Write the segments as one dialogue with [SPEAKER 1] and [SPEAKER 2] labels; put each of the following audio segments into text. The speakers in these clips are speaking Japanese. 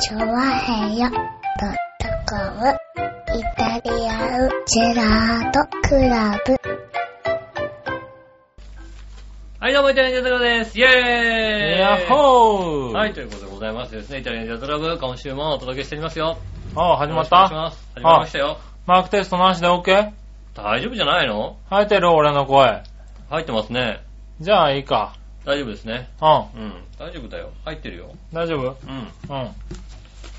[SPEAKER 1] チョワヘヨドットコムイタリアンジェラートクラブ。
[SPEAKER 2] はい、どうも、イタリアンジャズラブです。イェーイ
[SPEAKER 3] やっほー
[SPEAKER 2] はい、ということでございましてですね、イタリアンジャズラブ、今週もお届けしておりますよ。
[SPEAKER 3] ああ、始ま
[SPEAKER 2] よ
[SPEAKER 3] っ
[SPEAKER 2] ろしくお願
[SPEAKER 3] た
[SPEAKER 2] いします始まりましたよ。
[SPEAKER 3] マークテストなしで OK?
[SPEAKER 2] 大丈夫じゃないの
[SPEAKER 3] 入ってる俺の声。
[SPEAKER 2] 入ってますね。
[SPEAKER 3] じゃあいいか。
[SPEAKER 2] 大丈夫ですね。
[SPEAKER 3] うん。
[SPEAKER 2] うん、大丈夫だよ。入ってるよ。
[SPEAKER 3] 大丈夫
[SPEAKER 2] うん。
[SPEAKER 3] うん。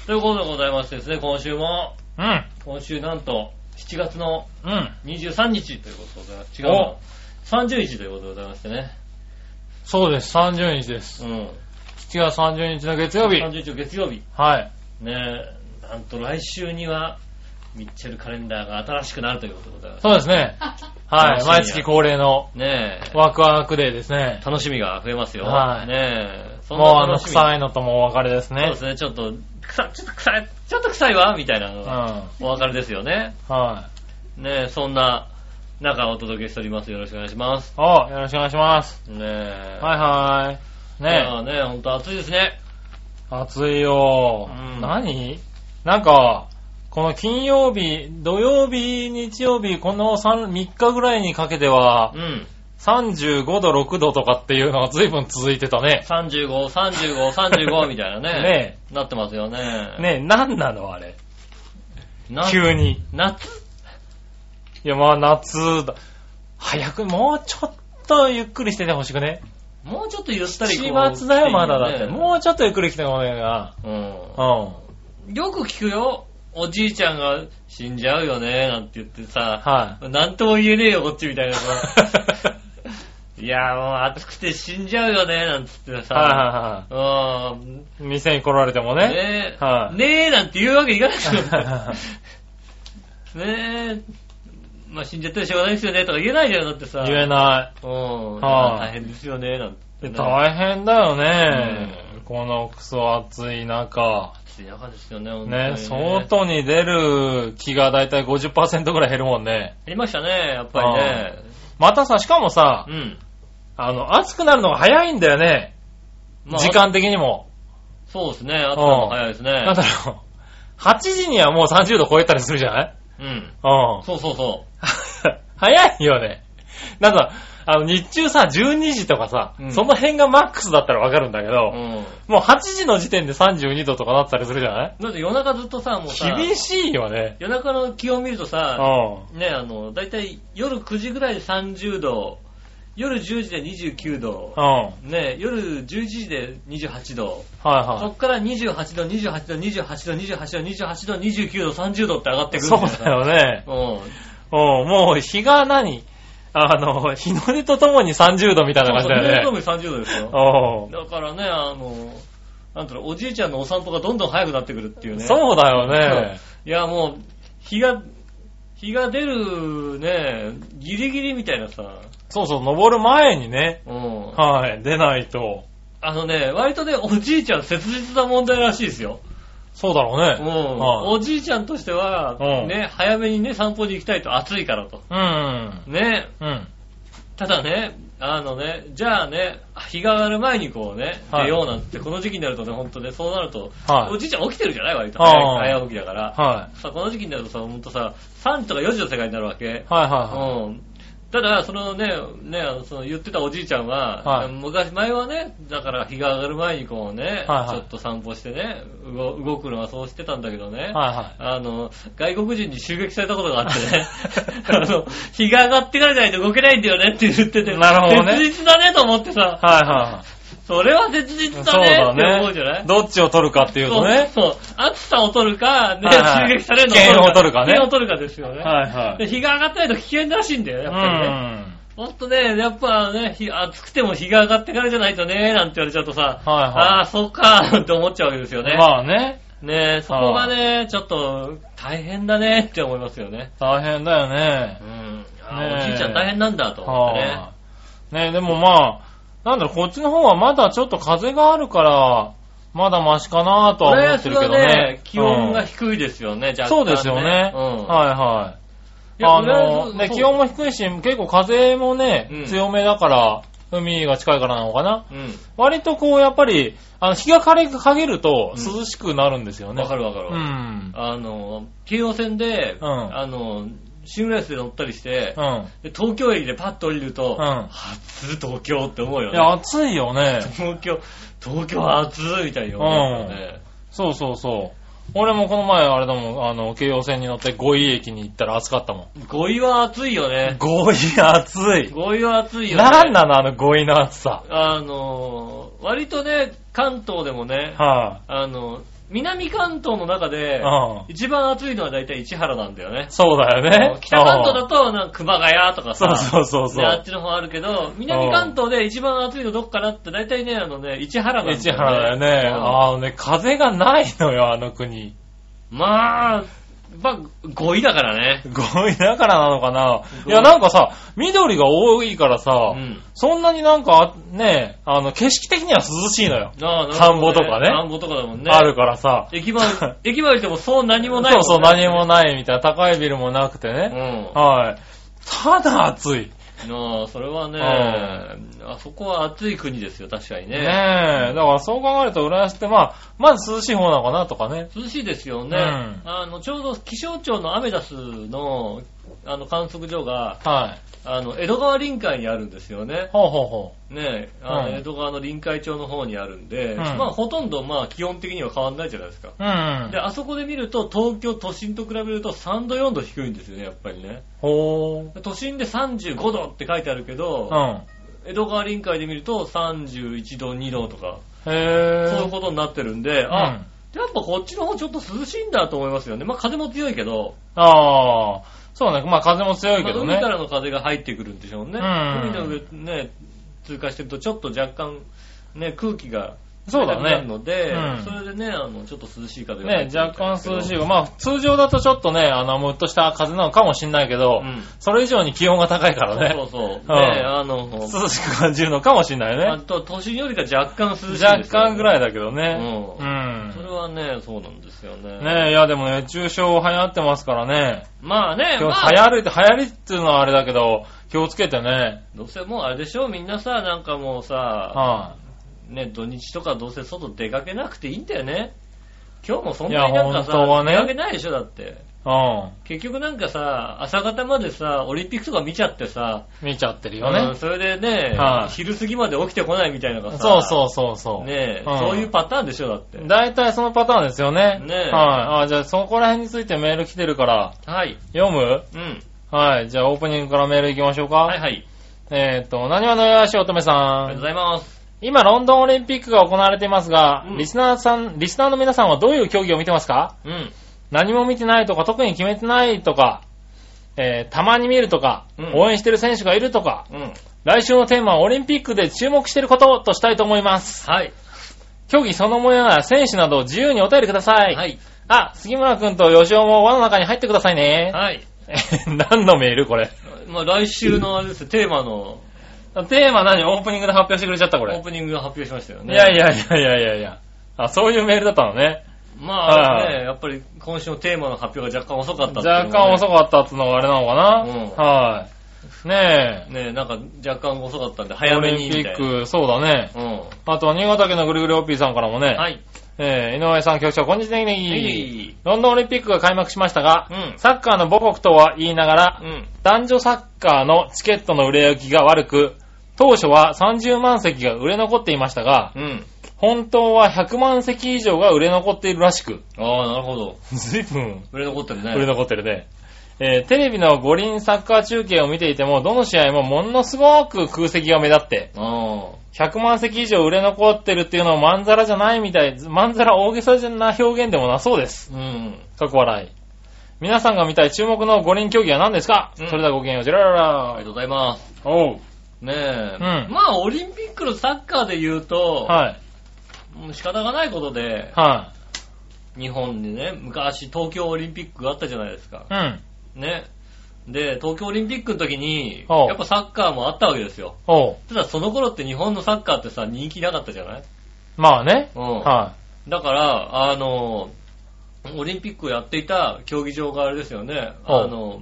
[SPEAKER 2] ということでございましてですね、今週も、
[SPEAKER 3] うん。
[SPEAKER 2] 今週なんと、7月の
[SPEAKER 3] うん。
[SPEAKER 2] 23日ということでございます。違うの。30日ということでございましてね。
[SPEAKER 3] そうです。30日です。
[SPEAKER 2] うん。
[SPEAKER 3] 7月30日の月曜日。
[SPEAKER 2] 30日の月曜日。
[SPEAKER 3] はい。
[SPEAKER 2] ねえ、なんと来週には、ミッチェルカレンダーが新しくなるということでございます。
[SPEAKER 3] そうで すね。は
[SPEAKER 2] 楽し
[SPEAKER 3] い。
[SPEAKER 2] みや
[SPEAKER 3] 毎月恒例の
[SPEAKER 2] ねえ、
[SPEAKER 3] ワクワクデーですね。
[SPEAKER 2] 楽しみが増えますよ。
[SPEAKER 3] はい
[SPEAKER 2] ねえ、そん
[SPEAKER 3] もうあ
[SPEAKER 2] な
[SPEAKER 3] の、
[SPEAKER 2] 楽しみ。
[SPEAKER 3] 臭いのともお別れです
[SPEAKER 2] そう
[SPEAKER 3] ね
[SPEAKER 2] で。すね、ちょっと、臭ちょっと臭い、ちょっと臭いわ、みたいなの
[SPEAKER 3] うん。
[SPEAKER 2] が、
[SPEAKER 3] は
[SPEAKER 2] お別れですよね。
[SPEAKER 3] い。あ
[SPEAKER 2] ねえ、そんな中をお届けしております。よろしくお願いします。
[SPEAKER 3] あ、よろしくお願いします。
[SPEAKER 2] ねえ。
[SPEAKER 3] はいはい。
[SPEAKER 2] い
[SPEAKER 3] ね
[SPEAKER 2] やあねえ、ほんと暑いですね。
[SPEAKER 3] 暑いよ、
[SPEAKER 2] うん
[SPEAKER 3] 何なんか、この金曜日、土曜日、日曜日、この 3, 日ぐらいにかけては
[SPEAKER 2] う、ん。
[SPEAKER 3] 35度、6度とかっていうのが随分続いてたね。
[SPEAKER 2] 35、35、35みたいなね。
[SPEAKER 3] ね
[SPEAKER 2] なってますよね。
[SPEAKER 3] え、ねえ、なんなのあれ。
[SPEAKER 2] な
[SPEAKER 3] 急に。
[SPEAKER 2] 夏
[SPEAKER 3] いや、まあ夏だ。早く、もうちょっとゆっくりしててほしくね。
[SPEAKER 2] もうちょっとゆったりこう
[SPEAKER 3] 7月だよ、まだだ
[SPEAKER 2] 来
[SPEAKER 3] って
[SPEAKER 2] いい
[SPEAKER 3] て。
[SPEAKER 2] ね
[SPEAKER 3] もうちょっとゆっくり来てもねえな。
[SPEAKER 2] うん
[SPEAKER 3] う。ん。
[SPEAKER 2] よく聞くよ。おじいちゃんが死んじゃうよね、なんて言ってさ、
[SPEAKER 3] は
[SPEAKER 2] なんとも言えねえよ、こっちみたいな さ。いや、もう暑くて死んじゃうよね、なんて言って
[SPEAKER 3] い。はいはい
[SPEAKER 2] さ。
[SPEAKER 3] は
[SPEAKER 2] うん。
[SPEAKER 3] い。店に来られてもね。
[SPEAKER 2] ねえ、
[SPEAKER 3] はい
[SPEAKER 2] ねえなんて言うわけいかないですよ。ねえ、まあ死んじゃったらしょうがないですよね、とか言えないじゃん、だってさ。
[SPEAKER 3] 言えない。
[SPEAKER 2] うん。
[SPEAKER 3] はい
[SPEAKER 2] 大変ですよね、なんて言ってね。
[SPEAKER 3] 大変だよね。このクソ暑い中。
[SPEAKER 2] 暑い中ですよね、本当に
[SPEAKER 3] ね、外に出る気がだいたい50%ぐらい減るもんね。
[SPEAKER 2] ありましたね、やっぱりね。
[SPEAKER 3] またさ、しかもさ
[SPEAKER 2] う、ん。
[SPEAKER 3] あの、暑くなるのが早いんだよね。
[SPEAKER 2] まあ
[SPEAKER 3] 時間的にも。
[SPEAKER 2] そうですね、あとは早いですね
[SPEAKER 3] なん。だろう。8時にはもう30度超えたりするじゃない
[SPEAKER 2] うん。
[SPEAKER 3] うん。
[SPEAKER 2] そうそうそ
[SPEAKER 3] 早いよね。なんか、あの、日中さ、12時とかさ、
[SPEAKER 2] うん
[SPEAKER 3] その辺がマックスだったらわかるんだけ
[SPEAKER 2] う。
[SPEAKER 3] ど、
[SPEAKER 2] うん。
[SPEAKER 3] もう8時の時点で32度とかなってたりするじゃない
[SPEAKER 2] だって夜中ずっとさ、もうさ、
[SPEAKER 3] 厳しいよね。
[SPEAKER 2] 夜中の気温見ると
[SPEAKER 3] うん。
[SPEAKER 2] さ、
[SPEAKER 3] は
[SPEAKER 2] ね、あの、だいたい夜9時ぐらいで30度、夜10時で29度
[SPEAKER 3] い、は
[SPEAKER 2] ね、夜11時で28度、そ
[SPEAKER 3] い。
[SPEAKER 2] っから28度、28度、28度、28度、28度、29度、30度って上がってくる
[SPEAKER 3] そ
[SPEAKER 2] ん
[SPEAKER 3] う
[SPEAKER 2] だよ
[SPEAKER 3] だよね。
[SPEAKER 2] よ。うん。
[SPEAKER 3] うん、もう日が何あの、日の出とともに30度みたいな感じだよね。
[SPEAKER 2] そうそう30度ですよ。
[SPEAKER 3] うん
[SPEAKER 2] だからね、あの、なんだろうの、おじいちゃんのお散歩がどんどん早くなってくるっていうね。
[SPEAKER 3] そうだよね。
[SPEAKER 2] いや、もう、日が、日が出るね、ギリギリみたいなさ、
[SPEAKER 3] そうそう、登る前にね。
[SPEAKER 2] うん。
[SPEAKER 3] はい、出ないと。
[SPEAKER 2] あのね、割とね、おじいちゃん切実な問題らしいですよ。
[SPEAKER 3] そうだろう
[SPEAKER 2] うん。
[SPEAKER 3] ね。
[SPEAKER 2] おじいちゃんとしては、
[SPEAKER 3] うん
[SPEAKER 2] ね、早めにね、散歩に行きたいと、暑いからと。
[SPEAKER 3] うん。
[SPEAKER 2] ね、
[SPEAKER 3] うん。
[SPEAKER 2] ただね、あのね、じゃあね、日が上がる前にこうね、
[SPEAKER 3] はい
[SPEAKER 2] 出ようなんて、この時期になるとね、ほんとね、そうなると、
[SPEAKER 3] はい
[SPEAKER 2] おじいちゃん起きてるじゃない割と
[SPEAKER 3] あ
[SPEAKER 2] 早
[SPEAKER 3] あ
[SPEAKER 2] い早起きだから。
[SPEAKER 3] は
[SPEAKER 2] さ、この時期になるとさ、ほんとさ、3時とか4時の世界になるわけ
[SPEAKER 3] い。。はいは
[SPEAKER 2] うん。ただ、そのね、ね、あのその言ってたおじいちゃんは、
[SPEAKER 3] はい
[SPEAKER 2] 昔、前はね、だから日が上がる前にこうね、
[SPEAKER 3] はいはい
[SPEAKER 2] ちょっと散歩してね、動動くのはそうしてたんだけどね、
[SPEAKER 3] い。はいはい。
[SPEAKER 2] あの、外国人に襲撃されたことがあってね、 あの、日が上がってからじゃないと動けないんだよねって言ってて、
[SPEAKER 3] なるほどね
[SPEAKER 2] 切実だねと思ってさ、
[SPEAKER 3] はいはい。
[SPEAKER 2] それは切実
[SPEAKER 3] そ
[SPEAKER 2] だ
[SPEAKER 3] う
[SPEAKER 2] ね
[SPEAKER 3] だ
[SPEAKER 2] って思うじゃない
[SPEAKER 3] ね。どっちを取るかっていうとね。
[SPEAKER 2] そう、そう暑さを取るか、ね、
[SPEAKER 3] はいはい
[SPEAKER 2] 襲撃されるの
[SPEAKER 3] 危険を取るかね
[SPEAKER 2] 危険を取るかですよね。
[SPEAKER 3] はいは
[SPEAKER 2] で
[SPEAKER 3] い。
[SPEAKER 2] 日が上がってないと危険らしいんだよね、
[SPEAKER 3] う
[SPEAKER 2] やっぱりね。
[SPEAKER 3] ん。
[SPEAKER 2] ほんとね、やっぱね、日暑くても日が上がってからじゃないとね、なんて言われちゃうとさ、
[SPEAKER 3] はいはい
[SPEAKER 2] ああ、そうか、って思っちゃうわけですよね。
[SPEAKER 3] まあね、
[SPEAKER 2] ねそこがね、ちょっと大変だねって思いますよね。
[SPEAKER 3] 大変だよね
[SPEAKER 2] う。ん。あー
[SPEAKER 3] ね
[SPEAKER 2] お
[SPEAKER 3] え
[SPEAKER 2] じいちゃん大変なんだと思ってね
[SPEAKER 3] は。あ、ねでもまあ、なんだろう、こっちの方はまだちょっと風があるから、まだマシかなとは思ってるけど
[SPEAKER 2] 浦安は
[SPEAKER 3] ね。
[SPEAKER 2] 気温が
[SPEAKER 3] うん
[SPEAKER 2] 低いですよね、若干
[SPEAKER 3] そうですよね。
[SPEAKER 2] うん。
[SPEAKER 3] はいは
[SPEAKER 2] い
[SPEAKER 3] い。
[SPEAKER 2] や
[SPEAKER 3] あの、
[SPEAKER 2] 浦安
[SPEAKER 3] ね、
[SPEAKER 2] そう
[SPEAKER 3] 気温も低いし、結構風もね、
[SPEAKER 2] うん
[SPEAKER 3] 強めだから、海が近いからなのかな。
[SPEAKER 2] うん。
[SPEAKER 3] 割とこう、やっぱり、あの、日が陰ると涼しくなるんですよね。
[SPEAKER 2] わかるわかる。
[SPEAKER 3] うん。
[SPEAKER 2] あの、京王線で、
[SPEAKER 3] うん
[SPEAKER 2] あの、シングレースで乗ったりして、
[SPEAKER 3] うん。
[SPEAKER 2] で東京駅でパッと降りると、
[SPEAKER 3] うん
[SPEAKER 2] 暑い東京って思うよ
[SPEAKER 3] いや、
[SPEAKER 2] ね。
[SPEAKER 3] 暑いよね。
[SPEAKER 2] 東京、東京は暑いみたいに思うよね。
[SPEAKER 3] そうそうそう。俺もこの前、あれだもん、あの、京葉線に乗って五井駅に行ったら暑かったもん。
[SPEAKER 2] 5位は暑いよ ね。
[SPEAKER 3] 五井暑い。
[SPEAKER 2] 5位は暑いよね。
[SPEAKER 3] なんなのあの五井の暑さ。
[SPEAKER 2] あの、割とね、関東でもね、
[SPEAKER 3] は
[SPEAKER 2] あの、南関東の中
[SPEAKER 3] い、
[SPEAKER 2] で、
[SPEAKER 3] うん。
[SPEAKER 2] 一番暑いのは大体市原なんだよね。
[SPEAKER 3] そうだよね。
[SPEAKER 2] 北関東だと、なんか熊谷とかさ、
[SPEAKER 3] そうそうそうそ
[SPEAKER 2] ね、あっ
[SPEAKER 3] う。
[SPEAKER 2] ちの方あるけど、南関東で一番暑いのどっかなって、大体ね、あのね、市原なんだよね。
[SPEAKER 3] 市原だよね。
[SPEAKER 2] うん
[SPEAKER 3] あのね、風がないのよ、あの国。
[SPEAKER 2] まあ、まあ、5位だからね。
[SPEAKER 3] 五井だからなのかな。
[SPEAKER 2] 五位
[SPEAKER 3] いや、なんかさ、緑が多いからさ、
[SPEAKER 2] うん。
[SPEAKER 3] そんなになんか、ね、あの、景色的には涼しいのよ。
[SPEAKER 2] ああなるほどね
[SPEAKER 3] 田んぼとかね
[SPEAKER 2] 田んぼとかだもんね。
[SPEAKER 3] ある。からさ。
[SPEAKER 2] 駅 前、駅前行ってもそう何もない
[SPEAKER 3] そうそう、何も
[SPEAKER 2] な
[SPEAKER 3] ないみたいな。高いビルもなくて
[SPEAKER 2] い。う
[SPEAKER 3] ね。
[SPEAKER 2] ん。
[SPEAKER 3] はい。ただ暑い。
[SPEAKER 2] なあ、それはね、あそこは暑い国ですよ、確かに
[SPEAKER 3] ねえ。
[SPEAKER 2] ね。
[SPEAKER 3] だからそう考えると、浦安って、まあ、まず涼しい方なのかなとかね。
[SPEAKER 2] 涼しいですよね。
[SPEAKER 3] うん
[SPEAKER 2] あの、ちょうど気象庁のアメダスの、あの、観測所が、
[SPEAKER 3] はい。
[SPEAKER 2] あの、江戸川臨海にあるんですよね。
[SPEAKER 3] ほうほうほ
[SPEAKER 2] ねえ、あの
[SPEAKER 3] うん
[SPEAKER 2] 江戸川の臨海町の方にあるんで、
[SPEAKER 3] ん
[SPEAKER 2] まあほとんどまあ基本的には変わんないじゃないですか。
[SPEAKER 3] う。うん
[SPEAKER 2] で、。あそこで見ると東京都心と比べると3度4度低いんですよね、やっぱりね。
[SPEAKER 3] ほ
[SPEAKER 2] 都心で35度って書いてあるけ
[SPEAKER 3] う。
[SPEAKER 2] ど
[SPEAKER 3] う、ん。
[SPEAKER 2] 江戸川臨海で見ると31度2度とか、
[SPEAKER 3] へえ。
[SPEAKER 2] そういうことになってるんで、あ、
[SPEAKER 3] あ、
[SPEAKER 2] やっぱこっちの方ちょっと涼しいんだと思いますよね。まあ風も強いけど、
[SPEAKER 3] ああ。そうね。まあ風も強いけど
[SPEAKER 2] まあ
[SPEAKER 3] ね
[SPEAKER 2] 海か。らの風が入ってくるんでしょうね。
[SPEAKER 3] う
[SPEAKER 2] 海
[SPEAKER 3] ん
[SPEAKER 2] の上ね、通過してるとちょっと若干、ね、空気が
[SPEAKER 3] そうだね
[SPEAKER 2] なるので、
[SPEAKER 3] うん
[SPEAKER 2] それでね、あの、ちょっと涼しい風が入っ
[SPEAKER 3] ね
[SPEAKER 2] て、くる
[SPEAKER 3] 若干涼しい
[SPEAKER 2] わ。
[SPEAKER 3] わ。まあ通常だとちょっとね、あの、ムッとした風なのかもしんないけど、
[SPEAKER 2] うん
[SPEAKER 3] それ以上に気温が高いからね。
[SPEAKER 2] そうそう
[SPEAKER 3] うん
[SPEAKER 2] そう。ね、あの、
[SPEAKER 3] 涼しく感じるのかもしんない
[SPEAKER 2] あ
[SPEAKER 3] ね。
[SPEAKER 2] と都心よりか若干涼しいですよね、
[SPEAKER 3] 若干ぐらいだけどね。
[SPEAKER 2] う。
[SPEAKER 3] うんん
[SPEAKER 2] そ。れはね、そうなんですよね。
[SPEAKER 3] ねえ、いやでも熱中症流行ってますからね。
[SPEAKER 2] まあね、
[SPEAKER 3] 今
[SPEAKER 2] ま
[SPEAKER 3] 日
[SPEAKER 2] あ
[SPEAKER 3] 流行る、流行りっていうのはあれだけど、気をつけてね。
[SPEAKER 2] どうせもうあれでしょ、みんなさ、なんかもうさ、
[SPEAKER 3] は
[SPEAKER 2] ね、土日とかどうせ外出かけなくていいんだよね。今日もそんなになんかさ、
[SPEAKER 3] いや本当はね
[SPEAKER 2] 出かけないでしょ、だって。
[SPEAKER 3] い。うん。
[SPEAKER 2] 結局なんかさ、朝方までさ、オリンピックとか見ちゃってさ、
[SPEAKER 3] 見ちゃってるよ
[SPEAKER 2] うん
[SPEAKER 3] ね。
[SPEAKER 2] それでね、
[SPEAKER 3] はい
[SPEAKER 2] 昼過ぎまで起きてこないみたいなのがさ、
[SPEAKER 3] そうそうそうそう。
[SPEAKER 2] ねえ、
[SPEAKER 3] ん
[SPEAKER 2] そういうパターンでしょ、だって。
[SPEAKER 3] 大体そのパターンですよね。
[SPEAKER 2] ねえ
[SPEAKER 3] はい。あ、じゃあそこら辺についてメール来てるから、
[SPEAKER 2] はい。
[SPEAKER 3] 読む
[SPEAKER 2] うん。
[SPEAKER 3] はい。じゃあオープニングからメール行きましょうか。
[SPEAKER 2] はいはい。
[SPEAKER 3] えっ、と、何わのよしおとめ
[SPEAKER 2] ありが
[SPEAKER 3] さ
[SPEAKER 2] とうんご。ざいます。
[SPEAKER 3] 今、ロンドンオリンピックが行われていますが、
[SPEAKER 2] うん
[SPEAKER 3] リスナーさん、リスナーの皆さんはどういう競技を見てますか
[SPEAKER 2] うん。
[SPEAKER 3] 何も見てないとか、特に決めてないとか、えーたまに見るとか、
[SPEAKER 2] うん
[SPEAKER 3] 応援してる選手がいるとか、
[SPEAKER 2] うん。
[SPEAKER 3] 来週のテーマはオリンピックで注目してることとしたいと思います。
[SPEAKER 2] はい。
[SPEAKER 3] 競技そのものや選手などを自由にお便りください。
[SPEAKER 2] はい。
[SPEAKER 3] あ、杉村くんと吉尾も輪の中に入ってくださいね。
[SPEAKER 2] はい。
[SPEAKER 3] 何のメールこれ。
[SPEAKER 2] まあ来週のあれですよテーマの
[SPEAKER 3] テーマ何オープニングで発表してくれちゃったこ
[SPEAKER 2] オ
[SPEAKER 3] れ。
[SPEAKER 2] ープニングを発表しましたよね。
[SPEAKER 3] いやい。やいやいやいやいや。あ、そういうメールだったのね。
[SPEAKER 2] まあ
[SPEAKER 3] は
[SPEAKER 2] ね、やっぱり今週のテーマの発表が若干遅かったっていうの
[SPEAKER 3] 若
[SPEAKER 2] もね
[SPEAKER 3] 干遅かったってのがあれなのかな、はい。ね
[SPEAKER 2] ねなんか若干遅かったんで、
[SPEAKER 3] え。
[SPEAKER 2] 早め
[SPEAKER 3] オリ
[SPEAKER 2] に
[SPEAKER 3] ン
[SPEAKER 2] み
[SPEAKER 3] ピ
[SPEAKER 2] たい
[SPEAKER 3] ッ
[SPEAKER 2] な。
[SPEAKER 3] ク、そうだね。
[SPEAKER 2] う
[SPEAKER 3] あと、新潟県のぐるぐるおっぴーさんからもね、
[SPEAKER 2] ん。はい。
[SPEAKER 3] えー井上さん局長、こんにちは、ネギネギ
[SPEAKER 2] いい。
[SPEAKER 3] ロンドンオリンピックが開幕しましたが、
[SPEAKER 2] うん
[SPEAKER 3] サッカーの母国とは言いながら、
[SPEAKER 2] うん。
[SPEAKER 3] 男女サッカーのチケットの売れ行きが悪く、当初は30万席が売れ残っていましたが、
[SPEAKER 2] うん。
[SPEAKER 3] 本当は100万席以上が売れ残っているらしく、
[SPEAKER 2] ああ、なるほど。
[SPEAKER 3] 随分
[SPEAKER 2] 売れ残ってるね。
[SPEAKER 3] 売れ残ってるね。えーテレビの五輪サッカー中継を見ていても、どの試合もものすごく空席が目立って、
[SPEAKER 2] あ
[SPEAKER 3] 100万席以上売れ残ってるっていうのはまんざらじゃないみたい、まんざら大げさじゃな表現でもなそうです。
[SPEAKER 2] あ。うん。
[SPEAKER 3] 過去笑い。皆さんが見たい注目の五輪競技は何ですか、
[SPEAKER 2] うん
[SPEAKER 3] それではごきげんよう、ジェララ
[SPEAKER 2] ありがと
[SPEAKER 3] ラ
[SPEAKER 2] うございます。
[SPEAKER 3] おう。
[SPEAKER 2] ねえ。
[SPEAKER 3] うん
[SPEAKER 2] まあ、オリンピックのサッカーで言うと、
[SPEAKER 3] はい。
[SPEAKER 2] もう仕方がないことで、
[SPEAKER 3] は
[SPEAKER 2] 日本にね、昔東京オリンピックがあったじゃないですか
[SPEAKER 3] い。。うん。
[SPEAKER 2] ね。で、東京オリンピックの時に、
[SPEAKER 3] おう
[SPEAKER 2] やっぱサッカーもあったわけですよ。
[SPEAKER 3] おう。
[SPEAKER 2] ただその頃って日本のサッカーってさ、人気なかったじゃない
[SPEAKER 3] まあね。
[SPEAKER 2] うん
[SPEAKER 3] は
[SPEAKER 2] だから、あの、オリンピックをやっていた競技場があれですよね。
[SPEAKER 3] おう
[SPEAKER 2] あの、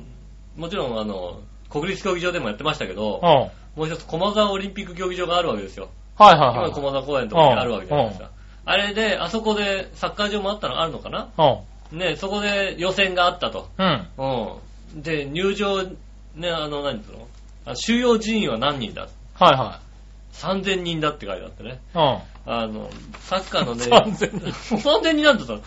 [SPEAKER 2] もちろんあの、国立競技場でもやってましたけ
[SPEAKER 3] い。
[SPEAKER 2] ど、
[SPEAKER 3] おう。
[SPEAKER 2] もう一つ駒沢オリンピック競技場があるわけですよ。
[SPEAKER 3] はいはいは
[SPEAKER 2] 今
[SPEAKER 3] い。
[SPEAKER 2] 駒沢公園とかにあるわけじゃないですか。あれで、あそこでサッカー場もあったのあるのかなね、そこで予選があったと。
[SPEAKER 3] うん。うん。
[SPEAKER 2] うん。で、入場、ね、あの、何つうのあ収容人員は何人だ
[SPEAKER 3] はいは
[SPEAKER 2] ?3000 人だって書いてあってね。
[SPEAKER 3] い。うん。
[SPEAKER 2] あの、サッカーのね、
[SPEAKER 3] 3000人
[SPEAKER 2] 3000人なんだったの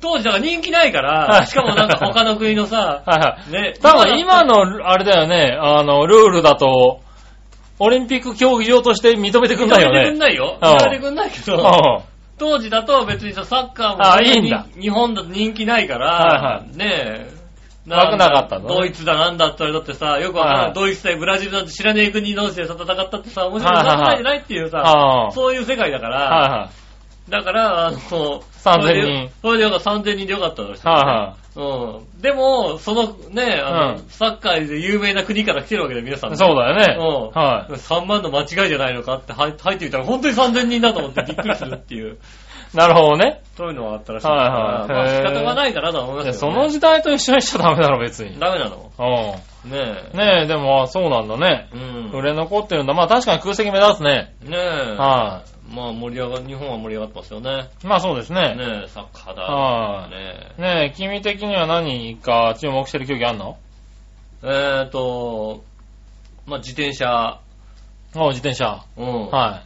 [SPEAKER 2] 当時だから人気ないから、しかもなんか他の国のさ、
[SPEAKER 3] はいはい。
[SPEAKER 2] ね、
[SPEAKER 3] 多分
[SPEAKER 2] だ
[SPEAKER 3] 今
[SPEAKER 2] ったら、
[SPEAKER 3] の、あれだよね、あの、ルールだと、オリンピック競技場として認めてくんないよ
[SPEAKER 2] 認めてくん
[SPEAKER 3] ね。
[SPEAKER 2] ないよ。
[SPEAKER 3] うん
[SPEAKER 2] 認めてくんないけ
[SPEAKER 3] うん。
[SPEAKER 2] ど、当時だと別にさ、サッカーも
[SPEAKER 3] あいいんだ
[SPEAKER 2] に日本だと人気ないから、
[SPEAKER 3] はいは
[SPEAKER 2] ねえ、
[SPEAKER 3] なくなかったの
[SPEAKER 2] ドイツだなんだってあれだってさ、よくわから
[SPEAKER 3] は
[SPEAKER 2] ない。
[SPEAKER 3] い
[SPEAKER 2] ドイツ対ブラジルなんて知らねえ国同士でさ戦ったってさ、面白い戦いじゃないっていうさ、
[SPEAKER 3] ああ。はい
[SPEAKER 2] そういう世界だから、
[SPEAKER 3] は
[SPEAKER 2] だから、あの、
[SPEAKER 3] 3000人
[SPEAKER 2] それでよかった、3000人でよかったの
[SPEAKER 3] い。は
[SPEAKER 2] うん。でも、そのね、あの、
[SPEAKER 3] うん
[SPEAKER 2] サッカーで有名な国から来てるわけで、皆さん
[SPEAKER 3] いは
[SPEAKER 2] ね。
[SPEAKER 3] い。そうだよね。
[SPEAKER 2] うん。
[SPEAKER 3] はい。
[SPEAKER 2] 3万の間違いじゃないのかって入って入ってみたら、本当に3000人だと思ってびっくりするっていう、
[SPEAKER 3] なるほどね。
[SPEAKER 2] そういうのはあったらしいから、
[SPEAKER 3] はいはい
[SPEAKER 2] まあ
[SPEAKER 3] へー
[SPEAKER 2] 仕方がないかなとは思いますよ、
[SPEAKER 3] いや
[SPEAKER 2] ね。
[SPEAKER 3] その時代と一緒にしちゃダメだろ、別に。
[SPEAKER 2] ダメなの
[SPEAKER 3] う
[SPEAKER 2] ね
[SPEAKER 3] ん。ねえ、でも、あそうなんだね。
[SPEAKER 2] え。うん。
[SPEAKER 3] 売れ残ってるんだ。まあ確かに空席目立つね。
[SPEAKER 2] ねえ。
[SPEAKER 3] は
[SPEAKER 2] まあ盛り上が、日本は盛り上がってますよね。
[SPEAKER 3] い。まあそうですね。
[SPEAKER 2] ねえ、サッカーだ。
[SPEAKER 3] はい
[SPEAKER 2] ねえ。
[SPEAKER 3] ねえ、君的には何か注目してる競技あんの
[SPEAKER 2] えーと、まあ自転車、
[SPEAKER 3] お自転車。
[SPEAKER 2] うん。
[SPEAKER 3] は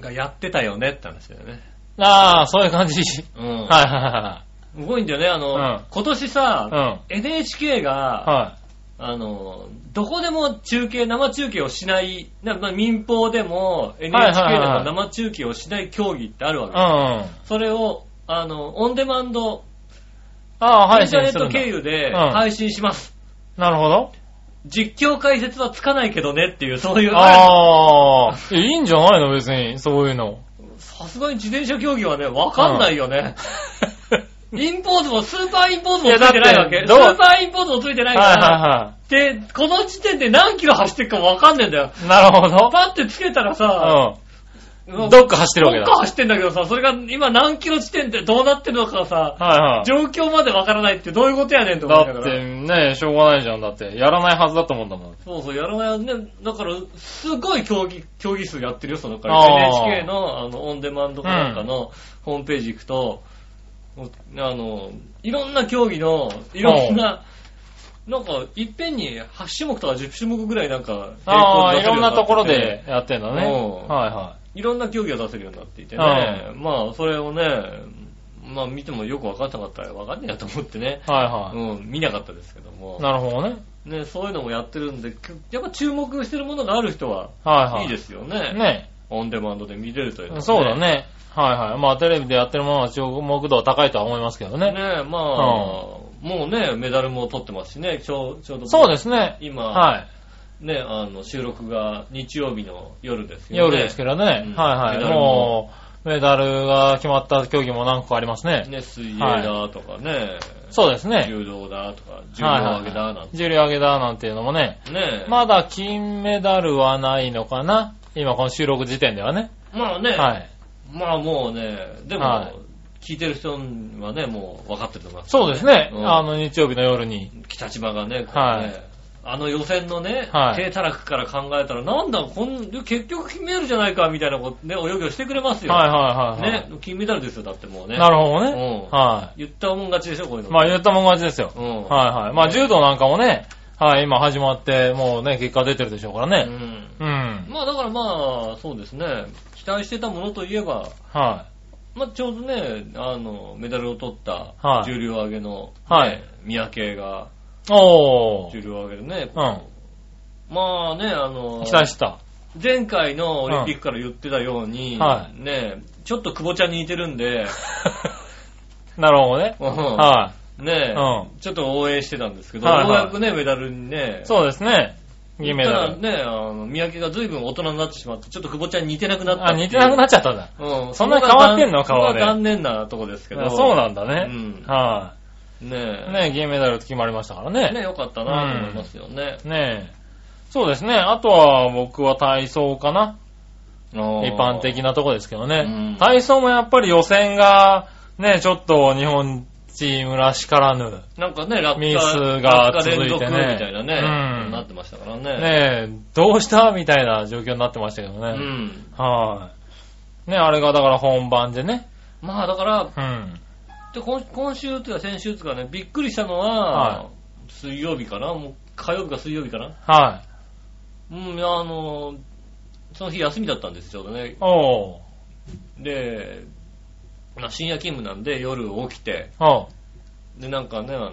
[SPEAKER 3] い。
[SPEAKER 2] がやってたよねって話だよね。
[SPEAKER 3] ああ、そういう感じ。
[SPEAKER 2] うん。
[SPEAKER 3] はいは
[SPEAKER 2] すごいんだよね、あの、
[SPEAKER 3] うん
[SPEAKER 2] 今年
[SPEAKER 3] いはいはい。
[SPEAKER 2] さ、NHK が、
[SPEAKER 3] うん。は
[SPEAKER 2] あの、どこでも中継、生中継をしない、なまあ民放でも NHK
[SPEAKER 3] はい
[SPEAKER 2] で
[SPEAKER 3] はい
[SPEAKER 2] も
[SPEAKER 3] はい
[SPEAKER 2] 生中継をしない競技ってあるわけ。
[SPEAKER 3] い。うん。
[SPEAKER 2] それを、あの、オンデマンド、
[SPEAKER 3] ああ、
[SPEAKER 2] インタ
[SPEAKER 3] 配
[SPEAKER 2] ー
[SPEAKER 3] 信
[SPEAKER 2] ネッ
[SPEAKER 3] する
[SPEAKER 2] ト
[SPEAKER 3] んだ
[SPEAKER 2] 経。由で
[SPEAKER 3] うん
[SPEAKER 2] 配信します。
[SPEAKER 3] なるほど。
[SPEAKER 2] 実況解説はつかないけどねっていう、そういう、
[SPEAKER 3] ああ、いいんじゃないの別に、そういうの。
[SPEAKER 2] さすがに自転車競技はね、わかんないよね。 インポーズも、スーパーインポーズもついてないわ
[SPEAKER 3] い
[SPEAKER 2] け。
[SPEAKER 3] や
[SPEAKER 2] ス
[SPEAKER 3] だってどう
[SPEAKER 2] ーパーインポーズもついてな
[SPEAKER 3] はいい
[SPEAKER 2] から、
[SPEAKER 3] は
[SPEAKER 2] で、この時点で何キロ走ってるかもわかんねえんだよ。
[SPEAKER 3] いはい。なる ほど。
[SPEAKER 2] パッてつけたらさ、う
[SPEAKER 3] う
[SPEAKER 2] わ
[SPEAKER 3] ん。どっか走ってるわけだ。
[SPEAKER 2] どっか走ってんだけどさ、それが今何キロ地点でどうなってるのかさ、
[SPEAKER 3] はいはい。
[SPEAKER 2] 状況までわからないってどういうことやねんと思いな
[SPEAKER 3] だ
[SPEAKER 2] が
[SPEAKER 3] っ
[SPEAKER 2] ら。
[SPEAKER 3] てね、しょうがないじゃん。だって、やらないはずだと思うんだもん。
[SPEAKER 2] そうそう、やらないね。だから、すごい競技、競技数やってるよ、その回
[SPEAKER 3] あー
[SPEAKER 2] NHK の、あの、オンデマンドかなんかのホームページ行くと、おあの、いろんな競技の、いろんな、なんか、いっぺんに8種目とか10種目ぐらいなんか、
[SPEAKER 3] ああ、
[SPEAKER 2] 並
[SPEAKER 3] い
[SPEAKER 2] 行
[SPEAKER 3] ろん
[SPEAKER 2] に出せるように
[SPEAKER 3] なところ
[SPEAKER 2] ってて
[SPEAKER 3] でやってんだね。
[SPEAKER 2] うん
[SPEAKER 3] はいはい
[SPEAKER 2] ろんな競技が出せるようになっていてね、まあ、それをね、まあ見てもよく分かんなかったら分かんねえやと思ってね、
[SPEAKER 3] い。はいは
[SPEAKER 2] うん、見なかったですけども
[SPEAKER 3] い。、なるほどね。
[SPEAKER 2] ね、そういうのもやってるんで、きやっぱ注目してるものがある人は、
[SPEAKER 3] はいはい。。
[SPEAKER 2] いいですすよね。
[SPEAKER 3] ね。
[SPEAKER 2] オンデマンドで見れるというのは
[SPEAKER 3] そうだ。ね。はいはい。まあ、テレビでやってるものは注目度は高いとは思いますけど
[SPEAKER 2] ね
[SPEAKER 3] ね。
[SPEAKER 2] まあ、もうね、メダルも取ってますしね、ちょうちょうど。
[SPEAKER 3] そうですね。
[SPEAKER 2] 今、
[SPEAKER 3] はい。
[SPEAKER 2] ね、あの、収録が日曜日の夜ですよね。
[SPEAKER 3] 夜ですけどね。
[SPEAKER 2] うん
[SPEAKER 3] は
[SPEAKER 2] メ
[SPEAKER 3] いはい。
[SPEAKER 2] ダルも
[SPEAKER 3] もう、メダルが決まった競技も何個かありますね。
[SPEAKER 2] ね、水泳だとかね、
[SPEAKER 3] そうですね。
[SPEAKER 2] 柔道だとか、柔道
[SPEAKER 3] はい
[SPEAKER 2] 上げだなんて
[SPEAKER 3] 重量上げだなんていうのもね。
[SPEAKER 2] ねえ。ま
[SPEAKER 3] まだ金メダルはないのかな今この収録時点ではね。
[SPEAKER 2] あね、
[SPEAKER 3] はい。
[SPEAKER 2] まあもうね、でも、
[SPEAKER 3] はい
[SPEAKER 2] 聞いてる人はね、もう分かってると思います、
[SPEAKER 3] そうですね。
[SPEAKER 2] うん
[SPEAKER 3] あの日曜日の夜に。
[SPEAKER 2] 北島がね、こうね
[SPEAKER 3] はい
[SPEAKER 2] あの予選のね、
[SPEAKER 3] はい
[SPEAKER 2] 低たらくから考えたら、なんだ、こん結局金メダルじゃないか、みたいなことね、泳ぎをしてくれますよ。
[SPEAKER 3] はいはいはい、はい
[SPEAKER 2] ね、金メダルですよ、だってもうね。
[SPEAKER 3] なるほどね。
[SPEAKER 2] うん
[SPEAKER 3] は
[SPEAKER 2] 言ったもん勝ちでしょ、こういう
[SPEAKER 3] い。
[SPEAKER 2] の。
[SPEAKER 3] まあ言ったもん勝ちですよ。
[SPEAKER 2] うん
[SPEAKER 3] はいはい。まあ柔道なんかもね、はい、今始まって、もうね、結果出てるでしょうから
[SPEAKER 2] う
[SPEAKER 3] ね。
[SPEAKER 2] ん。
[SPEAKER 3] うん。
[SPEAKER 2] まあだからまあ、そうですね、期待してたものといえば、
[SPEAKER 3] は
[SPEAKER 2] まあちょうどね、あの、メダルを取った
[SPEAKER 3] は、い
[SPEAKER 2] 重量上げの、ね
[SPEAKER 3] はい
[SPEAKER 2] 三宅が、
[SPEAKER 3] い。おー。
[SPEAKER 2] 重量を上げるね。
[SPEAKER 3] うん
[SPEAKER 2] まあね、あの
[SPEAKER 3] 期、待してた。
[SPEAKER 2] 前回のオリンピックから言ってたように、
[SPEAKER 3] うんは
[SPEAKER 2] ね、ちょっと久保ちゃんに似てるん で、
[SPEAKER 3] なるほどね。
[SPEAKER 2] うん
[SPEAKER 3] は
[SPEAKER 2] ね、
[SPEAKER 3] う
[SPEAKER 2] ちょっと応援してたんですけど、
[SPEAKER 3] はいはい
[SPEAKER 2] ようやくね、メダルにね
[SPEAKER 3] い。、そうですね。銀メダ
[SPEAKER 2] ただ
[SPEAKER 3] ル。
[SPEAKER 2] ね、あの、三宅が随分大人になってしまって、ちょっと久保ちゃんに似てなくなった
[SPEAKER 3] あ、似てなくな
[SPEAKER 2] っ
[SPEAKER 3] っちゃったんだ。
[SPEAKER 2] ていううん。
[SPEAKER 3] そんな変わってんの
[SPEAKER 2] そこが
[SPEAKER 3] 顔で
[SPEAKER 2] そこが残念なとこですけど。
[SPEAKER 3] そうなんだね。
[SPEAKER 2] うん
[SPEAKER 3] は
[SPEAKER 2] ね
[SPEAKER 3] い。ね銀メダル決まりましたからね。
[SPEAKER 2] ね、よかったなと思いますよね。
[SPEAKER 3] ねえ。そうですね。あとは僕は体操かな。一
[SPEAKER 2] 一
[SPEAKER 3] 般的なとこですけど
[SPEAKER 2] うん
[SPEAKER 3] ね。体操もやっぱり予選が、ね、ちょっと日本チームらしからぬ。
[SPEAKER 2] なんかね、落
[SPEAKER 3] ミ
[SPEAKER 2] 下、
[SPEAKER 3] スが
[SPEAKER 2] 落下連続
[SPEAKER 3] 続いて
[SPEAKER 2] み
[SPEAKER 3] ね
[SPEAKER 2] たいなね、
[SPEAKER 3] うん
[SPEAKER 2] なってましたからね。
[SPEAKER 3] ねえ、どうしたみたいな状況になってましたけどね。
[SPEAKER 2] うん。
[SPEAKER 3] はい。ねあれがだから本番でね。
[SPEAKER 2] まあだから、
[SPEAKER 3] うん。
[SPEAKER 2] で今今週というか先週というかね、びっくりしたのは、
[SPEAKER 3] は
[SPEAKER 2] 水曜日かなもう火曜日か水曜日かな
[SPEAKER 3] は
[SPEAKER 2] うん、いやあの、その日休みだったんです、ちょうどね
[SPEAKER 3] い。。おう。
[SPEAKER 2] で、まあ深夜勤務なんで夜起きて、
[SPEAKER 3] おう。
[SPEAKER 2] で、なんかね、あの、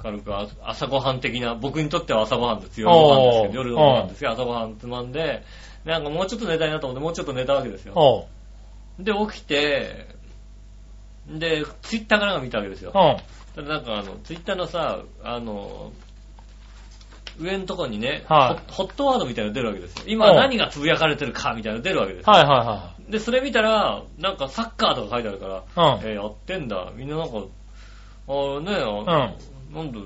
[SPEAKER 2] 軽くあ朝ごはん的な、僕にとっては朝ごはんですよ。
[SPEAKER 3] おー
[SPEAKER 2] 夜ごはんですけど、夜ごはんですけど、朝ごはんつまんで、なんかもうちょっと寝たいなと思って、もうちょっと寝たわけですよ。
[SPEAKER 3] おう。
[SPEAKER 2] で、起きて、で、ツイッターから見たわけですよ。
[SPEAKER 3] おう。
[SPEAKER 2] ただなんかあの、ツイッターのさ、あの、上のとこにね、
[SPEAKER 3] はい
[SPEAKER 2] ホホットワードみたいなの出るわけですよ。今
[SPEAKER 3] おう
[SPEAKER 2] 何がつぶやかれてるかみたいなの出るわけですよ。
[SPEAKER 3] はいは
[SPEAKER 2] で、それ見たら、なんかサッカーとか書いてあるから、
[SPEAKER 3] いはい。
[SPEAKER 2] えーやってんだ。みんななんか、ああね、
[SPEAKER 3] うん。う
[SPEAKER 2] あ
[SPEAKER 3] ん。
[SPEAKER 2] なんだ、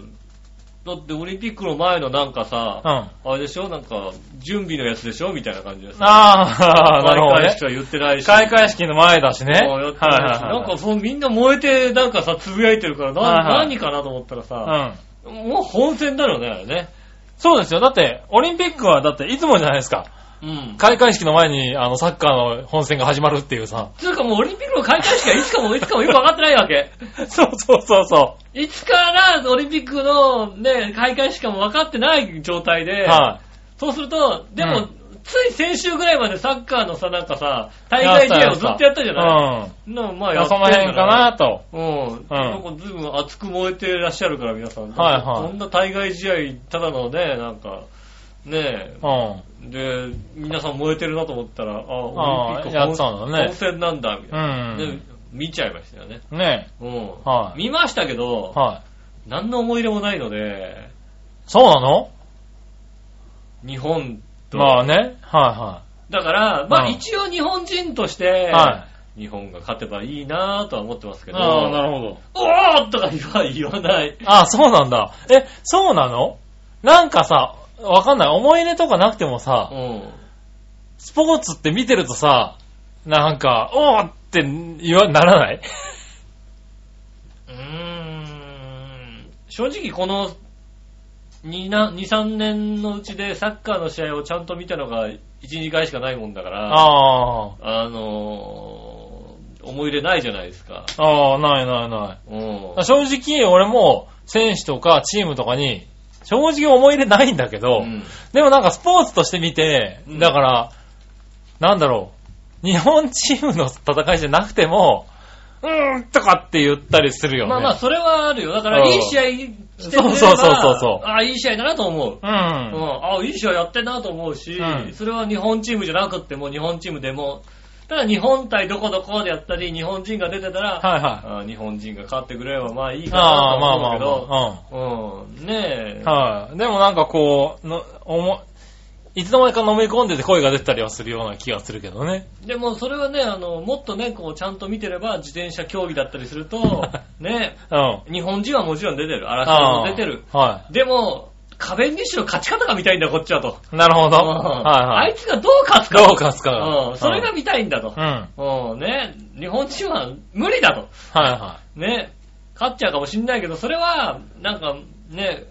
[SPEAKER 2] だってオリンピックの前のなんかさ、
[SPEAKER 3] うん。
[SPEAKER 2] あれでしょなんか、準備のやつでしょみたいな感じでさ。
[SPEAKER 3] ああ、 なるほど
[SPEAKER 2] 開会
[SPEAKER 3] ね
[SPEAKER 2] 式。は言ってないし。
[SPEAKER 3] 開会式の前だしね。
[SPEAKER 2] もうやってないしなんかそうみんな燃えて、なんかさ、つぶやいてるから、な
[SPEAKER 3] はいはい
[SPEAKER 2] 何かなと思ったらさ、
[SPEAKER 3] うん。
[SPEAKER 2] もう本戦だよね、あれね。
[SPEAKER 3] そうですよ。だって、オリンピックはだっていつもじゃないですか。
[SPEAKER 2] うん。
[SPEAKER 3] 開会式の前に、あの、サッカーの本戦が始まるっていう さ。
[SPEAKER 2] つうかもうオリンピックの開会式はいつかもいつかもよくわかってないわけ。
[SPEAKER 3] そうそうそうそ
[SPEAKER 2] いつからオリンピックのね、開会式かも分かってない状態
[SPEAKER 3] う。
[SPEAKER 2] で、
[SPEAKER 3] は
[SPEAKER 2] そうすると、でも、
[SPEAKER 3] うん
[SPEAKER 2] つい先週ぐらいまでサッカーのさ、なんかさ、大会試合をずっとやったじ
[SPEAKER 3] い。う
[SPEAKER 2] ゃ
[SPEAKER 3] ん。
[SPEAKER 2] ない
[SPEAKER 3] ま
[SPEAKER 2] なまあや
[SPEAKER 3] あ
[SPEAKER 2] って
[SPEAKER 3] そ
[SPEAKER 2] ん
[SPEAKER 3] の
[SPEAKER 2] だ
[SPEAKER 3] 辺かなと。
[SPEAKER 2] うん。なんかずいぶん熱く燃えてらっしゃるから、皆さん。
[SPEAKER 3] はいはい
[SPEAKER 2] こんな対外試合、ただのね、なんか、ね
[SPEAKER 3] うん。
[SPEAKER 2] え、で、皆さん燃えてるなと思ったら、あ、
[SPEAKER 3] あ
[SPEAKER 2] オリンピック
[SPEAKER 3] やってたんだね
[SPEAKER 2] 本戦なんだ、みた
[SPEAKER 3] う
[SPEAKER 2] いな。で
[SPEAKER 3] ん。、
[SPEAKER 2] 見ちゃいましたよね。
[SPEAKER 3] ね
[SPEAKER 2] うん。
[SPEAKER 3] はい
[SPEAKER 2] 見ましたけど、
[SPEAKER 3] はい。
[SPEAKER 2] 何の思い入れもないので、
[SPEAKER 3] そうなの
[SPEAKER 2] 日本と。
[SPEAKER 3] まあね。は
[SPEAKER 2] だから、まあ
[SPEAKER 3] うん
[SPEAKER 2] 一応日本人とし
[SPEAKER 3] い
[SPEAKER 2] て、
[SPEAKER 3] はい。は
[SPEAKER 2] 日本が勝てばいいなぁとは思ってますけ
[SPEAKER 3] い。
[SPEAKER 2] ど、
[SPEAKER 3] ああ、なるほど。
[SPEAKER 2] おーとか言わ言わない。
[SPEAKER 3] ああ、そうなんだ。え、そうなのなんかさ、わかんない。思い入れとかなくてもさ
[SPEAKER 2] う、ん。
[SPEAKER 3] スポーツって見てるとさ、なんか、おーって言わ、ならないう
[SPEAKER 2] ーん正直この2、な2 3年のうちでサッカーの試合をちゃんと見たのが1、2回しかないもんだから、あ、
[SPEAKER 3] ああ。
[SPEAKER 2] のー思い入れないじゃないですか。
[SPEAKER 3] ああ、ないないな
[SPEAKER 2] うん
[SPEAKER 3] い。正直、俺も、選手とかチームとかに、正直思い入れないんだけど、
[SPEAKER 2] うん
[SPEAKER 3] でもなんかスポーツとして見て
[SPEAKER 2] う、ん
[SPEAKER 3] だから、なんだろう、日本チームの戦いじゃなくても、うーんとかって言ったりするよね。
[SPEAKER 2] まあまあ、それはあるよ。だから、
[SPEAKER 3] うん
[SPEAKER 2] いい試合してくれれば
[SPEAKER 3] そうそうそうそう
[SPEAKER 2] ああ、いい試合だなと思う。うん、
[SPEAKER 3] うん。
[SPEAKER 2] ああ、いい試合やってんなと思うし、
[SPEAKER 3] うん
[SPEAKER 2] それは日本チームじゃなくっても日本チームでも、ただ日本対どこどこでやったり、日本人が出てたら、
[SPEAKER 3] はいはい。
[SPEAKER 2] あー日本人が勝ってくれればまあいいか
[SPEAKER 3] ああ、まあま
[SPEAKER 2] な
[SPEAKER 3] あ
[SPEAKER 2] と
[SPEAKER 3] ま
[SPEAKER 2] 思うけど、う
[SPEAKER 3] あ。うん。
[SPEAKER 2] ん、ねえ、
[SPEAKER 3] はい。でもなんかこう、の、おも、いつの間にか飲み込んでて声が出てたりはするような気がするけどね。
[SPEAKER 2] でもそれはね、あの、もっとね、こうちゃんと見てれば自転車競技だったりする と、ね
[SPEAKER 3] うん。
[SPEAKER 2] え、日本人はもちろん出てる。荒川も出てる。
[SPEAKER 3] ああ。は
[SPEAKER 2] でも、カベンディッシュの勝ち方が見たいんだ、こっちはと。
[SPEAKER 3] い。なるほど。
[SPEAKER 2] うん
[SPEAKER 3] はいは
[SPEAKER 2] あい
[SPEAKER 3] い。
[SPEAKER 2] つがどう勝つか。
[SPEAKER 3] どう勝つかが
[SPEAKER 2] うん、それが見たいんだと
[SPEAKER 3] うん。。はい
[SPEAKER 2] うん、ね、日本人は無理だと。
[SPEAKER 3] は
[SPEAKER 2] ね、勝っちゃうかもしんないけど、それは、なんか、ね、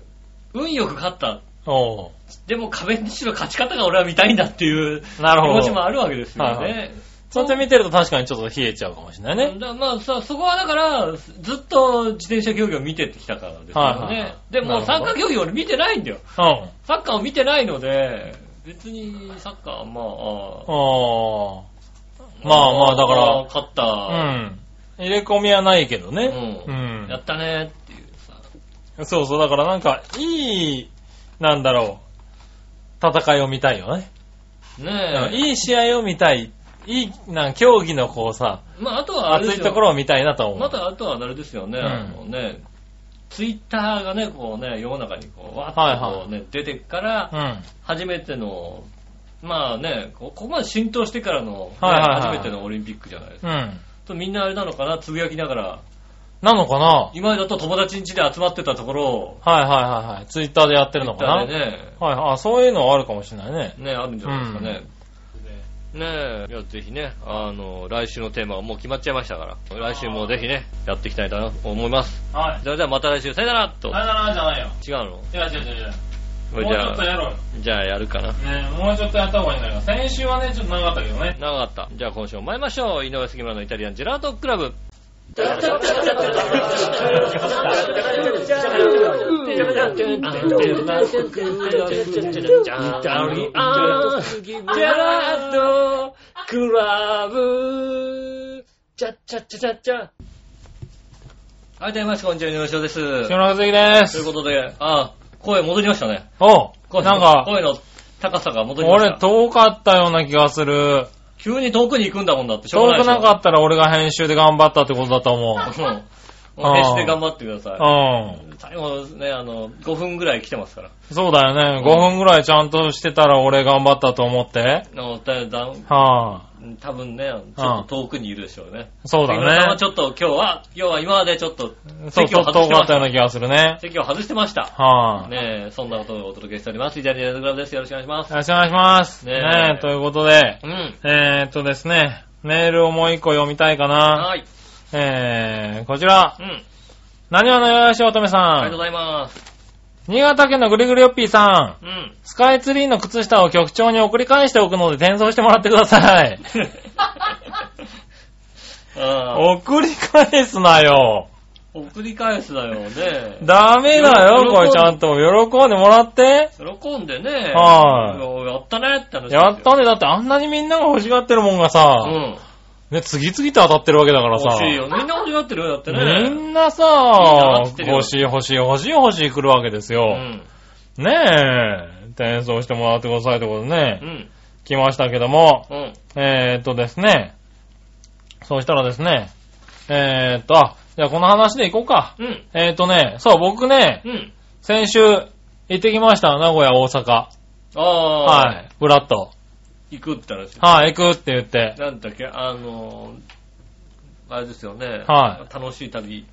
[SPEAKER 2] 運よく勝った。
[SPEAKER 3] い。おう
[SPEAKER 2] でも、カベンディッシュの勝ち方が俺は見たいんだっていう
[SPEAKER 3] なる
[SPEAKER 2] 気
[SPEAKER 3] ほ
[SPEAKER 2] 持
[SPEAKER 3] ど。
[SPEAKER 2] ちもあるわけですよ
[SPEAKER 3] はいは
[SPEAKER 2] ね。
[SPEAKER 3] そうやって見てると確かにちょっと冷えちゃうかもしれない
[SPEAKER 2] うん
[SPEAKER 3] ね。
[SPEAKER 2] だまあさ、そこはだから、ずっと自転車競技を見てきたからですよ
[SPEAKER 3] はいはいは
[SPEAKER 2] ね
[SPEAKER 3] い。
[SPEAKER 2] で
[SPEAKER 3] なる
[SPEAKER 2] も、
[SPEAKER 3] ほど
[SPEAKER 2] サッカー競技俺見てないんだよ。
[SPEAKER 3] うん。
[SPEAKER 2] サッカーを見てないので、別にサッカーは、まあ、
[SPEAKER 3] おーまあまあ、だか
[SPEAKER 2] 勝った。
[SPEAKER 3] ら、うん。入れ込みはないけどね。
[SPEAKER 2] う
[SPEAKER 3] うんん
[SPEAKER 2] や。ったねっていうさ。
[SPEAKER 3] そうそう、だからなんか、いい、なんだろう、戦いを見たいよね。
[SPEAKER 2] ねえ。
[SPEAKER 3] いい試合を見たい。いい、なんか競技のこうさ、
[SPEAKER 2] まあ、あとはあれで
[SPEAKER 3] 熱
[SPEAKER 2] す
[SPEAKER 3] い
[SPEAKER 2] よ
[SPEAKER 3] ところを見たいなと思う。
[SPEAKER 2] またあとはあれですよね、
[SPEAKER 3] うん
[SPEAKER 2] あのね、ツイッターがね、こうね、世の中にこう、わー
[SPEAKER 3] はい
[SPEAKER 2] っ
[SPEAKER 3] はい
[SPEAKER 2] とこうね、出てくから、初めての、まあね、こここまで浸透してからの、ね
[SPEAKER 3] はいはいはい
[SPEAKER 2] 初めてのオリンピックじゃないですか。
[SPEAKER 3] うん。うん。
[SPEAKER 2] とみんなあれなのかな、つぶやきながら、
[SPEAKER 3] なのかなはい
[SPEAKER 2] 今だと友達ん家で集まってたところを、
[SPEAKER 3] はいはいはい。ツイッターでやってるのかな、
[SPEAKER 2] でね、
[SPEAKER 3] はい、あ、そういうのはあるかもしれないね。
[SPEAKER 2] ね、あるんじゃないですかね。ねえ。いや、ぜひね、あの、来週のテーマはもう決まっちゃいましたから、来週もぜひね、やっていきたいと思います。
[SPEAKER 3] はい。
[SPEAKER 2] じゃあ、じゃあまた来週、さよならと。
[SPEAKER 3] あれだな、じゃないよ。
[SPEAKER 2] 違うの
[SPEAKER 3] 違う違う違う違う。
[SPEAKER 2] こ
[SPEAKER 3] もう
[SPEAKER 2] れ
[SPEAKER 3] ち
[SPEAKER 2] じ
[SPEAKER 3] ょっとや
[SPEAKER 2] ゃあ、
[SPEAKER 3] ろうよ。
[SPEAKER 2] じゃあやるかな。
[SPEAKER 3] ねもうちょっとやった方がいいんだけど、先週はね、ちょっと長かったけどね。
[SPEAKER 2] なかった。じゃあ今週も参りましょう。井上杉村のイタリアンジェラートクラブ。ートクラブ。チャッチャッチャチャッチャ。はい、どうもこんにちは、井上翔です。
[SPEAKER 3] 篠原関で
[SPEAKER 2] という
[SPEAKER 3] す。
[SPEAKER 2] ことで、あ、声戻りましたね。
[SPEAKER 3] お
[SPEAKER 2] 声
[SPEAKER 3] う
[SPEAKER 2] の
[SPEAKER 3] なんか、
[SPEAKER 2] 声の高さが戻りました。
[SPEAKER 3] 俺遠かったような気がする。
[SPEAKER 2] 急に遠くに行くんだもんだって、しょうがな
[SPEAKER 3] 遠
[SPEAKER 2] いで
[SPEAKER 3] く
[SPEAKER 2] しょ
[SPEAKER 3] なかったら俺が編集で頑張ったってことだと思う。
[SPEAKER 2] うん。もう決して頑張ってください。
[SPEAKER 3] う
[SPEAKER 2] 最後ね、あの、5分ぐらい来てますから。
[SPEAKER 3] ん。そうだよね。5分ぐらいちゃんとしてたら俺頑張ったと思って。
[SPEAKER 2] あのだだ
[SPEAKER 3] はぁ、
[SPEAKER 2] 多分ね、ちょっと遠くにいるでしょうね。
[SPEAKER 3] そうだ
[SPEAKER 2] 杉村さんは
[SPEAKER 3] ね
[SPEAKER 2] ち。ょっと今日は、今日は今までちょっと
[SPEAKER 3] そう、
[SPEAKER 2] 席を
[SPEAKER 3] 遠
[SPEAKER 2] 外してま
[SPEAKER 3] か
[SPEAKER 2] し
[SPEAKER 3] った
[SPEAKER 2] た。
[SPEAKER 3] ような気がするね。
[SPEAKER 2] 席を外してました。
[SPEAKER 3] はぁ、
[SPEAKER 2] ねえ、そんなことをお届けしております。イタリアンジェラートクラブです。よろしくお願いします。
[SPEAKER 3] よろしくお願いします。
[SPEAKER 2] ね
[SPEAKER 3] ね
[SPEAKER 2] え
[SPEAKER 3] え、ということで、
[SPEAKER 2] うん。
[SPEAKER 3] えーっとですね、メールをもう一個読みたいかな。
[SPEAKER 2] はい。
[SPEAKER 3] えー、こちら
[SPEAKER 2] う、ん。
[SPEAKER 3] 何話のよよしおとめ
[SPEAKER 2] ありがとう
[SPEAKER 3] さ
[SPEAKER 2] んご。ざいます。
[SPEAKER 3] 新潟県のぐりぐりよっぴーさん。
[SPEAKER 2] うん。
[SPEAKER 3] スカイツリーの靴下を局長に送り返しておくので転送してもらってください。
[SPEAKER 2] ああ、
[SPEAKER 3] 送り返すなよ。
[SPEAKER 2] 送り返すだよね。
[SPEAKER 3] ダメだ
[SPEAKER 2] 喜
[SPEAKER 3] よ、
[SPEAKER 2] ん
[SPEAKER 3] これちゃんと。喜んでもらって。
[SPEAKER 2] 喜んでね、
[SPEAKER 3] はい
[SPEAKER 2] やったねって話ですよ
[SPEAKER 3] やったね。だってあんなにみんなが欲しがってるもんがさ、
[SPEAKER 2] うん。
[SPEAKER 3] ね、次々と当たってるわけだからさ
[SPEAKER 2] 欲。しいよ。みんな欲しがってるよ、だってね。
[SPEAKER 3] みんな
[SPEAKER 2] な
[SPEAKER 3] さ
[SPEAKER 2] 当たって、るよ
[SPEAKER 3] 欲しい欲しい欲しい欲しい来るわけです
[SPEAKER 2] う
[SPEAKER 3] よ。
[SPEAKER 2] ん。
[SPEAKER 3] ねえ、転送してもらってくださいってことね
[SPEAKER 2] う、ん。
[SPEAKER 3] 来ましたけども、
[SPEAKER 2] うん。
[SPEAKER 3] えーっとですね、そうしたらですね、えーっと、あ、じゃあこの話でいこうか。
[SPEAKER 2] うん。
[SPEAKER 3] えーっとね、そう、僕ね、
[SPEAKER 2] うん。
[SPEAKER 3] 先週行ってきました、名古屋、大阪。
[SPEAKER 2] ああ、
[SPEAKER 3] はい、ブラッと。
[SPEAKER 2] 行くって話。
[SPEAKER 3] はい、行くって言って。
[SPEAKER 2] なんだっけ、あのー、あれですよね。
[SPEAKER 3] は
[SPEAKER 2] 楽しい旅。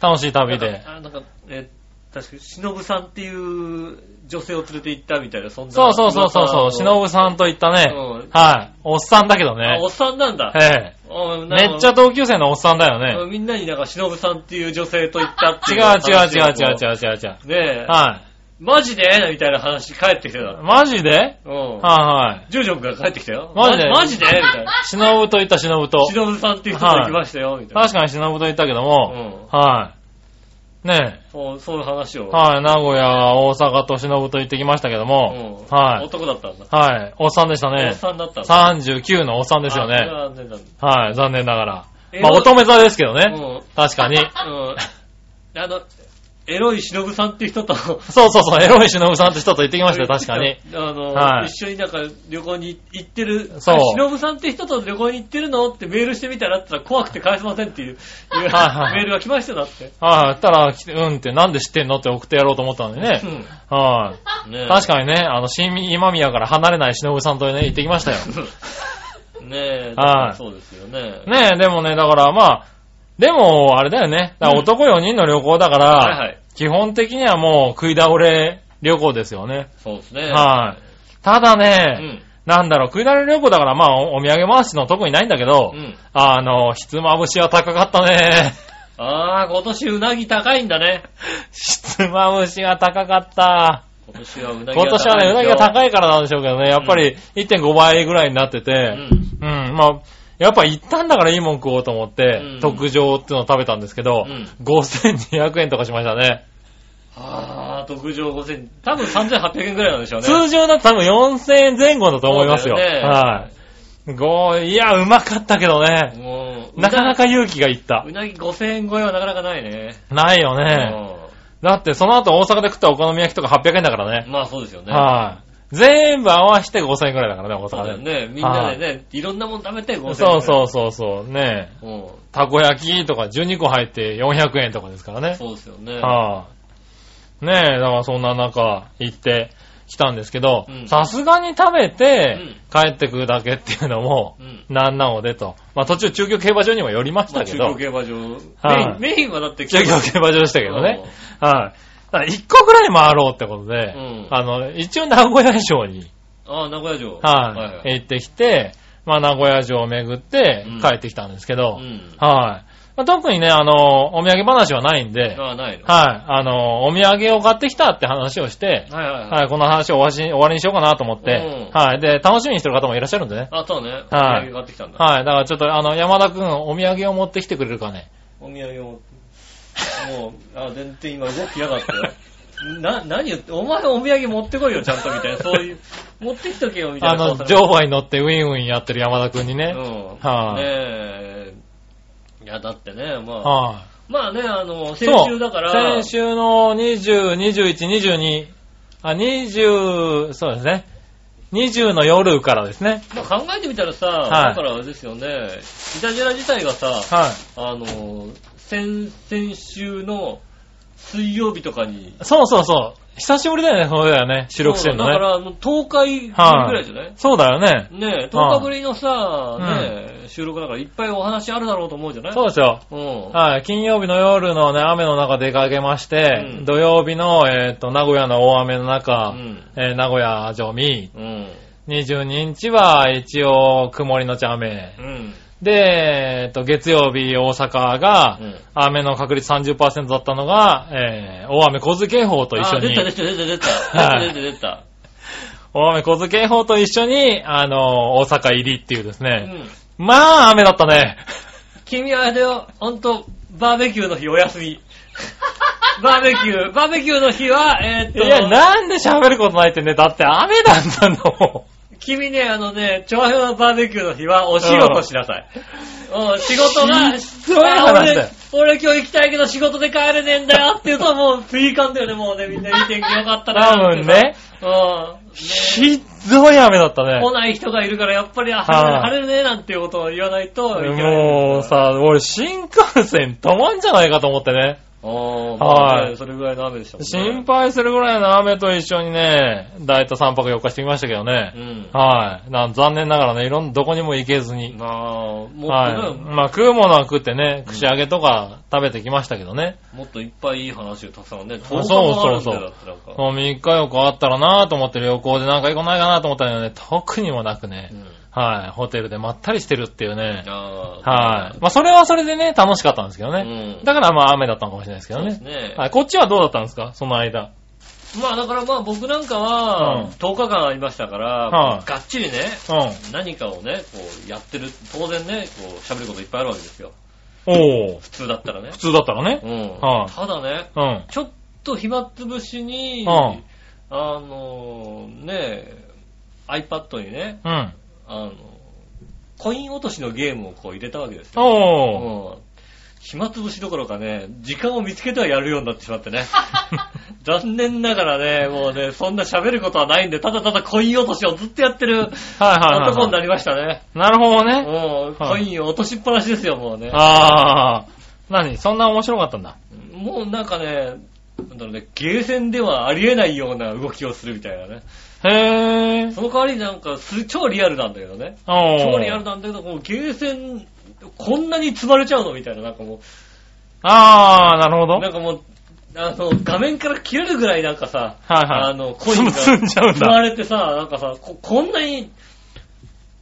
[SPEAKER 3] 楽しい旅で。
[SPEAKER 2] あなんか、え、確か、しのぶさんっていう女性を連れて行ったみたいな、そんな。
[SPEAKER 3] そうそうそうそうそう、しのぶさんと行ったね。
[SPEAKER 2] うん
[SPEAKER 3] はい。おっさんだけど
[SPEAKER 2] あ
[SPEAKER 3] ね
[SPEAKER 2] お。っさんなんだ。
[SPEAKER 3] え
[SPEAKER 2] うんな
[SPEAKER 3] え。
[SPEAKER 2] んか
[SPEAKER 3] めっちゃ同級生のおっさんだよ
[SPEAKER 2] う
[SPEAKER 3] ね。
[SPEAKER 2] んみんなになんか、しのぶさんっていう女性と行ったって
[SPEAKER 3] 違
[SPEAKER 2] いうう。
[SPEAKER 3] 違う違う違う違う違う違う。
[SPEAKER 2] う。ねえ。
[SPEAKER 3] は
[SPEAKER 2] マジでみたいな話帰ってきてた
[SPEAKER 3] い。。マジで
[SPEAKER 2] うん。
[SPEAKER 3] はいはい。
[SPEAKER 2] ジュージョンが帰ってきたよ。
[SPEAKER 3] マジで
[SPEAKER 2] マジでみた いな。
[SPEAKER 3] しのぶと行ったしのぶと。
[SPEAKER 2] しのぶさんっていう人が来ましたよ、みたいな。
[SPEAKER 3] 確かにしのぶと行ったけども、はい。ねえ。
[SPEAKER 2] そう、そういう話を。
[SPEAKER 3] はい、名古屋、大阪としのぶと行ってきましたけども
[SPEAKER 2] う、ん
[SPEAKER 3] はい。
[SPEAKER 2] 男だったんだ。
[SPEAKER 3] はい、おっさんでした
[SPEAKER 2] おっ
[SPEAKER 3] ね。
[SPEAKER 2] さんだったんだ。
[SPEAKER 3] 39のおっさんですよ
[SPEAKER 2] あそれ
[SPEAKER 3] ね。
[SPEAKER 2] は残念だね
[SPEAKER 3] はい、残念ながら。
[SPEAKER 2] え
[SPEAKER 3] まあ、乙女座ですけど
[SPEAKER 2] う
[SPEAKER 3] ね。
[SPEAKER 2] ん。
[SPEAKER 3] 確かに。
[SPEAKER 2] うん。あの、エロい忍さんっていう人と、
[SPEAKER 3] そうそうそう、エロいしのぶさんって人と行ってきましたよ、確かに。。
[SPEAKER 2] あの、
[SPEAKER 3] はい
[SPEAKER 2] 一緒になんか旅行に行ってる、
[SPEAKER 3] そう
[SPEAKER 2] 忍さんって人と旅行に行ってるのってメールしてみたらって言ったら怖くて返せませんっていう、いう
[SPEAKER 3] はいはい
[SPEAKER 2] メールが来ましたよだって。
[SPEAKER 3] はい、言ったら、来てうんって、なんで知ってんのって送ってやろうと思ったのにね。はい、
[SPEAKER 2] うん。ねえ
[SPEAKER 3] 確かにね、あの、新今宮から離れないしのぶさんとね、行ってきましたよ。
[SPEAKER 2] ねえ、
[SPEAKER 3] はい
[SPEAKER 2] そうですよね。
[SPEAKER 3] ねえ、でもね、だからまあ、でも、あれだよね。だから男4人の旅行だから、
[SPEAKER 2] はいはい。
[SPEAKER 3] 基本的にはもう食い倒れ旅行ですよね。
[SPEAKER 2] そうですね。
[SPEAKER 3] はい、ただ
[SPEAKER 2] うん。
[SPEAKER 3] ね、なんだろう、食い倒れ旅行だからまあ、おお土産回しの特にないんだけど、
[SPEAKER 2] うん。
[SPEAKER 3] あの、ひつまぶしは高かったね。
[SPEAKER 2] あー、今年うなぎ高いんだね。
[SPEAKER 3] ひつまぶしが高かった。
[SPEAKER 2] 今年はうなぎ
[SPEAKER 3] 今年はね、うなぎが
[SPEAKER 2] い
[SPEAKER 3] 高いからなんでしょうけどね、やっぱり1.5倍ぐらいになって
[SPEAKER 2] で
[SPEAKER 3] て、
[SPEAKER 2] すよ。うん。
[SPEAKER 3] うん、まあ、やっぱ行ったんだからいいもん食おうと思って、
[SPEAKER 2] うん
[SPEAKER 3] 特上っていうのを食べたんですけど、
[SPEAKER 2] うん
[SPEAKER 3] 5200円とかしましたね。
[SPEAKER 2] あー、特上5000、多分3800円くらいなんでしょうね。
[SPEAKER 3] 通常だと多分4000円前後だと思いますよ。
[SPEAKER 2] そうだよね
[SPEAKER 3] はい。ごいや、うまかったけどね。
[SPEAKER 2] もう、
[SPEAKER 3] なかな
[SPEAKER 2] う
[SPEAKER 3] か勇気がいった
[SPEAKER 2] な。うなぎ5000円超えはなかなかないね。
[SPEAKER 3] ないよね。だってその後大阪で食ったお好み焼きとか800円だから
[SPEAKER 2] う
[SPEAKER 3] ね。
[SPEAKER 2] んまあそうですよね。
[SPEAKER 3] はい。全部合わせて5000円くらいだからね、大
[SPEAKER 2] そうだ
[SPEAKER 3] 阪
[SPEAKER 2] よ
[SPEAKER 3] で。
[SPEAKER 2] ね。みんなでね、いろんなもん食べて5000円。
[SPEAKER 3] そうそうそうそう。ねえ
[SPEAKER 2] う。うん。
[SPEAKER 3] たこ焼きとか12個入って400円とかですからね。
[SPEAKER 2] そうですよね。
[SPEAKER 3] はい、ねえ、だからそんな中行ってきたんですけど
[SPEAKER 2] うん、
[SPEAKER 3] さすがに食べて
[SPEAKER 2] うん
[SPEAKER 3] 帰ってくるだけっていうのも
[SPEAKER 2] う、ん。
[SPEAKER 3] なんなのでと。まあ途中中京競馬場にも寄りまし
[SPEAKER 2] ま
[SPEAKER 3] た
[SPEAKER 2] あ
[SPEAKER 3] け
[SPEAKER 2] 中
[SPEAKER 3] ど、
[SPEAKER 2] 京競馬場。
[SPEAKER 3] はい
[SPEAKER 2] メインメインはだって
[SPEAKER 3] 中京競馬場でしたけどね。はい、だから1個ぐらい回ろうってことで、
[SPEAKER 2] うん
[SPEAKER 3] あの、一応名古屋城に、
[SPEAKER 2] ああ、名古屋城。
[SPEAKER 3] はい、行ってきて、まあ、名古屋城を巡って
[SPEAKER 2] うん
[SPEAKER 3] 帰ってきたんですけど、
[SPEAKER 2] うん。
[SPEAKER 3] はい。まあ、特にね、あの、お土産話はないんで、はい。
[SPEAKER 2] あ、ないの
[SPEAKER 3] あの、お土産を買ってきたって話をして、
[SPEAKER 2] はいはいはい。
[SPEAKER 3] はい、この話を終わし終わりにしようかなと思って、
[SPEAKER 2] う
[SPEAKER 3] はい。で、楽しみにしてる方もいらっしゃるんでね。
[SPEAKER 2] あ、そうね。
[SPEAKER 3] は
[SPEAKER 2] お土
[SPEAKER 3] い
[SPEAKER 2] 産買ってきたんだ。
[SPEAKER 3] はい。だからちょっと、あの、山田くん、お土産を持ってきてくれるかね。
[SPEAKER 2] お土産を。もう、あ、全然今動きやがったよ。な、何言って、お前お土産持ってこいよ、ちゃんと、みたいな。そういう、持ってきとけよ、みた
[SPEAKER 3] あ
[SPEAKER 2] いな。
[SPEAKER 3] の、乗馬に乗ってウィンウィンやってる山田くんにね。
[SPEAKER 2] うん。
[SPEAKER 3] は
[SPEAKER 2] ね
[SPEAKER 3] い
[SPEAKER 2] え。いや、だってね、まあ、
[SPEAKER 3] は
[SPEAKER 2] まあね、あの、
[SPEAKER 3] い。
[SPEAKER 2] 先
[SPEAKER 3] そう
[SPEAKER 2] 週だから、
[SPEAKER 3] 先週の20、21、22、あ、20、そうですね。20の夜からですね。
[SPEAKER 2] まあ、考えてみたらさ、
[SPEAKER 3] い
[SPEAKER 2] だからあれですよね、イタジェラ自体がさ、
[SPEAKER 3] は
[SPEAKER 2] あの、先、先週の水曜日とかに、
[SPEAKER 3] い。そうそうそう。久しぶりだよね、そうだよね。収録してるの
[SPEAKER 2] そうだだか
[SPEAKER 3] ね。
[SPEAKER 2] らあの、10日ぶりぐらいじゃない、
[SPEAKER 3] そうだよね。
[SPEAKER 2] ねえ、10日ぶりのさ、
[SPEAKER 3] い
[SPEAKER 2] ねえ、収録だからいっぱいお話あるだろうと思うじゃない
[SPEAKER 3] そうですよ。
[SPEAKER 2] うん。
[SPEAKER 3] はい。金曜日の夜のね、雨の中出かけまして、
[SPEAKER 2] うん
[SPEAKER 3] 土曜日の、えっ、と、名古屋の大雨の中、
[SPEAKER 2] うん。
[SPEAKER 3] えー名古屋城見、
[SPEAKER 2] うん。
[SPEAKER 3] 22日は一応曇りのち雨
[SPEAKER 2] う。ん。
[SPEAKER 3] で、えっと、月曜日大阪が
[SPEAKER 2] うん
[SPEAKER 3] 雨の確率30%だったのが、えー大雨小津警報と一緒
[SPEAKER 2] あ、出
[SPEAKER 3] に
[SPEAKER 2] た、出、た、出た、出た。
[SPEAKER 3] は
[SPEAKER 2] 出
[SPEAKER 3] い
[SPEAKER 2] た、出た、出た。
[SPEAKER 3] 大雨小津警報と一緒に、あの、大阪入りっていうです
[SPEAKER 2] う
[SPEAKER 3] ね。
[SPEAKER 2] ん。
[SPEAKER 3] まあ、雨だったね。
[SPEAKER 2] 君はあれよ、ほんと、バーベキューの日お休 み。バーベキュー、バーベキューの日は、えーっ
[SPEAKER 3] い
[SPEAKER 2] と、
[SPEAKER 3] や、なんで喋ることないってね、だって雨だったんだもん。
[SPEAKER 2] 君ね、あのね、調和表のバーベキューの日はお仕事しなさい。うん、仕事が、
[SPEAKER 3] ひどい話だよ
[SPEAKER 2] あ俺、俺今日行きたいけど仕事で帰れねえんだよっていうともう、追感だよね、もうね、みんな見てよかったな。
[SPEAKER 3] 多分。ね。
[SPEAKER 2] うん。ね
[SPEAKER 3] ひっどい雨だったね。
[SPEAKER 2] 来ない人がいるから、やっぱり、あ
[SPEAKER 3] はい
[SPEAKER 2] 晴れねえなんていうことを言わないといけない。
[SPEAKER 3] もうさ、俺新幹線止まんじゃないかと思ってね。
[SPEAKER 2] うん、まあ
[SPEAKER 3] は
[SPEAKER 2] ね
[SPEAKER 3] い
[SPEAKER 2] それぐらいの雨でしたもん
[SPEAKER 3] 心
[SPEAKER 2] ね。
[SPEAKER 3] 配するぐらいの雨と一緒にね、だいたい3泊4日してきましたけどね。
[SPEAKER 2] うん。
[SPEAKER 3] はい。なん残念ながらね、いろんどこにも行けずに。
[SPEAKER 2] まあ、も
[SPEAKER 3] は
[SPEAKER 2] っと
[SPEAKER 3] い
[SPEAKER 2] ね、。
[SPEAKER 3] まあ食うものは食ってね、串揚げとか食べてきましたけどね。
[SPEAKER 2] もっといっぱいいい話をたくさんね、
[SPEAKER 3] そう
[SPEAKER 2] 10日もあるん
[SPEAKER 3] そ
[SPEAKER 2] だ
[SPEAKER 3] う
[SPEAKER 2] よ
[SPEAKER 3] そう
[SPEAKER 2] だってなんか。
[SPEAKER 3] もう3日4日あったらなぁと思って旅行でなんか行こないかなと思ったのにね、特にもなくね
[SPEAKER 2] う。ん
[SPEAKER 3] はい。ホテルでまったりしてるっていうね。
[SPEAKER 2] あ
[SPEAKER 3] はい。まあそれはそれでね、楽しかったんですけど
[SPEAKER 2] あ
[SPEAKER 3] ね。
[SPEAKER 2] うん
[SPEAKER 3] だからまあ雨だったのかもしれないですけ
[SPEAKER 2] そ
[SPEAKER 3] ど
[SPEAKER 2] うです
[SPEAKER 3] ね。
[SPEAKER 2] ね。
[SPEAKER 3] はい。こっちはどうだったんですかその間。
[SPEAKER 2] まあだからまあ僕なんかは
[SPEAKER 3] うん
[SPEAKER 2] 10日間ありましたから、
[SPEAKER 3] はい
[SPEAKER 2] がっちりね、
[SPEAKER 3] うん。
[SPEAKER 2] 何かをね、こうやってる、当然ね、こう喋ることいっぱいあるわけですよ。
[SPEAKER 3] おー。
[SPEAKER 2] 普通だったらね
[SPEAKER 3] 普。通だったらね。
[SPEAKER 2] うん。
[SPEAKER 3] はい
[SPEAKER 2] ただね、
[SPEAKER 3] うん。
[SPEAKER 2] ちょっと暇つぶしに、
[SPEAKER 3] うん
[SPEAKER 2] あの、ね、iPad にね、
[SPEAKER 3] うん。
[SPEAKER 2] あの、コイン落としのゲームをこう入れたわけですよ。
[SPEAKER 3] おー。
[SPEAKER 2] うん暇つぶしどころかね、時間を見つけてはやるようになってしまってね。 残念ながらね、もうね、そんな喋ることはないんで、ただただコイン落としをずっとやってる
[SPEAKER 3] はいはいはい、
[SPEAKER 2] 男にな
[SPEAKER 3] は
[SPEAKER 2] りましたね。
[SPEAKER 3] い。なるほどね。
[SPEAKER 2] うん、コインを落としっぱなしですよ、もうね。
[SPEAKER 3] あー。何そんな面白かったんだ。
[SPEAKER 2] もうなんかね、なんだろうね、ゲーセンではありえないような動きをするみたいなね。
[SPEAKER 3] へー。
[SPEAKER 2] その代わりなんか、す超リアルなんだけどね。
[SPEAKER 3] おー。
[SPEAKER 2] 超リアルなんだけど、こうゲーセン、こんなに積まれちゃうのみたいな、なんかもう、
[SPEAKER 3] あー、なるほど。
[SPEAKER 2] なんかもう、あの、画面から切れるぐらいなんかさ、
[SPEAKER 3] はいはい。
[SPEAKER 2] あの、コインが
[SPEAKER 3] 積んじゃうんだ
[SPEAKER 2] 積まれてさ、なんかさ、ここんなに、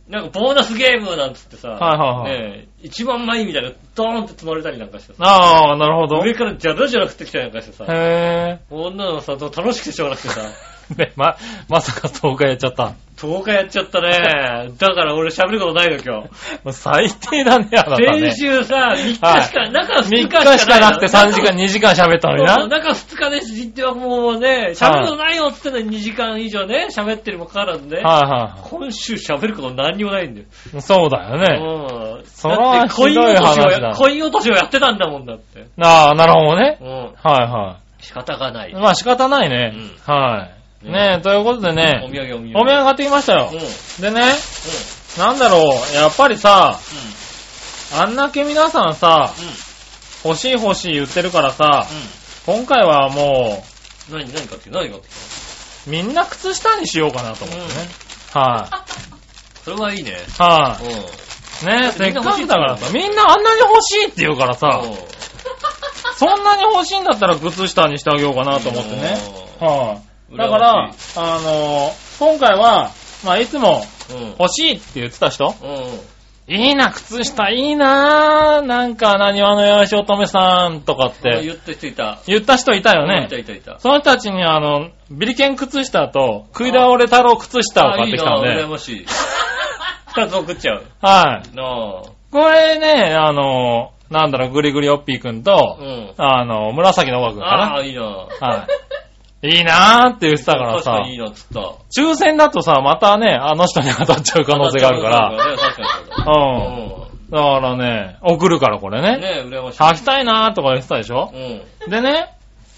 [SPEAKER 2] なんかボーナスゲームなんつってさ、
[SPEAKER 3] はいはいはい
[SPEAKER 2] ねえ、一番前みたいな、ドーンって積まれたりなんかしてさ、
[SPEAKER 3] あー、なるほど。
[SPEAKER 2] 上からジャラジャラ降ってきたりなんかしてさ、
[SPEAKER 3] へ
[SPEAKER 2] 女のさ、楽しくてしょうがなくてさ、
[SPEAKER 3] ー。ね、ま、まさか10日やっちゃった。
[SPEAKER 2] 10日やっちゃった ね。だから俺喋ることないの今日。
[SPEAKER 3] もう最低だね、あなたね
[SPEAKER 2] 先。週さ、3日しか、中2
[SPEAKER 3] 3
[SPEAKER 2] 日
[SPEAKER 3] 日し
[SPEAKER 2] しか
[SPEAKER 3] かなくて3時
[SPEAKER 2] 間
[SPEAKER 3] 間、2時間喋ったのに
[SPEAKER 2] そう
[SPEAKER 3] な。
[SPEAKER 2] 中2日で実ってはもうね、喋ることないよっつってね、2時間以上ね、喋ってるもかかわらずね、
[SPEAKER 3] は
[SPEAKER 2] 今週喋ること何にもないんだよ。
[SPEAKER 3] いはい。そうだよね。
[SPEAKER 2] うん。
[SPEAKER 3] それは
[SPEAKER 2] だってコイン落とし
[SPEAKER 3] ひど
[SPEAKER 2] を
[SPEAKER 3] い話
[SPEAKER 2] や、
[SPEAKER 3] だ
[SPEAKER 2] コイン落としをやってたんだもんだって。
[SPEAKER 3] あー、なるほどね。
[SPEAKER 2] うん。
[SPEAKER 3] はいはい。
[SPEAKER 2] 仕方がない。
[SPEAKER 3] まあ仕方ないね。はい。ねえ、ということで
[SPEAKER 2] お
[SPEAKER 3] ね、
[SPEAKER 2] 土産お土産。
[SPEAKER 3] お土産買ってきましたよ
[SPEAKER 2] うん。うん。。
[SPEAKER 3] でね、なんだろう、やっぱりさ、あんだけ皆さんさ、欲しい欲しい言ってるからさ、今回はも
[SPEAKER 2] うん。うん。何、何買ってきた何買ってき
[SPEAKER 3] う、みんな靴下にしようかな
[SPEAKER 2] た
[SPEAKER 3] と思
[SPEAKER 2] う
[SPEAKER 3] っ
[SPEAKER 2] ん
[SPEAKER 3] て。は
[SPEAKER 2] それはいいね。
[SPEAKER 3] い。は
[SPEAKER 2] うん。
[SPEAKER 3] い。ねえ、
[SPEAKER 2] だって
[SPEAKER 3] せ
[SPEAKER 2] み
[SPEAKER 3] っ
[SPEAKER 2] んな欲
[SPEAKER 3] か
[SPEAKER 2] しい
[SPEAKER 3] く
[SPEAKER 2] っ
[SPEAKER 3] だ
[SPEAKER 2] て言うもん
[SPEAKER 3] からさ、みんなあんなに欲しいって言うから さ、
[SPEAKER 2] うん
[SPEAKER 3] そんなに欲しいんだったら靴下にしてあげようかなと思ってね。はい。だから、あのー今回は、まあ、いつも、
[SPEAKER 2] うん。
[SPEAKER 3] 欲しいって言ってた人
[SPEAKER 2] うん。
[SPEAKER 3] いいな、靴下いいななんか、何わのよしおとめさんとかっ
[SPEAKER 2] そう
[SPEAKER 3] て
[SPEAKER 2] 言っていた。
[SPEAKER 3] 言った人いたよ
[SPEAKER 2] いた
[SPEAKER 3] ね。
[SPEAKER 2] いたいた。
[SPEAKER 3] その人たちにあの、ビリケン靴下と、食い倒れ太郎靴下を
[SPEAKER 2] あ
[SPEAKER 3] 買ってきたん
[SPEAKER 2] いいな、羨
[SPEAKER 3] で。
[SPEAKER 2] ましい。二つ送っちゃう。
[SPEAKER 3] はい。
[SPEAKER 2] なあ。
[SPEAKER 3] これね、あの、なんだろう、グリグリおっぴーくん
[SPEAKER 2] う
[SPEAKER 3] と、
[SPEAKER 2] ん。
[SPEAKER 3] あの、紫の岡くん
[SPEAKER 2] あ
[SPEAKER 3] か
[SPEAKER 2] あ、いいな。だ
[SPEAKER 3] な。はい。いいなーって言ってたから
[SPEAKER 2] 確か
[SPEAKER 3] さ
[SPEAKER 2] にい、いなっつった。
[SPEAKER 3] 抽選だとさ、またね、あの人に当たっちゃう可能性がある から。
[SPEAKER 2] 確かにそうだね。
[SPEAKER 3] うん。だからね、送るからこれ
[SPEAKER 2] うん。
[SPEAKER 3] ね。
[SPEAKER 2] ねえ、羨ましい。
[SPEAKER 3] 履きたいなーとか言ってたでしょ
[SPEAKER 2] うん。
[SPEAKER 3] でね、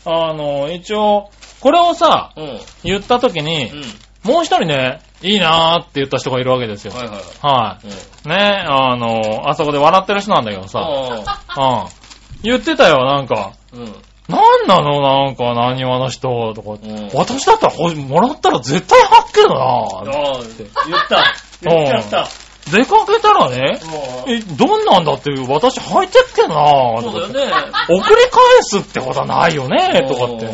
[SPEAKER 3] あの、一応、これをさ、
[SPEAKER 2] うん。うん。
[SPEAKER 3] 言った時に、もう一人ね、いいなーって言った人がいるわけですよ。
[SPEAKER 2] はいはい。
[SPEAKER 3] は
[SPEAKER 2] うん。
[SPEAKER 3] い。ね、あの、あそこで笑ってる人なんだけどさ、
[SPEAKER 2] あ
[SPEAKER 3] うん。言ってたよ、なんか。
[SPEAKER 2] あ。うん。
[SPEAKER 3] なんなのなんか、何話の人とか、
[SPEAKER 2] ん
[SPEAKER 3] 私だったらほし、もらったら絶対履くけどな
[SPEAKER 2] ああ、言った。言っちゃった。
[SPEAKER 3] 出かけたらね、え、どんなんだっていう、私履いてっけどなと
[SPEAKER 2] そ
[SPEAKER 3] か
[SPEAKER 2] う
[SPEAKER 3] って
[SPEAKER 2] だよね。
[SPEAKER 3] 送り返すってことはないよねとかって。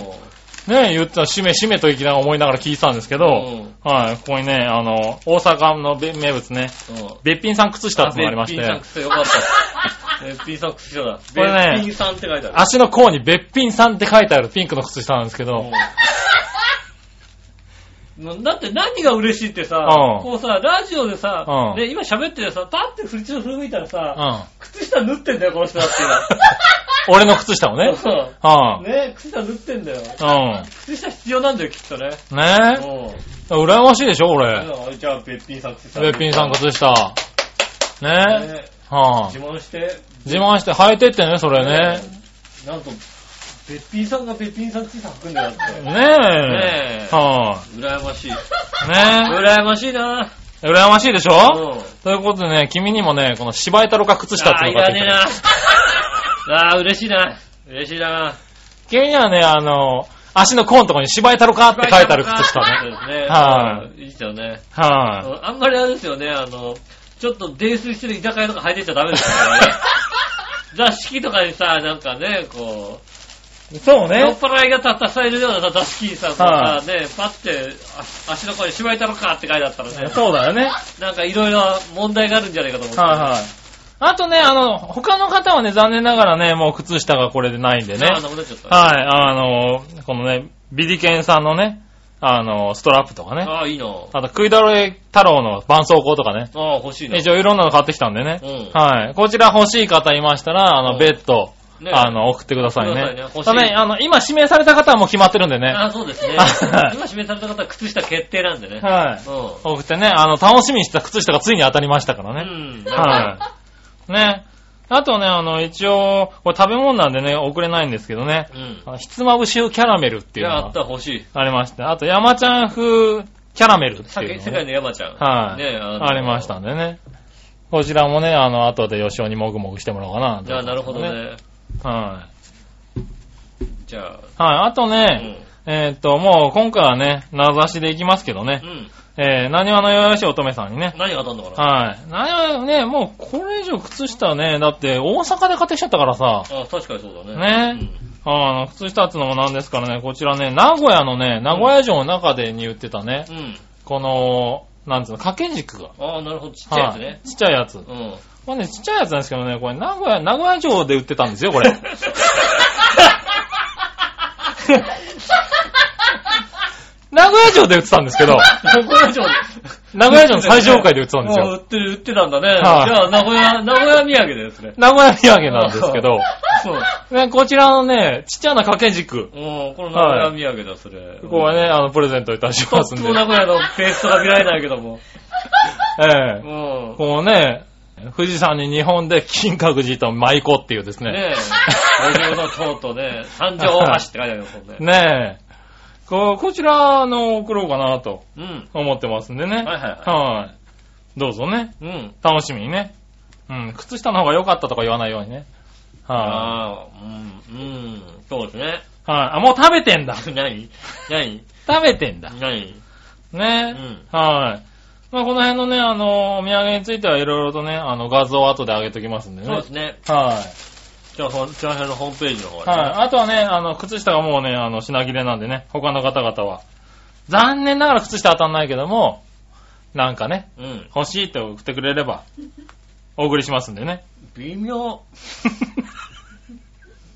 [SPEAKER 3] ね、言ってた、しめしめといきながら思いながら聞いてたんですけど、
[SPEAKER 2] うん
[SPEAKER 3] はい、ここにね、あの、大阪のべ名物ね、
[SPEAKER 2] うん。
[SPEAKER 3] べっぴんさん靴下ってのがありまし
[SPEAKER 2] べっぴんさん
[SPEAKER 3] て、
[SPEAKER 2] 靴下よかった。べっぴんさん靴下だ。
[SPEAKER 3] これね
[SPEAKER 2] べっぴんさんって書いてある。
[SPEAKER 3] 足の甲にべっぴんさんって書いてあるピンクの靴下なんですけど、
[SPEAKER 2] うんだって何が嬉しいってさ、
[SPEAKER 3] うん
[SPEAKER 2] こうさ、ラジオでさ、
[SPEAKER 3] うん
[SPEAKER 2] で今喋っててさ、パッて振り振り向いたらさ、
[SPEAKER 3] うん。
[SPEAKER 2] 靴下縫ってんだよ、この人だ って
[SPEAKER 3] 俺の靴下を ね。
[SPEAKER 2] 今。ね
[SPEAKER 3] は
[SPEAKER 2] ね靴下縫ってんだよ。
[SPEAKER 3] あ、
[SPEAKER 2] 靴下必要なんだよ、きっとね。
[SPEAKER 3] うん。
[SPEAKER 2] う
[SPEAKER 3] ね
[SPEAKER 2] ん
[SPEAKER 3] え。羨ましいでしょ、俺。
[SPEAKER 2] うんじゃあ、べっぴんさん靴下。
[SPEAKER 3] べっぴんさん靴下。ね
[SPEAKER 2] ね
[SPEAKER 3] え。はあ
[SPEAKER 2] 自。慢して、
[SPEAKER 3] 自慢して履いてってね、それね。
[SPEAKER 2] なんと、べっぴんさんがべっぴんさん靴下履くんだよだって。
[SPEAKER 3] ね
[SPEAKER 2] ね
[SPEAKER 3] え。は
[SPEAKER 2] え。 羨ましい。
[SPEAKER 3] あ。ね
[SPEAKER 2] 羨ましいな
[SPEAKER 3] え。羨ましいでし
[SPEAKER 2] う
[SPEAKER 3] ょ
[SPEAKER 2] ん。
[SPEAKER 3] ということでね、君にもね、この芝居太郎か靴下っていうの
[SPEAKER 2] あ
[SPEAKER 3] が
[SPEAKER 2] ーいらねえな。ああ、嬉しいな。 嬉しいな。
[SPEAKER 3] 君にはね、あの、足の甲のとこに芝居太郎かって書いてある靴下ね。
[SPEAKER 2] そうですね。。
[SPEAKER 3] はい
[SPEAKER 2] いですよね。
[SPEAKER 3] は
[SPEAKER 2] あんまりあれですよね、あの、ちょっと泥酔してる居酒屋とか入ってっちゃダメですから ね。座敷とかにさ、なんかね、こう、
[SPEAKER 3] い。そう
[SPEAKER 2] 酔っ
[SPEAKER 3] ね。
[SPEAKER 2] 払いが立たされるような座敷にさ、こう
[SPEAKER 3] は
[SPEAKER 2] さ
[SPEAKER 3] い、
[SPEAKER 2] ね、パッて、あ足の声にしまいたのかって書いてあったらね、
[SPEAKER 3] そうだよね。
[SPEAKER 2] なんかいろいろ問題があるんじゃないかと思って。
[SPEAKER 3] はいはい。あとね、あの、他の方はね、残念ながらね、もう靴下がこれでないんでね。
[SPEAKER 2] あ
[SPEAKER 3] は
[SPEAKER 2] あ、
[SPEAKER 3] い、
[SPEAKER 2] なくなっちゃった。
[SPEAKER 3] あの、このね、ビリケンさんのね、あの、ストラップとかね。
[SPEAKER 2] ああ、いいな。あ
[SPEAKER 3] あと、食いだろえ太郎の絆創膏とかね。
[SPEAKER 2] あ、欲しいな。
[SPEAKER 3] 一応いろんなの買ってきたんでね。
[SPEAKER 2] うん
[SPEAKER 3] はい。こちら欲しい方いましたら、あ
[SPEAKER 2] うん
[SPEAKER 3] の、ベッド、
[SPEAKER 2] ね
[SPEAKER 3] あの、送ってください
[SPEAKER 2] 送ってくださいね。
[SPEAKER 3] ね
[SPEAKER 2] 欲しい
[SPEAKER 3] ただね、あの、今指名された方はもう決まってるんでね。
[SPEAKER 2] あそうですね
[SPEAKER 3] は。い
[SPEAKER 2] 今指名された方は靴下決定なんでね。
[SPEAKER 3] はい。
[SPEAKER 2] う
[SPEAKER 3] 送ってね、あの、楽しみにしてた靴下がついに当たりましたからね。
[SPEAKER 2] ん。うん。
[SPEAKER 3] はい。ね。あとね、あの、一応、これ食べ物なんでね、送れないんですけどね。
[SPEAKER 2] うん。
[SPEAKER 3] あのひつまぶし風キャラメルって
[SPEAKER 2] い
[SPEAKER 3] いう
[SPEAKER 2] や、
[SPEAKER 3] の
[SPEAKER 2] あった
[SPEAKER 3] が
[SPEAKER 2] 欲しい。
[SPEAKER 3] ありまして。あと、山ちゃん風キャラメルって
[SPEAKER 2] さっ
[SPEAKER 3] いう
[SPEAKER 2] き世
[SPEAKER 3] のが
[SPEAKER 2] 界
[SPEAKER 3] ね、
[SPEAKER 2] の山ちゃん。
[SPEAKER 3] はい、
[SPEAKER 2] ねあの
[SPEAKER 3] ありましたんでね。こちらもね、あの、後で吉尾にもぐもぐしてもらおうかな。
[SPEAKER 2] じゃあ、なるほど。ね。
[SPEAKER 3] は
[SPEAKER 2] じゃあ、
[SPEAKER 3] い。はい。あと
[SPEAKER 2] う
[SPEAKER 3] ね、
[SPEAKER 2] ん。
[SPEAKER 3] えーっと、もう今回はね、名指しでいきますけどね
[SPEAKER 2] う。ん。
[SPEAKER 3] えー、何話のよよし乙女さんにね。
[SPEAKER 2] 何が当たんのかな
[SPEAKER 3] はい。なんやね、もうこれ以上靴下ね、だって大阪で買ってきちゃったからさ、
[SPEAKER 2] あ、確かにそうだね。
[SPEAKER 3] ねあの、靴下ってのもなんですからね、こちらね、名古屋のね、名古屋城の中でに売ってたね
[SPEAKER 2] う、ん。うん。
[SPEAKER 3] この、なんつうの、掛け軸が。
[SPEAKER 2] ああ、なるほど。ちっちゃいやつ
[SPEAKER 3] は
[SPEAKER 2] ね。
[SPEAKER 3] ちっちゃいやつ。
[SPEAKER 2] う
[SPEAKER 3] こ
[SPEAKER 2] ん。
[SPEAKER 3] れね、ちっちゃいやつなんですけどね、これ名古屋、名古屋城で売ってたんですよ、 これ。名古屋城で売ってたんですけど、
[SPEAKER 2] 名古屋城。
[SPEAKER 3] 名古屋城の最上階で売ってた んです
[SPEAKER 2] もう売
[SPEAKER 3] よ。
[SPEAKER 2] ってる、売ってたんだね。じ
[SPEAKER 3] はい
[SPEAKER 2] ゃあ、名古屋、名古屋土産ですね。
[SPEAKER 3] 名古屋土産なんですけど、
[SPEAKER 2] そう。
[SPEAKER 3] ね、こちらのね、ちっちゃな掛け軸。
[SPEAKER 2] うん、この名古屋土産だ、それ。
[SPEAKER 3] ここはね、あの、プレゼントいたしますん
[SPEAKER 2] も
[SPEAKER 3] で
[SPEAKER 2] う。名古屋のペーストが見られないけど も。
[SPEAKER 3] え
[SPEAKER 2] う
[SPEAKER 3] え。
[SPEAKER 2] ん。
[SPEAKER 3] こうね、富士山に日本で金閣寺と舞妓っていうですね。
[SPEAKER 2] ねえ。東京の塔とね、三条大橋って書いてあるよ、 これね。
[SPEAKER 3] ねえ。ここちらの送ろうかなと
[SPEAKER 2] うん。
[SPEAKER 3] 思ってますんでね。
[SPEAKER 2] はいはい
[SPEAKER 3] はい。どうぞね。
[SPEAKER 2] うん。
[SPEAKER 3] 楽しみにね。うん。靴下の方が良かったとか言わないようにね。はい、
[SPEAKER 2] ああ、うん、うん。そうですね。
[SPEAKER 3] はい、あ。もう食べてんだ。
[SPEAKER 2] 何何
[SPEAKER 3] 食べてんだ。
[SPEAKER 2] 何う
[SPEAKER 3] ねえ。
[SPEAKER 2] ん。
[SPEAKER 3] はい。まあ、この辺のね、あの、お土産については色々とね、あの、画像を後で上げときますんでね。
[SPEAKER 2] そうですね。
[SPEAKER 3] はい。
[SPEAKER 2] じゃあ、ほん、ちらへんのホームページの方
[SPEAKER 3] はい。
[SPEAKER 2] ね。
[SPEAKER 3] あとはね、あの、靴下がもうね、あの、品切れなんでね、他の方々は。残念ながら靴下当たんないけども、なんかね、
[SPEAKER 2] うん。
[SPEAKER 3] 欲しいって送ってくれれば、お送りしますんでね。
[SPEAKER 2] 微妙。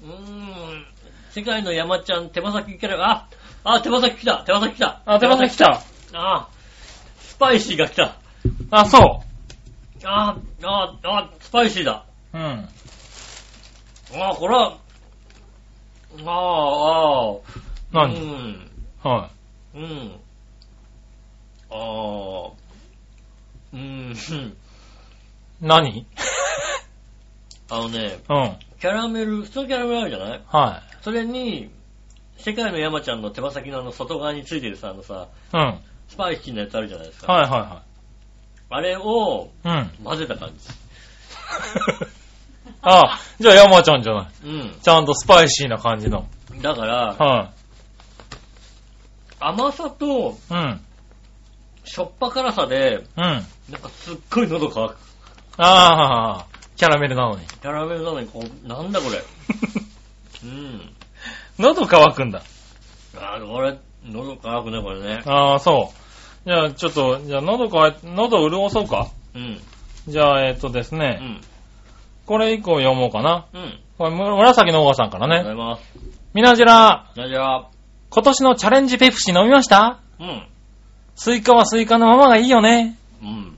[SPEAKER 2] うーん。世界の山ちゃん、手羽先キャラ、あ、あ、手羽先来た、手羽先来た。
[SPEAKER 3] あ、手羽先来た。
[SPEAKER 2] た。あ、スパイシーが来た。
[SPEAKER 3] あ、そ
[SPEAKER 2] あ、あ、あ、スパイシーだ。
[SPEAKER 3] う。うん。
[SPEAKER 2] あ、これは、ああ、ああ。
[SPEAKER 3] 何
[SPEAKER 2] うん。
[SPEAKER 3] は
[SPEAKER 2] うん。ああ。うん。
[SPEAKER 3] い。何
[SPEAKER 2] あのね、
[SPEAKER 3] うん。
[SPEAKER 2] キャラメル、普通のキャラメルあるじゃない
[SPEAKER 3] は
[SPEAKER 2] それに、世界の山ちゃんの手羽先のあの外側についてるさ、あのさ、
[SPEAKER 3] い。うん。はい
[SPEAKER 2] スパイシーなやつあるじゃないですか。
[SPEAKER 3] は
[SPEAKER 2] あれを
[SPEAKER 3] いはい。うん。
[SPEAKER 2] 混ぜた感じ。
[SPEAKER 3] あ、じゃあ山ちゃんじゃない。
[SPEAKER 2] う
[SPEAKER 3] ちゃんとスパイシーな感じの。
[SPEAKER 2] ん。だから、
[SPEAKER 3] は
[SPEAKER 2] 甘さと
[SPEAKER 3] い。うん。
[SPEAKER 2] しょっぱ辛さで、
[SPEAKER 3] うん。
[SPEAKER 2] なんかすっごい喉乾く。
[SPEAKER 3] あー、キャラメルなの に。
[SPEAKER 2] キャラメルなのにこう、なんだこれ。うん。
[SPEAKER 3] 喉乾くんだ。
[SPEAKER 2] あー、これ、喉乾くね、これね。
[SPEAKER 3] あー、そう。じゃあちょっと、じゃあ喉乾い、喉潤そうか。
[SPEAKER 2] うん。
[SPEAKER 3] じゃあ、えっとです
[SPEAKER 2] う
[SPEAKER 3] ね、
[SPEAKER 2] ん。
[SPEAKER 3] これ以降読もうかな。
[SPEAKER 2] うん。あり
[SPEAKER 3] これむ紫のオーガさんから
[SPEAKER 2] がとうござ
[SPEAKER 3] ね。
[SPEAKER 2] います。
[SPEAKER 3] みなじら、
[SPEAKER 2] じゃあじゃあ、
[SPEAKER 3] 今年のチャレンジペプシ飲みました
[SPEAKER 2] うん。
[SPEAKER 3] スイカはスイカのままがいいよね。
[SPEAKER 2] うん。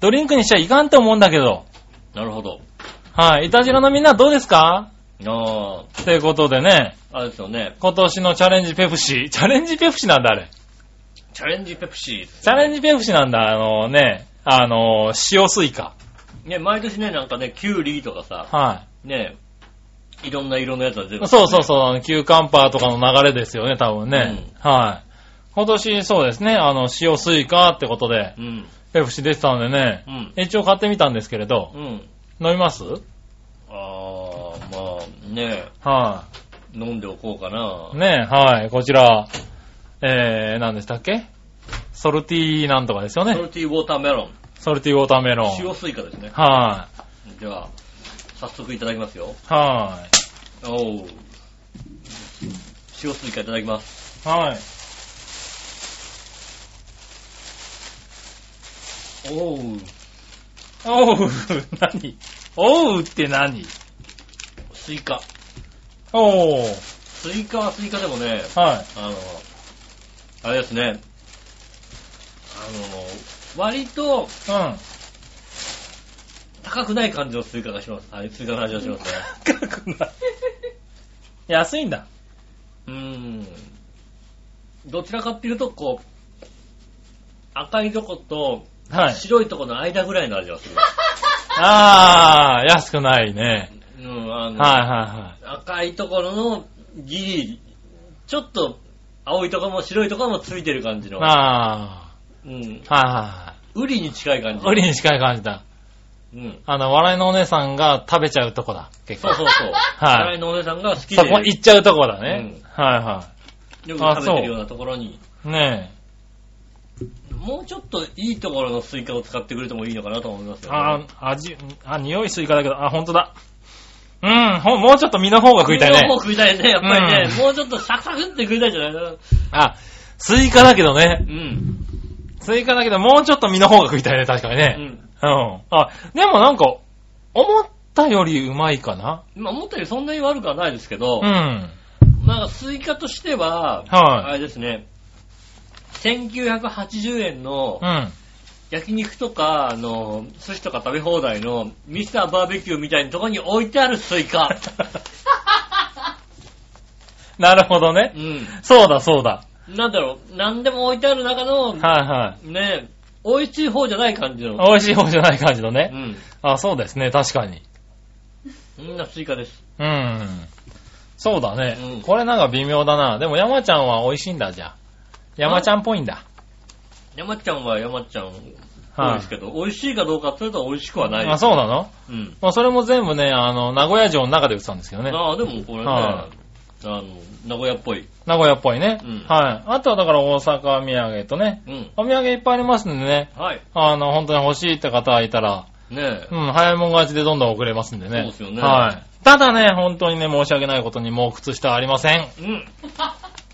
[SPEAKER 3] ドリンクにしちゃいかんと思うんだけど。
[SPEAKER 2] なるほど。
[SPEAKER 3] はい。イタジラのみんなどうですか
[SPEAKER 2] あ
[SPEAKER 3] ということでね、
[SPEAKER 2] あ、あれですよね。
[SPEAKER 3] 今年のチャレンジペプシ、チャレンジペプシなんだあれ。
[SPEAKER 2] チャレンジペプシーですね。
[SPEAKER 3] チャレンジペプシなんだ、あのね、あの、塩スイカ。
[SPEAKER 2] ね、毎年ね、なんかね、キュウリとかさ、
[SPEAKER 3] は
[SPEAKER 2] ね、いろんな色のやつが出て。
[SPEAKER 3] い。そうそううそう、あの、キューカンパーとかの流れですよね、多分ね。はい。今年そうですね、あの、塩スイカってことで、
[SPEAKER 2] うん。
[SPEAKER 3] ペプシ出てたんでね
[SPEAKER 2] う、ん。
[SPEAKER 3] 一応買ってみたんですけれど
[SPEAKER 2] う、ん。
[SPEAKER 3] 飲みます
[SPEAKER 2] ああ、まあ、ね、
[SPEAKER 3] は
[SPEAKER 2] 飲んでおこうか
[SPEAKER 3] い。
[SPEAKER 2] な。
[SPEAKER 3] ねはい、こちら、えー、何でしたっけソルティーなんとかですよ
[SPEAKER 2] ソ
[SPEAKER 3] ね。
[SPEAKER 2] ルティーウォーターメロン。
[SPEAKER 3] ソルティーウォーターメロン。はい、
[SPEAKER 2] 塩スイカですね。では、早速いただきますよ。
[SPEAKER 3] はい、
[SPEAKER 2] おう。塩スイカいただきます。
[SPEAKER 3] はい。
[SPEAKER 2] おう。
[SPEAKER 3] おう、 何おうって何
[SPEAKER 2] スイカ。
[SPEAKER 3] おう、
[SPEAKER 2] スイカはスイカでもね、
[SPEAKER 3] はい。
[SPEAKER 2] あの、あれですね。あの、割と
[SPEAKER 3] うん。
[SPEAKER 2] 高くない感じのスイカがします。はい、スイカの味がしますね。
[SPEAKER 3] 高くない。安いんだ。
[SPEAKER 2] うーん。どちらかっていうと、こう、赤いとこと
[SPEAKER 3] はい。
[SPEAKER 2] 白いとこの間ぐらいの味がする。
[SPEAKER 3] あー、安くないね。
[SPEAKER 2] うん、あの、
[SPEAKER 3] はいは
[SPEAKER 2] 赤いところのギリ、ちょっと青いとこも白いとこもついてる感じ
[SPEAKER 3] い
[SPEAKER 2] の
[SPEAKER 3] はい。、あ
[SPEAKER 2] うん
[SPEAKER 3] ー、、は
[SPEAKER 2] ウリに近い感
[SPEAKER 3] いはい
[SPEAKER 2] じ。
[SPEAKER 3] はい。無理に近い感じだ。
[SPEAKER 2] うん。
[SPEAKER 3] あの、笑いのお姉さんが食べちゃうとこだ。結
[SPEAKER 2] そう
[SPEAKER 3] 構。
[SPEAKER 2] そうそう。
[SPEAKER 3] はい
[SPEAKER 2] 笑いのお姉さんが好きで、
[SPEAKER 3] そこ行っちゃうとこだ
[SPEAKER 2] う
[SPEAKER 3] ね
[SPEAKER 2] ん。
[SPEAKER 3] はいは
[SPEAKER 2] よく食べてるようなところに、
[SPEAKER 3] い。ね
[SPEAKER 2] もうちょっといいところのスイカを使ってくれてもいいのかなと思います
[SPEAKER 3] え。
[SPEAKER 2] よ、ね。
[SPEAKER 3] あー、味、あ、匂いスイカだけど、あ、ほんとだ。うん、ほん、もうちょっと身の方が食いたいね
[SPEAKER 2] もう。食いたいね、やっぱりね。
[SPEAKER 3] うん
[SPEAKER 2] もうちょっとサクサクって食いたいじゃないの
[SPEAKER 3] あ、スイカだけどね
[SPEAKER 2] う。ん。
[SPEAKER 3] スイカだけど、もうちょっと身の方が食いたいね、確かに
[SPEAKER 2] う
[SPEAKER 3] ね。
[SPEAKER 2] ん。
[SPEAKER 3] うん。あ、でもなんか、思ったよりうまいかな。
[SPEAKER 2] まあ思ったよりそんなに悪くはないですけど
[SPEAKER 3] う、ん。
[SPEAKER 2] なんかスイカとしては、
[SPEAKER 3] はい
[SPEAKER 2] あれですね、1980円の
[SPEAKER 3] うん。
[SPEAKER 2] 焼肉とか、あの、寿司とか食べ放題のミスターバーベキューみたいなとこに置いてあるスイ カ。
[SPEAKER 3] なるほどね
[SPEAKER 2] う。ん。
[SPEAKER 3] そうだ、そうだ。
[SPEAKER 2] なんだろう、なんでも置いてある中の、
[SPEAKER 3] はいはい。
[SPEAKER 2] ね、美味しい方じゃない感じの。
[SPEAKER 3] 美味しい方じゃない感じの
[SPEAKER 2] う
[SPEAKER 3] ね。
[SPEAKER 2] ん。
[SPEAKER 3] あ、そうですね、確かに。
[SPEAKER 2] みんなスイカです。
[SPEAKER 3] うん。そうだね。
[SPEAKER 2] うん
[SPEAKER 3] これなんか微妙だな。でも山ちゃんは美味しいんだ、じゃあ。山ちゃんっぽいんだ。
[SPEAKER 2] 山ちゃんは山ちゃん、そう
[SPEAKER 3] は
[SPEAKER 2] です
[SPEAKER 3] い。
[SPEAKER 2] けど、美味しいかどうかっていうと美味しくはないです。
[SPEAKER 3] あ、そうなの
[SPEAKER 2] うん。
[SPEAKER 3] まあ、それも全部ね、あの、名古屋城の中で売ってたんですけどね。
[SPEAKER 2] ああ、でもこれね、あ
[SPEAKER 3] は
[SPEAKER 2] の、名古屋っぽい。
[SPEAKER 3] 名古屋っぽいね。
[SPEAKER 2] うん
[SPEAKER 3] はい。あとはだから大阪土産とね、
[SPEAKER 2] うん。
[SPEAKER 3] お土産いっぱいありますんでね、
[SPEAKER 2] はい。
[SPEAKER 3] あの、本当に欲しいって方いたら、
[SPEAKER 2] ね
[SPEAKER 3] うん、早いもん勝ちでどんどん送れますんで
[SPEAKER 2] そ
[SPEAKER 3] ね。
[SPEAKER 2] うですよね
[SPEAKER 3] はい。ただね、本当にね、申し訳ないことにもう靴下はありません。
[SPEAKER 2] え。うん。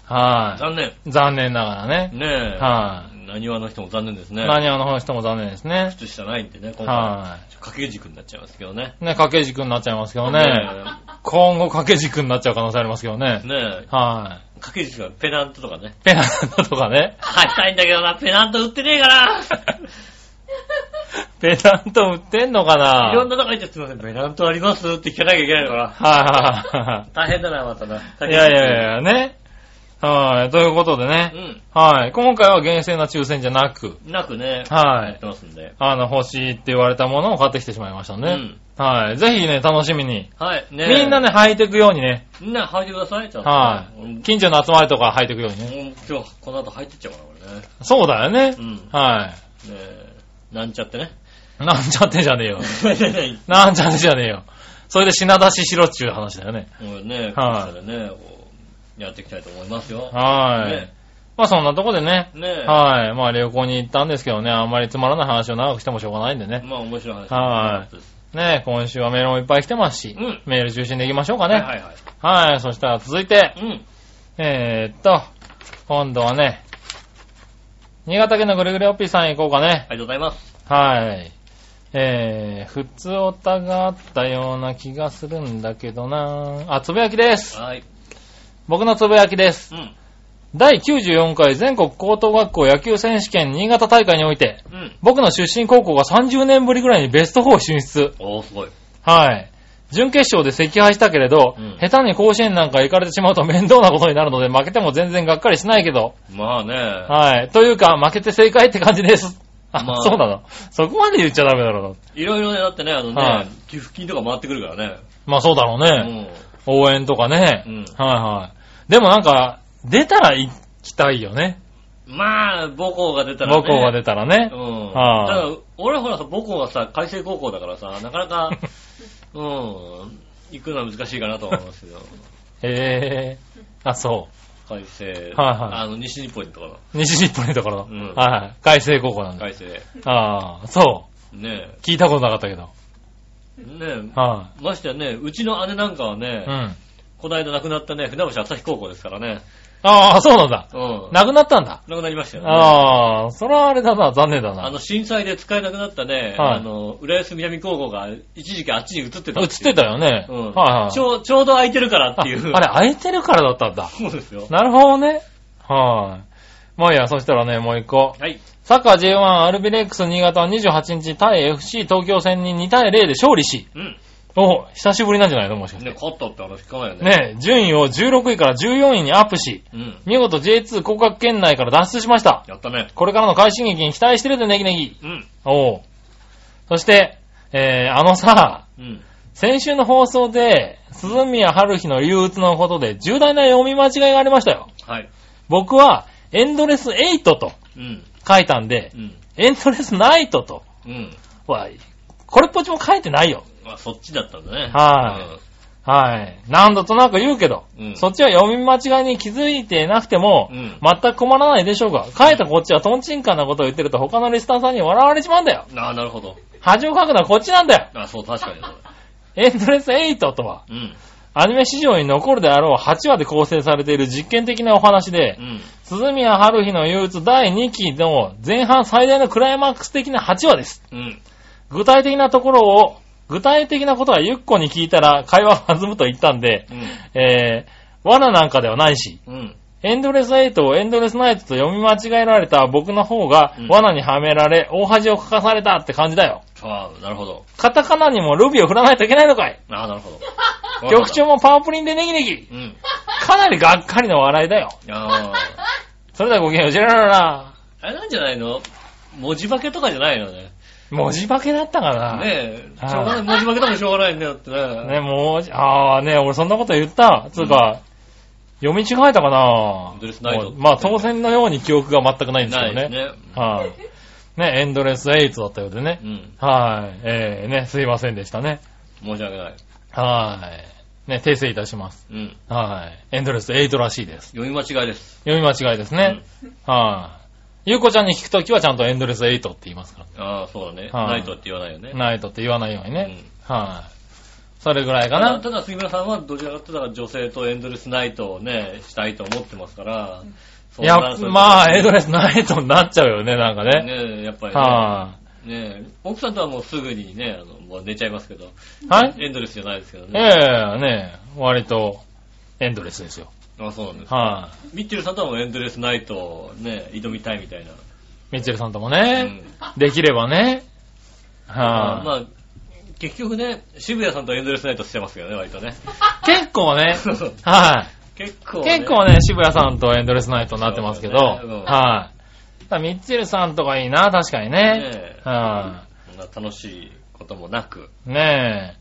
[SPEAKER 3] は
[SPEAKER 2] 残念。
[SPEAKER 3] い。残念ながらね。
[SPEAKER 2] ねえ。
[SPEAKER 3] は
[SPEAKER 2] う
[SPEAKER 3] い。
[SPEAKER 2] ん何話の人も残念ですね。
[SPEAKER 3] 何あの人も残念ですね。
[SPEAKER 2] 靴下ないんでね、今回。
[SPEAKER 3] は
[SPEAKER 2] 掛け軸になっちゃいますけどね。
[SPEAKER 3] い。ね、掛け軸になっちゃいますけどね。今後掛け軸になっちゃう可能性ありますけどね
[SPEAKER 2] え。ねえ、
[SPEAKER 3] は
[SPEAKER 2] 掛け軸はペナントとかね。
[SPEAKER 3] い。ペナントとかね。
[SPEAKER 2] 買いたいんだけどな、ペナント売ってねえから。
[SPEAKER 3] ペナント売ってんのかない
[SPEAKER 2] ろんなとこ行ってすいません、ペナントありますって聞かなきゃいけないから。
[SPEAKER 3] はいは
[SPEAKER 2] 大変だな、またな。
[SPEAKER 3] いはいはい。いやいやいや、ね。はい。ということでね。
[SPEAKER 2] う
[SPEAKER 3] はい。今回は厳正な抽選じゃなく、
[SPEAKER 2] ん。なくね、
[SPEAKER 3] は
[SPEAKER 2] やっ
[SPEAKER 3] い。
[SPEAKER 2] てますんで。
[SPEAKER 3] あの、欲しいって言われたものを買ってきてしまいました
[SPEAKER 2] う
[SPEAKER 3] ね。
[SPEAKER 2] ん。
[SPEAKER 3] はい。ぜひね、楽しみに。
[SPEAKER 2] はい、ね
[SPEAKER 3] みんな
[SPEAKER 2] ね。
[SPEAKER 3] ね、履いていくようにね。
[SPEAKER 2] みんな履いてください、ちゃんと。
[SPEAKER 3] はい
[SPEAKER 2] うん
[SPEAKER 3] 近所の集まりとか履いていくようにね。
[SPEAKER 2] うん今日、この後入ってっちゃうから、俺ね。
[SPEAKER 3] そうだよね
[SPEAKER 2] う。ん。
[SPEAKER 3] は
[SPEAKER 2] ねえなんちゃ ってね。
[SPEAKER 3] い。なんちゃってじゃねえよ。
[SPEAKER 2] ね
[SPEAKER 3] なんちゃってじゃねえよ。それで品出ししろっちゅう話だよね。
[SPEAKER 2] え、もうね、
[SPEAKER 3] は
[SPEAKER 2] こう
[SPEAKER 3] い
[SPEAKER 2] したらね、こう、やっていきたいと思いますよ。
[SPEAKER 3] はい
[SPEAKER 2] ね。
[SPEAKER 3] まあそんなとこでね。
[SPEAKER 2] ねえ、
[SPEAKER 3] はい。まあ旅行に行ったんですけどね、あんまりつまらない話を長くしてもしょうがないんでね。
[SPEAKER 2] まあ面白い話。
[SPEAKER 3] はいね今週はメールもいっぱい来てますし、
[SPEAKER 2] うん
[SPEAKER 3] メール中心でいきましょうか
[SPEAKER 2] は
[SPEAKER 3] ね。
[SPEAKER 2] い
[SPEAKER 3] は、
[SPEAKER 2] はいいはい。
[SPEAKER 3] そしたら続いて、
[SPEAKER 2] うん。
[SPEAKER 3] えー、っと、今度はね、新潟県のぐるぐるおっぴーさん行こうかね。
[SPEAKER 2] ありがとうございます。
[SPEAKER 3] はい。えー、普通おたがあったような気がするんだけどなあ、つぶやきです。
[SPEAKER 2] はい。
[SPEAKER 3] 僕のつぶやきです。
[SPEAKER 2] うん。
[SPEAKER 3] 第94回全国高等学校野球選手権新潟大会において、
[SPEAKER 2] うん。
[SPEAKER 3] 僕の出身高校が30年ぶりぐらいにベスト4進出。
[SPEAKER 2] おー、すごい。
[SPEAKER 3] はい。準決勝で惜敗したけれど、
[SPEAKER 2] うん
[SPEAKER 3] 下手に甲子園なんか行かれてしまうと面倒なことになるので、負けても全然がっかりしないけど、
[SPEAKER 2] まあね、
[SPEAKER 3] はい。というか、負けて正解って感じです。あ、
[SPEAKER 2] まあ
[SPEAKER 3] そうなの。そこまで言っちゃダメだろうな。
[SPEAKER 2] いろいろね、だってね、あのね、
[SPEAKER 3] はい
[SPEAKER 2] 寄付金とか回ってくるからね。
[SPEAKER 3] まあそうだろう
[SPEAKER 2] う
[SPEAKER 3] ね。
[SPEAKER 2] ん。
[SPEAKER 3] 応援とかね。
[SPEAKER 2] うん
[SPEAKER 3] はいはい。でもなんか、出たら行きたいよね。
[SPEAKER 2] まあ、母校が出たらね。
[SPEAKER 3] 母校が出たらね
[SPEAKER 2] う。ん。
[SPEAKER 3] はあ
[SPEAKER 2] ただ、俺ほらさ、母校がさ、海星高校だからさ、なかな か、うん、行くのは難しいかなと思いますけど、
[SPEAKER 3] へえ。あ、そう。
[SPEAKER 2] 海星、
[SPEAKER 3] はい
[SPEAKER 2] あの、西日本のところ、
[SPEAKER 3] 西日暮里のところ
[SPEAKER 2] う
[SPEAKER 3] の。
[SPEAKER 2] ん
[SPEAKER 3] はい。海星高校なんで。
[SPEAKER 2] 海星。
[SPEAKER 3] ああ、そう。
[SPEAKER 2] ね
[SPEAKER 3] 聞いたことなかったけど。
[SPEAKER 2] え、ね
[SPEAKER 3] は。
[SPEAKER 2] え、ましてやね、うちの姉なんかはいね、
[SPEAKER 3] うん。
[SPEAKER 2] この間亡くなったね、船橋朝日高校ですからね、
[SPEAKER 3] ああ、そうなんだ。
[SPEAKER 2] うん。
[SPEAKER 3] なくなったんだ。
[SPEAKER 2] 亡くなりましたよね。
[SPEAKER 3] ああ、それはあれだな、残念だ
[SPEAKER 2] あ
[SPEAKER 3] な
[SPEAKER 2] の、。震災で使えなくなったね、
[SPEAKER 3] はい
[SPEAKER 2] あの、浦安南高校が一時期あっちに移ってた
[SPEAKER 3] 映ってた
[SPEAKER 2] よ。
[SPEAKER 3] よね。
[SPEAKER 2] うん。
[SPEAKER 3] はい
[SPEAKER 2] ち
[SPEAKER 3] はい。
[SPEAKER 2] ょう、ちょうど空いてるからっていう。
[SPEAKER 3] ああれ、空いてるからだったんだ。
[SPEAKER 2] そうですよ。
[SPEAKER 3] なるほどね。はい。まあいいや、そしたらね、もう一個。
[SPEAKER 2] はい。
[SPEAKER 3] サッカー J1 アルビレックス新潟は28日対 FC 東京戦に2対0で勝利し、
[SPEAKER 2] うん。
[SPEAKER 3] お、久しぶりなんじゃないのもしかして
[SPEAKER 2] ね、。勝ったって話聞かないよね。。
[SPEAKER 3] ね、順位を16位から14位にアップし、
[SPEAKER 2] うん。
[SPEAKER 3] 見事 J2 降格圏内から脱出しました。
[SPEAKER 2] やったね。
[SPEAKER 3] これからの快進撃に期待してるでネギネギ。
[SPEAKER 2] うん。
[SPEAKER 3] おう。そして、えー、あのさ、
[SPEAKER 2] うん。
[SPEAKER 3] 先週の放送で、鈴宮春日の憂鬱のことで重大な読み間違いがありましたよ。
[SPEAKER 2] はい。
[SPEAKER 3] 僕は、エンドレス8と
[SPEAKER 2] うん。
[SPEAKER 3] 書いたんで
[SPEAKER 2] う、ん。
[SPEAKER 3] エンドレスナイトと
[SPEAKER 2] うん。
[SPEAKER 3] は、これっぽっちも書いてないよ。
[SPEAKER 2] まあ、そっちだったんだね。
[SPEAKER 3] ははい。何度となく言うけど、
[SPEAKER 2] うん
[SPEAKER 3] そっちは読み間違いに気づいてなくても、
[SPEAKER 2] うん
[SPEAKER 3] 全く困らないでしょうが、書いたこっちはトンチンカンなことを言ってると他のリスターさんに笑われちまうんだよ。
[SPEAKER 2] うん。ああ、なるほど。
[SPEAKER 3] 恥をかくのはこっちなんだよ。
[SPEAKER 2] あそう、確かにそうだ。
[SPEAKER 3] エンドレス8とは、
[SPEAKER 2] うん。
[SPEAKER 3] アニメ史上に残るであろう8話で構成されている実験的なお話で
[SPEAKER 2] う、ん。
[SPEAKER 3] 鈴宮春日の憂鬱第2期の前半最大のクライマックス的な8話です。
[SPEAKER 2] うん。
[SPEAKER 3] 具体的なところを、具体的なことはゆっこに聞いたら会話が弾むと言ったんで、えー、罠なんかではないし、
[SPEAKER 2] うん。うん。
[SPEAKER 3] エンドレス8をエンドレスナイトと読み間違えられた僕の方が
[SPEAKER 2] うん
[SPEAKER 3] 罠にはめられ、大恥をかかされたって感じだよ。
[SPEAKER 2] ああ、なるほど。
[SPEAKER 3] カタカナにもルビーを振らないといけないのかい
[SPEAKER 2] ああ、なるほど。
[SPEAKER 3] 局長もパワープリンでネギネギ
[SPEAKER 2] うん。
[SPEAKER 3] かなりがっかりの笑いだよ。
[SPEAKER 2] ああ。
[SPEAKER 3] それではごきげんよう、ジェラララ。
[SPEAKER 2] あれなんじゃないの文字化けとかじゃないのね。
[SPEAKER 3] 文字化けだったかな
[SPEAKER 2] ね
[SPEAKER 3] ね
[SPEAKER 2] え、
[SPEAKER 3] はい
[SPEAKER 2] しょうがない、文字化けとかしょうがないんだよってね。
[SPEAKER 3] もう、あーね、俺そんなこと言った。つうか、読み違えたかな
[SPEAKER 2] エンドレスナイト
[SPEAKER 3] もうまあ当然のように記憶が全くないんです
[SPEAKER 2] な
[SPEAKER 3] けど
[SPEAKER 2] いで
[SPEAKER 3] ね。
[SPEAKER 2] すね。
[SPEAKER 3] はい、ね、エンドレス8だったようでね
[SPEAKER 2] う。ん。
[SPEAKER 3] はい。えー、ね、すいませんでしたね。
[SPEAKER 2] 申し訳ない。
[SPEAKER 3] はい。ね、訂正いたします。
[SPEAKER 2] うん。
[SPEAKER 3] はい。エンドレス8らしいです。
[SPEAKER 2] 読み間違いです。
[SPEAKER 3] 読み間違いですね。はい。ゆうこちゃんに聞くときはちゃんとエンドレス8って言いますか
[SPEAKER 2] ああ、そうだね。
[SPEAKER 3] はい
[SPEAKER 2] ナイトって言わないよね
[SPEAKER 3] ら。。ナイトって言わないように
[SPEAKER 2] う
[SPEAKER 3] ね。
[SPEAKER 2] ん
[SPEAKER 3] はい。それぐらい
[SPEAKER 2] た
[SPEAKER 3] か
[SPEAKER 2] だ、
[SPEAKER 3] な。
[SPEAKER 2] ただ杉村さんはどちらかというと女性とエンドレスナイトをね、したいと思ってますから、そう
[SPEAKER 3] や
[SPEAKER 2] なる
[SPEAKER 3] っ、
[SPEAKER 2] と
[SPEAKER 3] まあ、エドレスナイトになっちゃうよね、なんかね。
[SPEAKER 2] ねえ、やっぱりね。
[SPEAKER 3] は
[SPEAKER 2] ねえ、奥さんとはもうすぐにね、あの、もう寝ちゃいますけど。
[SPEAKER 3] い。はい
[SPEAKER 2] エンドレスじゃないですけど
[SPEAKER 3] え
[SPEAKER 2] ね。
[SPEAKER 3] え、ね割と、エンドレスですよ。
[SPEAKER 2] あ、そうなんです。
[SPEAKER 3] は
[SPEAKER 2] ミッチェルさんとはもうエンドレスナイトをね、挑みたいみたいな。
[SPEAKER 3] い。ミッチェルさんとも
[SPEAKER 2] う
[SPEAKER 3] ね
[SPEAKER 2] ん、
[SPEAKER 3] できればね。
[SPEAKER 2] ま
[SPEAKER 3] は
[SPEAKER 2] あ、結局ね、渋谷さんとはエンドレスナイトしてますけどね、割とね。
[SPEAKER 3] い。結構ね、はい。
[SPEAKER 2] 結構、ね。
[SPEAKER 3] 結構ね、渋谷さんとエンドレスナイトになってますけど、
[SPEAKER 2] そうだよねうん
[SPEAKER 3] はい。ただミッチェルさんとかいいな、確かにね。
[SPEAKER 2] ねえ
[SPEAKER 3] は
[SPEAKER 2] そんな楽しいこともなく。
[SPEAKER 3] い。ね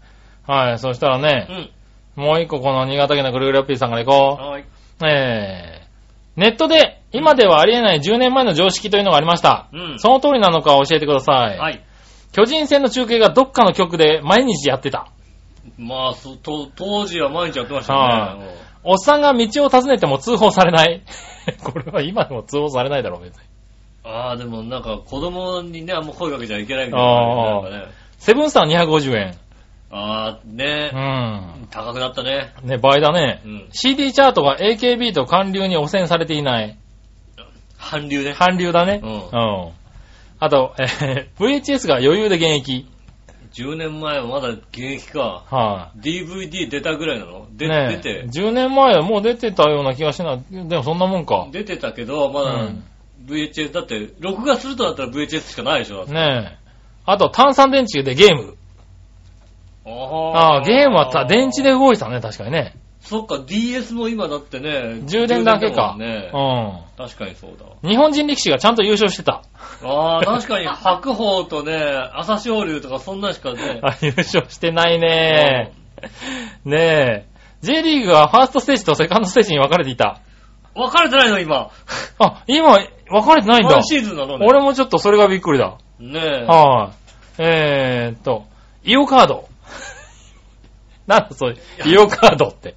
[SPEAKER 3] え。はい、そしたら
[SPEAKER 2] う
[SPEAKER 3] ね、
[SPEAKER 2] ん。
[SPEAKER 3] もう一個この新潟県のぐるぐるラッピーさんから行こ
[SPEAKER 2] はい。
[SPEAKER 3] う。ねえ。ネットで、今ではありえない10年前の常識というのがありました。
[SPEAKER 2] うん
[SPEAKER 3] その通りなのか教えてください。
[SPEAKER 2] はい。
[SPEAKER 3] 巨人戦の中継がどっかの局で毎日やってた。
[SPEAKER 2] まあ、そと当時は毎日やってました
[SPEAKER 3] は
[SPEAKER 2] よ
[SPEAKER 3] い
[SPEAKER 2] ね。もう
[SPEAKER 3] おっさんが道を尋ねても通報されない。 これは今でも通報されないだろう、別に。
[SPEAKER 2] ああ、でもなんか子供にね、あんま声かけちゃいけないみたいな感じで。なんかね
[SPEAKER 3] セブンスター250円。
[SPEAKER 2] ああ、ね
[SPEAKER 3] うん。
[SPEAKER 2] 高くなったね。
[SPEAKER 3] ね、倍だね。
[SPEAKER 2] うん
[SPEAKER 3] CD チャートが AKB と韓流に汚染されていない。
[SPEAKER 2] 韓流ね。
[SPEAKER 3] 韓流だね。
[SPEAKER 2] うん
[SPEAKER 3] んあと、えー VHS が余裕で現役。
[SPEAKER 2] 10年前はまだ現役か。
[SPEAKER 3] は
[SPEAKER 2] DVD 出たぐらいなの
[SPEAKER 3] い、
[SPEAKER 2] で
[SPEAKER 3] ね
[SPEAKER 2] 出て、
[SPEAKER 3] 10年前はもう出てたような気がしない。でもそんなもんか。
[SPEAKER 2] 出てたけど、ま
[SPEAKER 3] う
[SPEAKER 2] だ
[SPEAKER 3] ん
[SPEAKER 2] VHS、だって、録画するとだったら VHS しかないでしょ、だって
[SPEAKER 3] ねえ。あと、炭酸電池でゲーム。ああ、ゲームはた電池で。動いたね、確かにね。
[SPEAKER 2] そっか、DS も今だってね、
[SPEAKER 3] 充電だけか。
[SPEAKER 2] 充電だ
[SPEAKER 3] う
[SPEAKER 2] もんね確かにそうだわ。
[SPEAKER 3] ん。日本人力士がちゃんと優勝してた。
[SPEAKER 2] ああ、確 かに白鵬とね、朝青龍とかそんなんしかね、
[SPEAKER 3] あ、優勝してないねねえ。J リーグはファーストステージとセカンドステージに分かれていた。
[SPEAKER 2] 分かれてないの今。
[SPEAKER 3] あ、今、分かれてないんだ
[SPEAKER 2] 今。シーズンなのね。
[SPEAKER 3] 俺もちょっとそれがびっくりだ。
[SPEAKER 2] ねえ。
[SPEAKER 3] はい。えーっと、イオカード。 なんだそれ、イオカードって。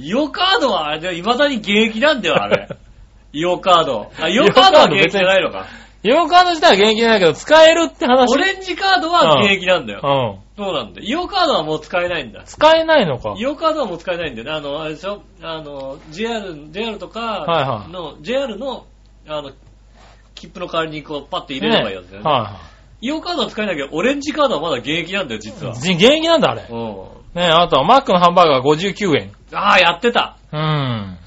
[SPEAKER 2] イオカードはあれだよ、未だに現役なんだよ、あ れ。イオカード。あ、イオカードは現役じゃないのか。
[SPEAKER 3] イオカード自体は現役じゃないけど、使えるって話。
[SPEAKER 2] オレンジカードは現役なんだよ。
[SPEAKER 3] うん。
[SPEAKER 2] そうなんだ。イオカードはもう使えないんだ。
[SPEAKER 3] 使えないのか。
[SPEAKER 2] イオカードはもう使えないんだよね。あの、あれでしょあの、JR、JR と
[SPEAKER 3] は
[SPEAKER 2] か
[SPEAKER 3] い
[SPEAKER 2] の、JR の、あの、切符の代わりにこう、パッて入れればいいやつだよね。
[SPEAKER 3] は
[SPEAKER 2] イオカードは使えないけど、オレンジカードはまだ現役なんだよ、実
[SPEAKER 3] いは
[SPEAKER 2] は。
[SPEAKER 3] い。じ現役なんだ、あれ。
[SPEAKER 2] う
[SPEAKER 3] ね
[SPEAKER 2] ん。
[SPEAKER 3] え、あとはマックのハンバーガー59円。
[SPEAKER 2] ああ、やってた。
[SPEAKER 3] うん。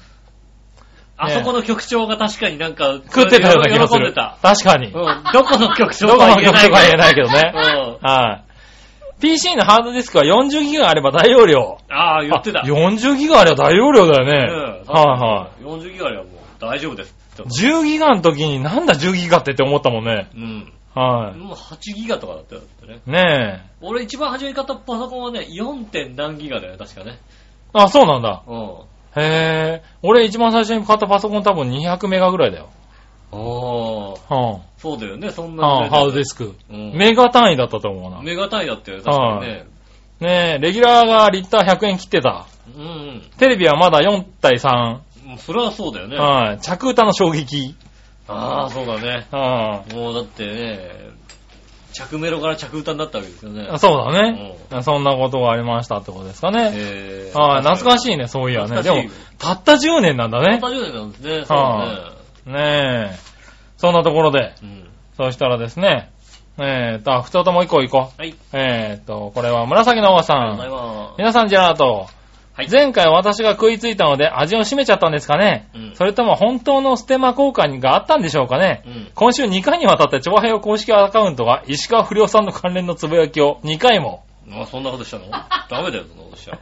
[SPEAKER 2] あそこの局長が確かになんか、
[SPEAKER 3] 食ってたような気がす
[SPEAKER 2] 喜んで
[SPEAKER 3] る。
[SPEAKER 2] た。
[SPEAKER 3] 確かに。
[SPEAKER 2] う
[SPEAKER 3] どこ
[SPEAKER 2] ん。どこの局長
[SPEAKER 3] の
[SPEAKER 2] かは
[SPEAKER 3] 曲
[SPEAKER 2] 言えないけ
[SPEAKER 3] と
[SPEAKER 2] ど。
[SPEAKER 3] か言えないけどね。
[SPEAKER 2] うん。
[SPEAKER 3] はい。PC のハードディスクは40ギガあれば大容量。
[SPEAKER 2] ああ、言ってた。
[SPEAKER 3] あ40ギガあれば大容量だよね。はいはい。
[SPEAKER 2] いはい。40ギガあればもう大丈夫ですって。
[SPEAKER 3] 10ギガの時になんだ10ギガってって思ったもんね。
[SPEAKER 2] うん。
[SPEAKER 3] は
[SPEAKER 2] もう8ギガとかだったよ、だってね。
[SPEAKER 3] い。ねえ。
[SPEAKER 2] 俺一番初めに買ったパソコンはね、4. 点何ギガだよ、確かね。
[SPEAKER 3] あ、そうなんだ。
[SPEAKER 2] うん。
[SPEAKER 3] へえ。俺一番最初に買ったパソコン多分200メガぐらいだよ。
[SPEAKER 2] ああ、
[SPEAKER 3] うん。
[SPEAKER 2] そうだよね、そんな
[SPEAKER 3] あ
[SPEAKER 2] 時代だよね。
[SPEAKER 3] ハードディスク。
[SPEAKER 2] うん
[SPEAKER 3] メガ単位だったと思うな。
[SPEAKER 2] メガ単位だったよね、確かにね。
[SPEAKER 3] ねえ、レギュラーがリッター100円切ってた。
[SPEAKER 2] うん
[SPEAKER 3] テレビはまだ4対3。
[SPEAKER 2] うん。もうそれはそうだよね。あ
[SPEAKER 3] はい。着歌の衝撃。
[SPEAKER 2] あー、そうだね。
[SPEAKER 3] は
[SPEAKER 2] もうだってね、着メロから着歌になったわけですよね
[SPEAKER 3] い。。そうだね。そんなことがありましたってことですかね。
[SPEAKER 2] えー
[SPEAKER 3] はい。懐か
[SPEAKER 2] い。
[SPEAKER 3] しいね、そういやね。で
[SPEAKER 2] 懐かし
[SPEAKER 3] も
[SPEAKER 2] い、
[SPEAKER 3] たった10年なんだ
[SPEAKER 2] たっ
[SPEAKER 3] ね
[SPEAKER 2] た。10年なんですね、そう
[SPEAKER 3] は
[SPEAKER 2] だね。
[SPEAKER 3] ねえ。そんなところで、
[SPEAKER 2] うん。
[SPEAKER 3] そしたらですね、えーっと、あ、ふとともう一個行こう。
[SPEAKER 2] はい。
[SPEAKER 3] えーっと、これは紫のおばさ。
[SPEAKER 2] ありがとうんございます。
[SPEAKER 3] 皆さん、ジェラート。
[SPEAKER 2] はい
[SPEAKER 3] 前回私が食いついたので味を占めちゃったんですかね、
[SPEAKER 2] うん
[SPEAKER 3] それとも本当のステマ交換があったんでしょうかね、
[SPEAKER 2] うん
[SPEAKER 3] 今週2回にわたって長平公式アカウントが石川不良さんの関連のつぶやきを2回も。
[SPEAKER 2] あ、そんなことしたのダメだよ、そんなことしちゃ。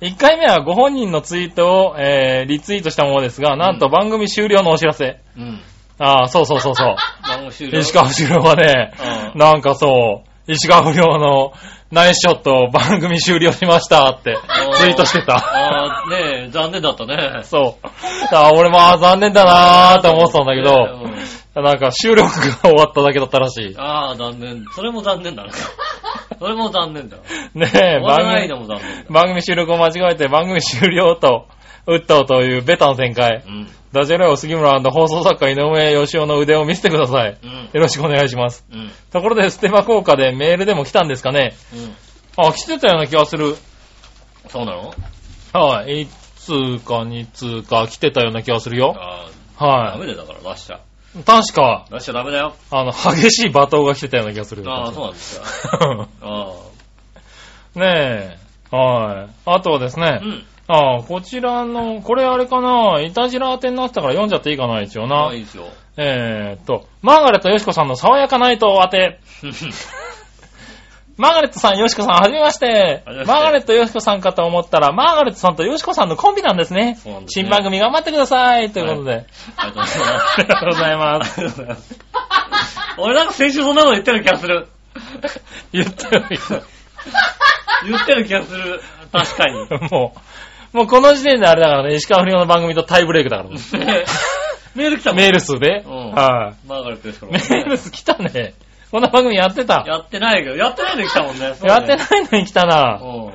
[SPEAKER 3] 1回目はご本人のツイートを、えーリツイートしたものですが、なんと番組終了のお知らせ。
[SPEAKER 2] うん。
[SPEAKER 3] ああ、そうそうそう そう。
[SPEAKER 2] 番組終了。
[SPEAKER 3] 石川不良はね、
[SPEAKER 2] うん
[SPEAKER 3] なんかそう、石川不良のナイスショットを番組終了しましたって
[SPEAKER 2] あ
[SPEAKER 3] ツイートしてた。
[SPEAKER 2] ああ、ねえ、残念だったね。
[SPEAKER 3] そう。 あ俺もあ残念だなーって思ってたんだけど、なんか収録が終わっただけだったらしい。
[SPEAKER 2] ああ、残念。それも残念だね。それも残念だ。
[SPEAKER 3] ねえ、
[SPEAKER 2] 終わらないの
[SPEAKER 3] 番
[SPEAKER 2] も残念
[SPEAKER 3] 組、番組収録を間違えて番組終了と、 打ったというベタの展開。
[SPEAKER 2] うん。
[SPEAKER 3] ダジャレを杉村放送作家井上義雄の腕を見せてください。
[SPEAKER 2] うん。
[SPEAKER 3] よろしくお願いします。
[SPEAKER 2] うん。
[SPEAKER 3] ところで、ステマ効果でメールでも来たんですかね
[SPEAKER 2] うん。
[SPEAKER 3] あ、来てたような気がする。
[SPEAKER 2] そうなの
[SPEAKER 3] はい、1通か2通か来てたような気がするよ。
[SPEAKER 2] ああ、ダ
[SPEAKER 3] は
[SPEAKER 2] メだよ、だから出しちゃ。
[SPEAKER 3] い。確か、
[SPEAKER 2] 出しちゃダメだよ。
[SPEAKER 3] あの、激しい罵倒が来てたような気がする。
[SPEAKER 2] ああ、そうなんですか。 あ
[SPEAKER 3] ねえ。はい。あとはです
[SPEAKER 2] あ。
[SPEAKER 3] ね
[SPEAKER 2] う、ん。
[SPEAKER 3] ああ、こちらの、これあれかな、いたじら宛てになってたから読んじゃっていいかな、一応
[SPEAKER 2] あ
[SPEAKER 3] な
[SPEAKER 2] あ、い。いですよ。
[SPEAKER 3] えーっと、マーガレットよしこさんの爽やかナイト宛て。マーガレットさん、よしこさん、はじめまして
[SPEAKER 2] はじめま。して
[SPEAKER 3] マーガレットよしこさんかと思ったら、マーガレットさんとよしこさんのコンビなんですね。
[SPEAKER 2] そうなんですね
[SPEAKER 3] 新番組頑張ってください。ということで、
[SPEAKER 2] ありがとうござい
[SPEAKER 3] ありがとうございま。
[SPEAKER 2] ますす。ありがとうございます。俺なんか先週そんなこと言ってる気がする。
[SPEAKER 3] 言ってる
[SPEAKER 2] 言ってる気がする。確か に。
[SPEAKER 3] よ。もう、もうこの時点であれだからね、石川不良の番組とタイブレイクだからね。
[SPEAKER 2] ねメール来たもん。
[SPEAKER 3] メール数で。
[SPEAKER 2] うん
[SPEAKER 3] はい。
[SPEAKER 2] マーガレットですから
[SPEAKER 3] メール数来たね。こんな番組やってた。
[SPEAKER 2] やってないけど、やってないで来たもんね。そうね
[SPEAKER 3] やってないのに来たな。そういう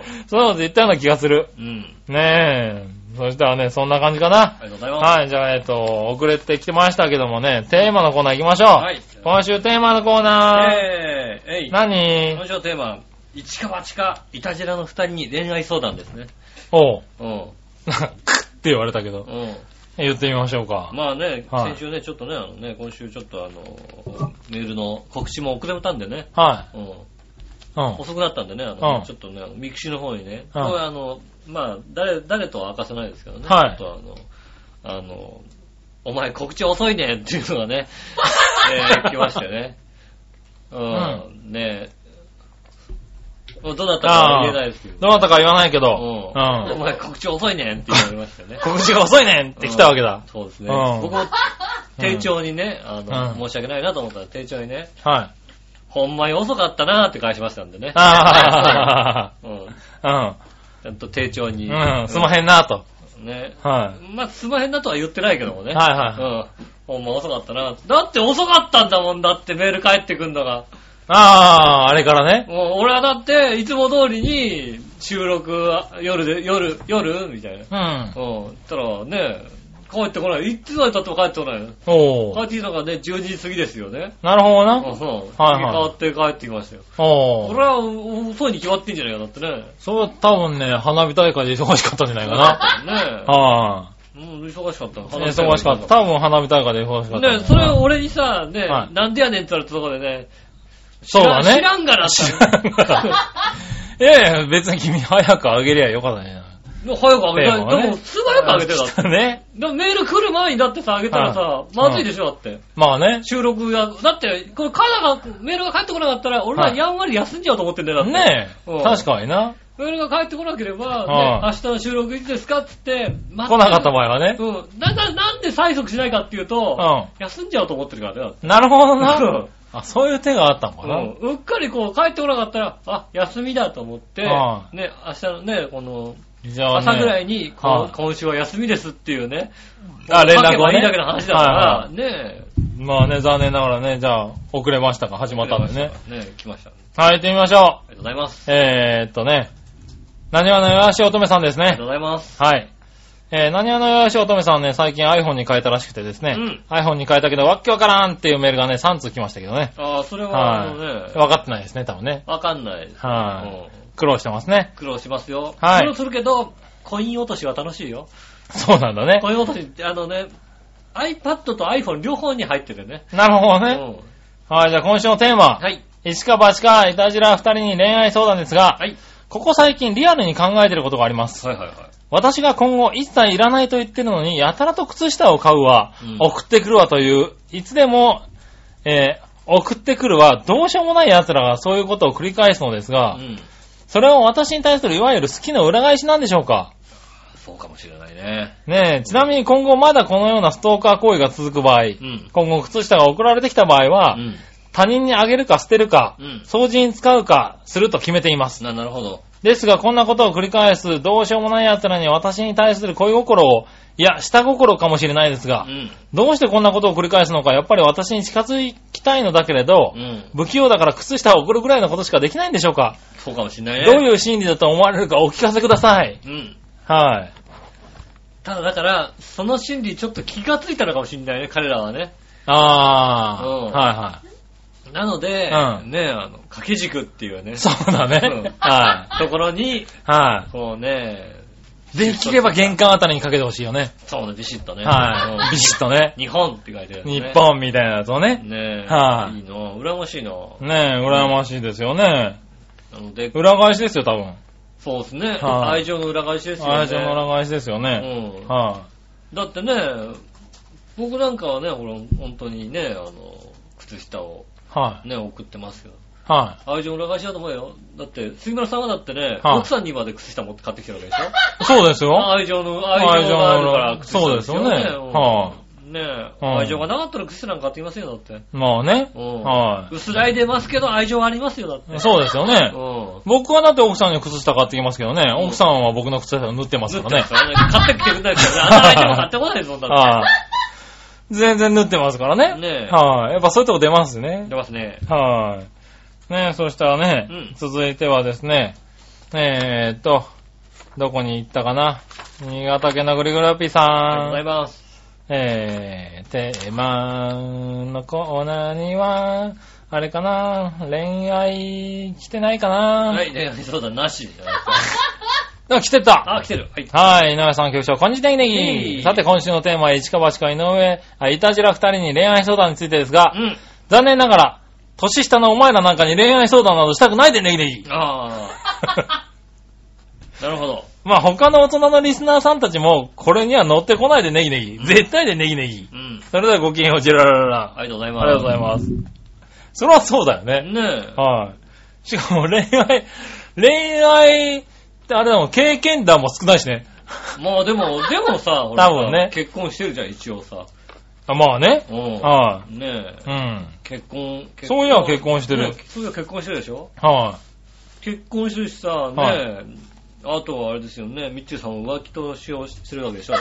[SPEAKER 3] こと言ったような気がする。
[SPEAKER 2] うん。うん。
[SPEAKER 3] ねえ。そしたらね、そんな感じかな。
[SPEAKER 2] ありがとうございます。
[SPEAKER 3] はい、じゃあ、えっと、遅れてきてましたけどもね、テーマのコーナー行きましょう。
[SPEAKER 2] はい
[SPEAKER 3] 今週テーマのコーナー、
[SPEAKER 2] えー、えい。今
[SPEAKER 3] 何
[SPEAKER 2] 週のテーマ、一か八か、いたじらの二人に恋愛相談ですね。
[SPEAKER 3] おう、
[SPEAKER 2] うん。
[SPEAKER 3] なんかクッって言われたけど、
[SPEAKER 2] うん。
[SPEAKER 3] 言ってみましょうか。
[SPEAKER 2] まあね、
[SPEAKER 3] はい
[SPEAKER 2] 先週ね、ちょっとね、あのね、今週ちょっとあの、メールの告知も遅れたんでね、
[SPEAKER 3] は
[SPEAKER 2] うん。
[SPEAKER 3] い。うん。
[SPEAKER 2] 遅くなったんでね、あの、
[SPEAKER 3] うん
[SPEAKER 2] ちょっとね、ミクシーの方にね、
[SPEAKER 3] うん
[SPEAKER 2] これあの、まあ、誰、誰とは明かせないですけどね、
[SPEAKER 3] はい
[SPEAKER 2] ちょっとあの、あの、お前告知遅いねっていうのが ね、えー来ましてね。うん、ねえ。もうどうだったかは言えないですけど。
[SPEAKER 3] どうだったかは言わないけ
[SPEAKER 2] う
[SPEAKER 3] ど、うん
[SPEAKER 2] お
[SPEAKER 3] ん。
[SPEAKER 2] 前告知遅いねって言われましたね。
[SPEAKER 3] 告知が遅いねんって来たわけだ。
[SPEAKER 2] そうですね。
[SPEAKER 3] うん
[SPEAKER 2] 僕も、丁重にね、あの、
[SPEAKER 3] うん
[SPEAKER 2] 申し訳ないなと思ったら、丁重にね、
[SPEAKER 3] はい。
[SPEAKER 2] ほんまに遅かったなって返しましたんでね。
[SPEAKER 3] あ
[SPEAKER 2] うん。
[SPEAKER 3] あ、
[SPEAKER 2] ちゃんと丁重に。
[SPEAKER 3] うん。うん、すまへんなと。
[SPEAKER 2] ん。ね。
[SPEAKER 3] はい。
[SPEAKER 2] まあ、すまへんなとは言ってないけどもね。
[SPEAKER 3] はいは
[SPEAKER 2] う
[SPEAKER 3] い
[SPEAKER 2] ん。ほんま遅かったな。だって遅かったんだもんだってメール返ってくんのが。
[SPEAKER 3] ああ、あれからね。
[SPEAKER 2] もう俺はだって、いつも通りに収録、あ夜で、夜、夜みたいな。
[SPEAKER 3] うん。
[SPEAKER 2] うん。たらね、帰ってこない。いつまで経っても帰ってこない。
[SPEAKER 3] お
[SPEAKER 2] 帰
[SPEAKER 3] う
[SPEAKER 2] ってきたのがね、12時過ぎですよね。
[SPEAKER 3] なるほど
[SPEAKER 2] うん
[SPEAKER 3] な。
[SPEAKER 2] そう。
[SPEAKER 3] はいはい
[SPEAKER 2] 変わって帰ってきましたよ。
[SPEAKER 3] お
[SPEAKER 2] こ
[SPEAKER 3] う
[SPEAKER 2] れはお遅いに決まってんじゃないかなってね。
[SPEAKER 3] そう、多分ね、花火大会で忙しかったんじゃないかな。
[SPEAKER 2] ね
[SPEAKER 3] は
[SPEAKER 2] うん、忙しかったの
[SPEAKER 3] い、忙しかった。。多分花火大会で忙しかったんだよな。
[SPEAKER 2] ねそれを俺にさ、ね、
[SPEAKER 3] はい
[SPEAKER 2] なんでやねんって言われたところでね、
[SPEAKER 3] そうだね。
[SPEAKER 2] 知らんがなって
[SPEAKER 3] 知らんから。いやいや、別に君早くあげりゃよかったね。
[SPEAKER 2] もう早くあげたい。
[SPEAKER 3] テーマ
[SPEAKER 2] で
[SPEAKER 3] はね
[SPEAKER 2] も、すぐ早くあげ てたって。
[SPEAKER 3] ね。
[SPEAKER 2] でもメール来る前にだってさ、あげたらさ
[SPEAKER 3] は、い
[SPEAKER 2] まずいでしょ、だって。
[SPEAKER 3] まあね。
[SPEAKER 2] 収録が、だって、これ、カナが、メールが返ってこなかったら、俺ら
[SPEAKER 3] はい
[SPEAKER 2] やんわり休んじゃうと思ってんだよ、だって。
[SPEAKER 3] ね
[SPEAKER 2] うん
[SPEAKER 3] え。確かにな。
[SPEAKER 2] メールが返ってこなければ、ね
[SPEAKER 3] は
[SPEAKER 2] 明
[SPEAKER 3] い
[SPEAKER 2] 日の収録いつですかってって、来
[SPEAKER 3] 来なかった場合はね。
[SPEAKER 2] うん。だからなんで催促しないかっていうと、
[SPEAKER 3] う
[SPEAKER 2] 休んじゃうと思ってるからね。
[SPEAKER 3] なるほど
[SPEAKER 2] うん
[SPEAKER 3] な。あ、そういう手があったのか
[SPEAKER 2] う
[SPEAKER 3] な。
[SPEAKER 2] ん、うっかりこう帰ってこなかったら、あ、休みだと思って、
[SPEAKER 3] ああ
[SPEAKER 2] ね、明日のね、この、
[SPEAKER 3] じゃあ、ね、
[SPEAKER 2] 朝ぐらいに、こう
[SPEAKER 3] はい
[SPEAKER 2] 今週は休みですっていうね、
[SPEAKER 3] あ、連
[SPEAKER 2] 書け
[SPEAKER 3] 絡
[SPEAKER 2] ば
[SPEAKER 3] はいね。
[SPEAKER 2] いだけの話だから、ね、
[SPEAKER 3] い。まあね、残念ながらね、じゃあ、遅れましたが、始まったんでね。。
[SPEAKER 2] ね、来ました。あ
[SPEAKER 3] はい、行ってみましょ
[SPEAKER 2] りがとうございます。
[SPEAKER 3] う。えーっとね、何話のよやし乙女さんです
[SPEAKER 2] あ
[SPEAKER 3] ね。
[SPEAKER 2] りがとうございます。
[SPEAKER 3] はい。えー、何話のよしおとめさんね、最近 iPhone に変えたらしくてですね、
[SPEAKER 2] うん
[SPEAKER 3] iPhone に変えたけど、わっけわからんっていうメールがね、3通来ましたけどね。
[SPEAKER 2] ああ、それは、あ
[SPEAKER 3] はい
[SPEAKER 2] の。ね、
[SPEAKER 3] わかってないですね、多分ね。
[SPEAKER 2] わかんない。
[SPEAKER 3] は
[SPEAKER 2] うん
[SPEAKER 3] 苦労してますね。
[SPEAKER 2] 苦労しますよ。
[SPEAKER 3] はい
[SPEAKER 2] 苦労するけど、コイン落としは楽しいよ。
[SPEAKER 3] そうなんだね
[SPEAKER 2] コ。イン落としって、あのね、iPad と iPhone 両方に入っててね。
[SPEAKER 3] なるほど
[SPEAKER 2] う
[SPEAKER 3] ね。
[SPEAKER 2] ん
[SPEAKER 3] はい、じゃあ今週のテーマ。
[SPEAKER 2] はい。
[SPEAKER 3] 一か八か、いたじら二人に恋愛相談ですが、
[SPEAKER 2] はい。
[SPEAKER 3] ここ最近リアルに考えてることがあります。
[SPEAKER 2] はいはいはい。
[SPEAKER 3] 私が今後一切いらないと言ってるのに、やたらと靴下を買うわ、
[SPEAKER 2] うん
[SPEAKER 3] 送ってくるわという、いつでも、えー送ってくるわ、どうしようもない奴らがそういうことを繰り返すのですが、
[SPEAKER 2] うん。
[SPEAKER 3] それは私に対するいわゆる好きの裏返しなんでしょうか
[SPEAKER 2] そうかもしれないね。
[SPEAKER 3] ねえ、ちなみに今後まだこのようなストーカー行為が続く場合、
[SPEAKER 2] うん。
[SPEAKER 3] 今後靴下が送られてきた場合は、
[SPEAKER 2] うん。
[SPEAKER 3] 他人にあげるか捨てるか、
[SPEAKER 2] うん
[SPEAKER 3] 掃除に使うかすると決めています。
[SPEAKER 2] な、なるほど。
[SPEAKER 3] ですが、こんなことを繰り返す、どうしようもない奴らに私に対する恋心を、いや、下心かもしれないです
[SPEAKER 2] う
[SPEAKER 3] が、
[SPEAKER 2] ん。
[SPEAKER 3] どうしてこんなことを繰り返すのか、やっぱり私に近づきたいのだけれど
[SPEAKER 2] う、ん。
[SPEAKER 3] 不器用だから靴下を送るぐらいのことしかできないんでしょうか
[SPEAKER 2] そうかもしれないね。
[SPEAKER 3] どういう心理だと思われるかお聞かせください。
[SPEAKER 2] うん。
[SPEAKER 3] はい。
[SPEAKER 2] ただだから、その心理ちょっと気がついたのかもしれないね、彼らはね。
[SPEAKER 3] あ
[SPEAKER 2] うん
[SPEAKER 3] ー、はいはい。
[SPEAKER 2] なので、
[SPEAKER 3] うん
[SPEAKER 2] ね、あの、掛け軸っていうね、
[SPEAKER 3] そうだ
[SPEAKER 2] うん
[SPEAKER 3] ね。はい。
[SPEAKER 2] ところに、
[SPEAKER 3] はい。
[SPEAKER 2] こうね、
[SPEAKER 3] できれば玄関あたりにかけてほしいよね。
[SPEAKER 2] そうね、ビシッとね。
[SPEAKER 3] は
[SPEAKER 2] うん
[SPEAKER 3] い。ビシッとね。
[SPEAKER 2] 日本って書いてある、ね。
[SPEAKER 3] 日。本みたいなやつをね。
[SPEAKER 2] ねえ。
[SPEAKER 3] はい
[SPEAKER 2] いいな羨ましいな
[SPEAKER 3] ねえ、羨ましいですよね。
[SPEAKER 2] なので、
[SPEAKER 3] 裏返しですよ、多分。
[SPEAKER 2] そうですね。
[SPEAKER 3] はい
[SPEAKER 2] 愛情の裏返しですよね。
[SPEAKER 3] 愛情の裏返しですよね。
[SPEAKER 2] うん。
[SPEAKER 3] は
[SPEAKER 2] だってね、僕なんかはね、ほら、本当にね、あの、靴下を
[SPEAKER 3] い。はい。
[SPEAKER 2] ね、送ってますけど。
[SPEAKER 3] は
[SPEAKER 2] 愛情の裏返しだと思うよ。だって、杉村さんはだってね、
[SPEAKER 3] はい
[SPEAKER 2] 奥さんにまで靴下持って買ってきてるわけでしょ
[SPEAKER 3] い。そうですよ。
[SPEAKER 2] 愛情の、愛情があるから靴
[SPEAKER 3] そ
[SPEAKER 2] 下
[SPEAKER 3] うですよね。
[SPEAKER 2] うん
[SPEAKER 3] は
[SPEAKER 2] ねえ、
[SPEAKER 3] うん
[SPEAKER 2] 愛情がなかったら靴なんか買ってきませんよ、だって。
[SPEAKER 3] い。まあね。
[SPEAKER 2] うん
[SPEAKER 3] は
[SPEAKER 2] 薄らいでますけど、愛情はありますよ、だって。
[SPEAKER 3] い。そうですよね。
[SPEAKER 2] う
[SPEAKER 3] 僕はだって奥さんに靴下買ってきますけどね。
[SPEAKER 2] うん
[SPEAKER 3] 奥さんは僕の靴下を縫ってま
[SPEAKER 2] ん。
[SPEAKER 3] す
[SPEAKER 2] ずっ
[SPEAKER 3] か
[SPEAKER 2] と
[SPEAKER 3] らね。
[SPEAKER 2] ね買ってきてくんないです からね。あんな愛情買ってこないですもん、だ
[SPEAKER 3] はい。全然縫ってますから
[SPEAKER 2] って。
[SPEAKER 3] ね。
[SPEAKER 2] ね
[SPEAKER 3] はい。やっぱそういうとこ出ます
[SPEAKER 2] え。
[SPEAKER 3] ね。
[SPEAKER 2] 出ますね。
[SPEAKER 3] はい。ねえ、そしたらね、
[SPEAKER 2] うん
[SPEAKER 3] 続いてはですね、えーっと、どこに行ったかな新潟県のぐりぐるぴー
[SPEAKER 2] ありがとうござ
[SPEAKER 3] さ
[SPEAKER 2] い
[SPEAKER 3] ん。
[SPEAKER 2] ます。
[SPEAKER 3] えー、テーマのコーナーには、あれかな恋愛来てないかな、
[SPEAKER 2] はい、ね相談なし。
[SPEAKER 3] あ、来てた
[SPEAKER 2] あ、来てる。はい。
[SPEAKER 3] はい、井上さん局長、こんにちは、ネ
[SPEAKER 2] えい
[SPEAKER 3] ギ。さて、今週のテーマは、市川市か井上、あ、いたじら二人に恋愛相談についてですが
[SPEAKER 2] う、ん。
[SPEAKER 3] 残念ながら、年下のお前らなんかに恋愛相談などしたくないで、ネギ ネギ。
[SPEAKER 2] ああ。なるほど。
[SPEAKER 3] まあ他の大人のリスナーさんたちも、これには乗ってこないでネギネギ。絶対でネギネギ。
[SPEAKER 2] うん。
[SPEAKER 3] それではごきげんよう、ジェララララ。
[SPEAKER 2] ありがとうござい
[SPEAKER 3] あり
[SPEAKER 2] ます。
[SPEAKER 3] がとうございます。それはそうだよね。
[SPEAKER 2] ね
[SPEAKER 3] はい。しかも恋愛、恋愛ってあれだもん、経験談も少ないしね。
[SPEAKER 2] え。まあでも、でもさ、ほ
[SPEAKER 3] 多分ね
[SPEAKER 2] 結婚してるじゃん、一応さ。
[SPEAKER 3] あまあね。
[SPEAKER 2] うん。
[SPEAKER 3] は
[SPEAKER 2] ねえ
[SPEAKER 3] い。。うん。
[SPEAKER 2] 結婚、結婚
[SPEAKER 3] そういや結婚してる
[SPEAKER 2] ねそういや結婚してるでしょ
[SPEAKER 3] は
[SPEAKER 2] 結婚してるしさ、
[SPEAKER 3] は
[SPEAKER 2] ねえ、あとはあれですよね、ミッチーさんも浮気と使用してるわけでしょ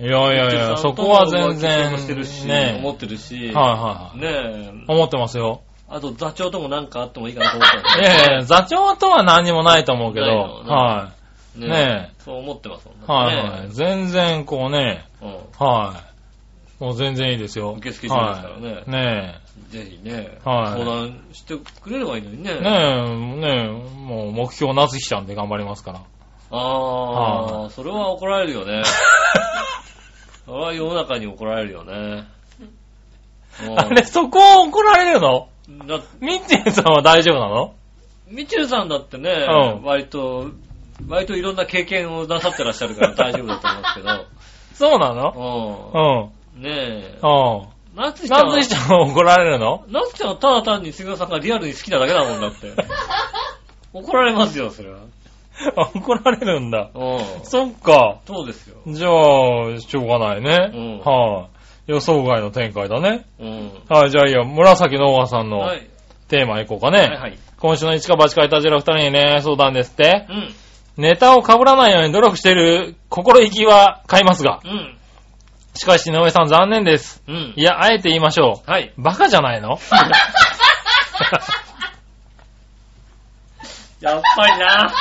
[SPEAKER 3] い。いやいやいや、そこは全
[SPEAKER 2] 浮
[SPEAKER 3] 然
[SPEAKER 2] 気としてるし、、思
[SPEAKER 3] ね
[SPEAKER 2] ってるし、
[SPEAKER 3] はいはいはい。
[SPEAKER 2] ねえ、
[SPEAKER 3] 思ってますよ。
[SPEAKER 2] あと座長ともなんかあってもいいかなと思ったんだ
[SPEAKER 3] い
[SPEAKER 2] け
[SPEAKER 3] やいや、座長とは何にもないと思うけど、
[SPEAKER 2] ないよね
[SPEAKER 3] は
[SPEAKER 2] ど
[SPEAKER 3] ね
[SPEAKER 2] そう思ってますもん
[SPEAKER 3] い。はいはい。
[SPEAKER 2] ね。
[SPEAKER 3] 全然こうね、
[SPEAKER 2] うん
[SPEAKER 3] はい。もう全然いいですよ。
[SPEAKER 2] 受付中ですからね
[SPEAKER 3] はいね
[SPEAKER 2] ぜひね、
[SPEAKER 3] はい
[SPEAKER 2] 相談してくれればいいのにね。
[SPEAKER 3] え。ねえ、ねえ、もう目標なつきちゃんで頑張りますから。
[SPEAKER 2] あ
[SPEAKER 3] は
[SPEAKER 2] あ、それは怒られるよね。それは世の中に怒られるよね。もう
[SPEAKER 3] あれ、そこを怒られるの
[SPEAKER 2] だ
[SPEAKER 3] ミッチェンさんは大丈夫なの
[SPEAKER 2] みちゅうさんだってね、
[SPEAKER 3] うん
[SPEAKER 2] 割と、割といろんな経験をなさってらっしゃる から大丈夫だと思うんですけ
[SPEAKER 3] そうなの
[SPEAKER 2] ど、う
[SPEAKER 3] うん。
[SPEAKER 2] ん。ねえ、
[SPEAKER 3] う
[SPEAKER 2] なつき
[SPEAKER 3] ん。
[SPEAKER 2] ちゃんは、
[SPEAKER 3] なつきちゃんは怒られるの
[SPEAKER 2] なつきちゃんはただ単に杉村さんがリアルに好きなだけだもんだって。怒られますよ、それは。
[SPEAKER 3] あ怒られるんだ。
[SPEAKER 2] うん。
[SPEAKER 3] そっか。
[SPEAKER 2] そうですよ。
[SPEAKER 3] じゃあ、しょうがないね。
[SPEAKER 2] うん
[SPEAKER 3] はい、予想外の展開だね。
[SPEAKER 2] うん。
[SPEAKER 3] はい、じゃあいいよ。紫のオーさんの
[SPEAKER 2] はい。
[SPEAKER 3] テーマいこうかね。
[SPEAKER 2] はいはい。
[SPEAKER 3] 今週の一か八かいたじら二人に恋愛相談ですって
[SPEAKER 2] う。ん。
[SPEAKER 3] ネタを被らないように努力している心意気は買いますが。
[SPEAKER 2] うん。
[SPEAKER 3] しかし、井上さん残念です。
[SPEAKER 2] うん
[SPEAKER 3] い。や、あえて言いましょ
[SPEAKER 2] はい。
[SPEAKER 3] う。バカじゃないの
[SPEAKER 2] やっぱりな。